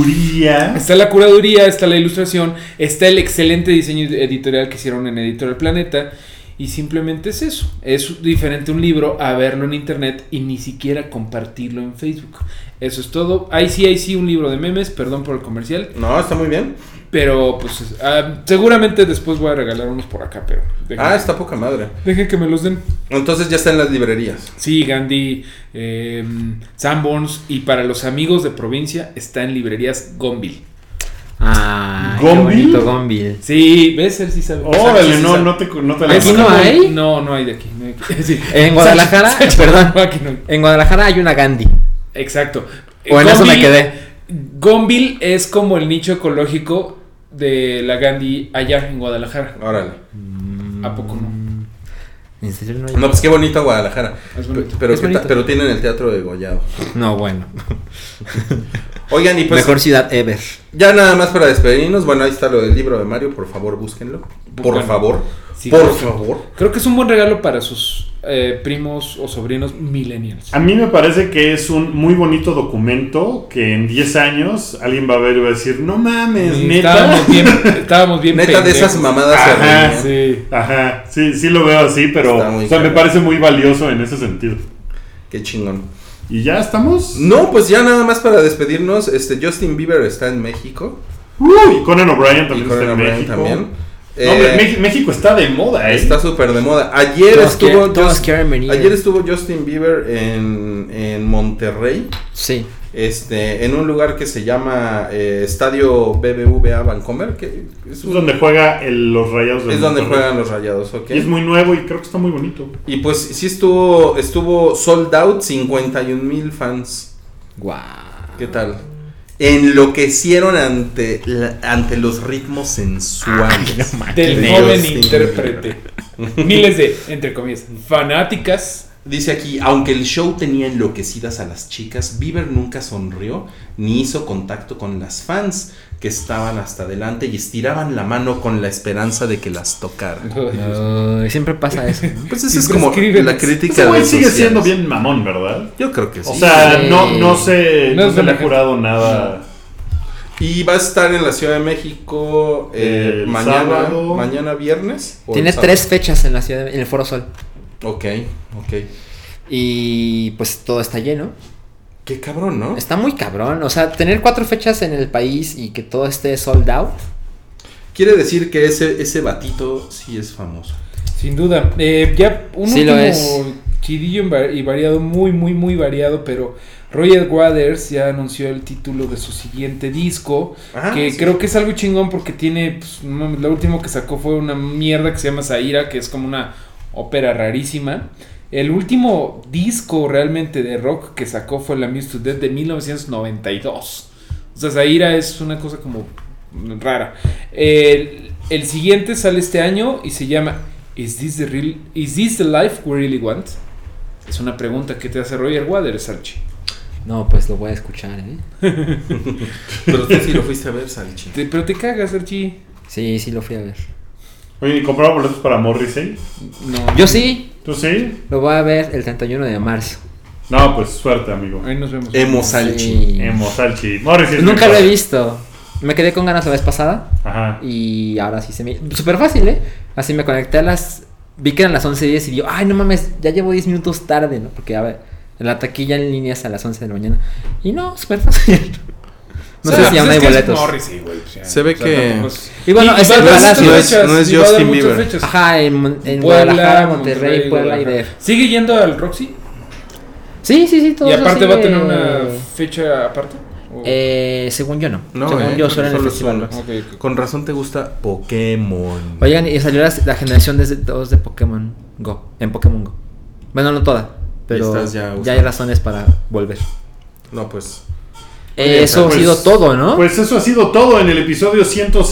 Speaker 3: curaduría.
Speaker 6: Está la curaduría, está la ilustración, está el excelente diseño editorial que hicieron en Editorial Planeta. Y simplemente es eso. Es diferente un libro a verlo en internet y ni siquiera compartirlo en Facebook. Eso es todo. Ahí sí, ahí sí, un libro de memes, perdón por el comercial.
Speaker 5: No, está muy bien.
Speaker 6: Pero pues es- ah, seguramente después voy a regalar unos por acá, pero. Dejen,
Speaker 5: Ah, está poca madre.
Speaker 6: dejen que me los den.
Speaker 5: Entonces ya está en las librerías.
Speaker 6: Sí, Gandhi, eh, Sanborns y para los amigos de provincia está en librerías Gonville.
Speaker 4: Ah,
Speaker 3: ¿Gombil?
Speaker 4: qué bonito Gombil.
Speaker 6: Sí, ves, él sí sabe.
Speaker 3: Órale, no, no te, no te la
Speaker 4: Aquí no hay.
Speaker 6: No, no hay de aquí. no hay aquí. Sí.
Speaker 4: En Guadalajara, perdón.
Speaker 6: no, aquí no.
Speaker 4: En Guadalajara hay una Gandhi.
Speaker 6: Exacto.
Speaker 4: O en eso me
Speaker 6: Gonville-
Speaker 4: quedé.
Speaker 6: Gonville es como el nicho ecológico de la Gandhi allá en Guadalajara.
Speaker 5: Órale.
Speaker 6: ¿A poco no?
Speaker 4: ¿En serio no hay?
Speaker 5: No, pues qué bonito Guadalajara.
Speaker 6: Es bonito.
Speaker 5: Pero,
Speaker 4: Es
Speaker 5: ¿qué ta-
Speaker 4: bonito.
Speaker 5: pero tienen el teatro de Gollado.
Speaker 4: No, bueno.
Speaker 5: Oigan, y pues
Speaker 4: Mejor ciudad ever.
Speaker 5: ya nada más para despedirnos. Bueno, ahí está lo del libro de Mario. Por favor, búsquenlo. Por
Speaker 6: Búsquenlo.
Speaker 5: favor.
Speaker 6: Sí,
Speaker 5: por
Speaker 6: búsquenlo.
Speaker 5: favor.
Speaker 6: Creo que es un buen regalo para sus eh, primos o sobrinos millennials.
Speaker 3: A mí me parece que es un muy bonito documento que en 10 años alguien va a ver y va a decir, no mames, neta.
Speaker 6: Estábamos bien, estábamos bien
Speaker 5: Neta de
Speaker 6: pendejos.
Speaker 5: esas mamadas. se
Speaker 3: Ajá,
Speaker 5: ríen, ¿eh?
Speaker 6: Sí.
Speaker 3: Ajá, sí, sí lo veo así, pero
Speaker 5: Está muy
Speaker 3: o sea, me
Speaker 5: cabrón.
Speaker 3: parece muy valioso en ese sentido.
Speaker 5: Qué chingón.
Speaker 3: ¿Y ya estamos?
Speaker 5: No, pues ya nada más para despedirnos. Este Justin Bieber está en México.
Speaker 3: Uy, Conan O'Brien también
Speaker 5: Y
Speaker 3: está
Speaker 5: Conan
Speaker 3: en
Speaker 5: O'Brien
Speaker 3: México.
Speaker 5: también.
Speaker 3: No, hombre,
Speaker 5: Eh,
Speaker 3: Mex- México está de moda, ¿eh?
Speaker 5: Está súper de moda. Ayer
Speaker 4: Todos
Speaker 5: estuvo.
Speaker 4: quieren- todos
Speaker 5: Just-
Speaker 4: quieren venir.
Speaker 5: Ayer estuvo Justin Bieber en, en Monterrey.
Speaker 4: Sí.
Speaker 5: Este, en un lugar que se llama eh, Estadio BBVA Vancomer, que es,
Speaker 3: Es
Speaker 5: un-
Speaker 3: donde juega el- los rayados del
Speaker 5: es donde
Speaker 3: Monterrey.
Speaker 5: juegan los rayados, ok.
Speaker 3: Y es muy nuevo y creo que está muy bonito.
Speaker 5: Y pues sí estuvo, estuvo sold out 51 mil fans.
Speaker 4: Guau.
Speaker 5: ¿Qué
Speaker 3: Ah.
Speaker 5: tal? Enloquecieron ante, la- ante los ritmos sensuales.
Speaker 6: Del
Speaker 5: Dios
Speaker 6: joven
Speaker 5: te
Speaker 6: intérprete. Miles de, entre comillas, fanáticas.
Speaker 5: Dice aquí, aunque el show tenía enloquecidas a las chicas, Bieber nunca sonrió ni hizo contacto con las fans que estaban hasta adelante y estiraban la mano con la esperanza de que las tocaran.
Speaker 4: Ay, siempre pasa eso. ¿no?
Speaker 5: Pues esa es
Speaker 6: Y
Speaker 5: como
Speaker 6: prescribe-
Speaker 5: la crítica.
Speaker 3: Ese güey
Speaker 5: de
Speaker 3: sigue
Speaker 5: sociales.
Speaker 3: siendo bien mamón, ¿verdad?
Speaker 5: Yo creo que sí.
Speaker 3: O sea,
Speaker 4: Sí.
Speaker 3: no, no se,
Speaker 6: No
Speaker 3: no
Speaker 6: es
Speaker 3: se le ha
Speaker 6: relajante.
Speaker 3: jurado nada.
Speaker 5: y va a estar en la Ciudad de México eh,
Speaker 3: El
Speaker 5: mañana,
Speaker 3: sábado.
Speaker 5: mañana viernes. o el
Speaker 4: Tiene
Speaker 5: sábado.
Speaker 4: tres fechas en la ciudad, de- en el Foro Sol.
Speaker 5: Ok, ok.
Speaker 4: Y pues todo está lleno.
Speaker 5: Qué cabrón, ¿no?
Speaker 4: Está muy cabrón. O sea, tener cuatro fechas en el país y que todo esté sold out.
Speaker 5: Quiere decir que ese, ese batito sí es famoso.
Speaker 6: Sin duda. Eh, ya un
Speaker 4: Sí lo
Speaker 6: último
Speaker 4: es.
Speaker 6: chidillo en va- y variado, muy, muy, muy variado, pero Roger Waters ya anunció el título de su siguiente disco,
Speaker 5: Ajá,
Speaker 6: que
Speaker 5: Ah, sí.
Speaker 6: creo que es algo chingón porque tiene, pues, no mames, lo último que sacó fue una mierda que se llama Zaira, que es como una ópera rarísima. El último disco realmente de rock que sacó fue La Muse to Death de 1992. O sea, Zaira es una cosa como rara. El, el siguiente sale este año y se llama Is this the real Is this the life we really want? Es una pregunta que te hace Roger Waters, Archie.
Speaker 4: No, pues lo voy a escuchar, ¿eh?
Speaker 5: Pero tú sí lo fuiste a ver, Salchi.
Speaker 6: Te- pero te cagas, Archie.
Speaker 4: Sí, sí lo fui a ver.
Speaker 3: Oye, ¿y compraba boletos para Morrissey?
Speaker 6: No.
Speaker 4: Yo sí,
Speaker 3: ¿Tú sí?
Speaker 4: lo voy a ver el 31 de marzo.
Speaker 3: No, pues suerte, amigo.
Speaker 6: Ahí nos vemos.
Speaker 5: Emo Salchi.
Speaker 4: Sí. Pues
Speaker 3: Emo, Salchi. Morrissey. es
Speaker 4: Nunca lo
Speaker 3: mi
Speaker 4: he
Speaker 3: padre.
Speaker 4: visto. Me quedé con ganas la vez pasada
Speaker 3: Ajá.
Speaker 4: y ahora sí se me... Súper fácil, ¿eh? Así me conecté a las... Vi que eran las 11.10 y digo, ay, no mames, ya llevo 10 minutos tarde, ¿no? Porque, a ver, la taquilla en línea es a las 11 de la mañana. Y no, súper fácil. No sé
Speaker 6: pues
Speaker 4: si aún hay boletos.
Speaker 5: Se ve que-
Speaker 4: Y bueno, es el Palacio,
Speaker 5: no es- no es Justin Bieber.
Speaker 4: Ajá, en, Mon- en Guadalajara, Monterrey, Puebla y DF.
Speaker 6: ¿Sigue yendo al Roxy?
Speaker 4: Sí, sí, sí, todo
Speaker 6: ¿Y
Speaker 4: eso
Speaker 6: aparte va a
Speaker 4: sigue-
Speaker 6: tener una fecha aparte? ¿O-
Speaker 4: Eh, según yo no.
Speaker 5: No,
Speaker 4: según
Speaker 5: eh,
Speaker 4: yo, solo en el
Speaker 5: solo
Speaker 4: festival.
Speaker 5: suena.
Speaker 4: ¿no?
Speaker 6: Ok, ok.
Speaker 5: Con razón te gusta Pokémon.
Speaker 4: Oigan, y salió la, la generación desde 2 de Pokémon Go. En Pokémon Go. Bueno, no toda. Pero
Speaker 5: estás ya
Speaker 4: ya,
Speaker 5: usando.
Speaker 4: hay razones para volver.
Speaker 5: No, pues.
Speaker 4: Eh,
Speaker 5: bien,
Speaker 4: eso
Speaker 3: pues,
Speaker 4: ha sido todo, ¿no?
Speaker 3: Pues eso ha sido todo en el episodio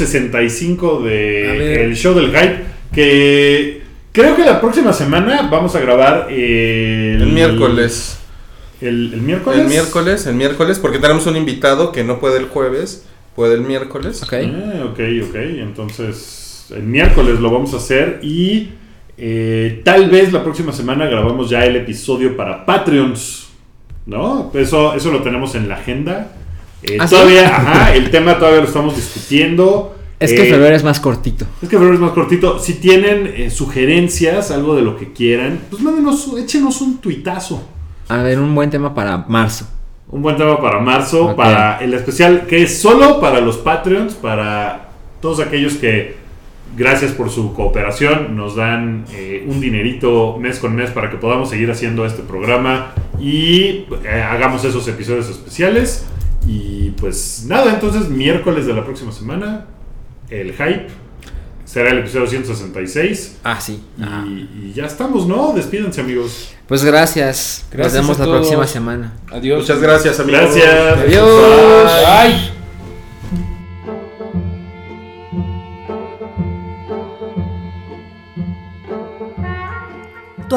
Speaker 3: 165
Speaker 6: A ver.
Speaker 3: de El Show del Hype. Que creo que la próxima semana vamos a grabar el,
Speaker 5: El miércoles.
Speaker 3: El, el miércoles.
Speaker 5: El miércoles, el miércoles, porque tenemos un invitado que no puede el jueves, puede el miércoles.
Speaker 4: ok.
Speaker 3: Ah, ok, ok. Entonces, el miércoles lo vamos a hacer y eh, tal vez la próxima semana grabamos ya el episodio para Patreons. ¿No? Eso, eso lo tenemos en la agenda. Eh,
Speaker 4: ¿Ah, sí?
Speaker 3: todavía, ajá, el tema todavía lo estamos discutiendo.
Speaker 4: Es que
Speaker 3: Eh,
Speaker 4: febrero es más cortito.
Speaker 3: Es que febrero es más cortito. Si tienen eh, sugerencias, algo de lo que quieran, pues mándenos, échenos un tuitazo.
Speaker 4: A ver, un buen tema para marzo.
Speaker 3: Un buen tema para marzo,
Speaker 4: Ok.
Speaker 3: para el especial que es solo para los Patreons, para todos aquellos que, gracias por su cooperación, nos dan eh, un dinerito mes con mes para que podamos seguir haciendo este programa y eh, hagamos esos episodios especiales. Y pues nada, entonces miércoles de la próxima semana, el hype será el episodio 166.
Speaker 4: Ah, sí. Ajá.
Speaker 3: Y, y ya estamos, ¿no? Despídense, amigos.
Speaker 4: Pues gracias. Nos
Speaker 6: Gracias
Speaker 4: vemos
Speaker 6: a
Speaker 4: la
Speaker 6: todos.
Speaker 4: próxima semana.
Speaker 6: Adiós.
Speaker 5: Muchas gracias, amigos.
Speaker 3: Gracias.
Speaker 4: Adiós.
Speaker 6: Bye.
Speaker 2: Tu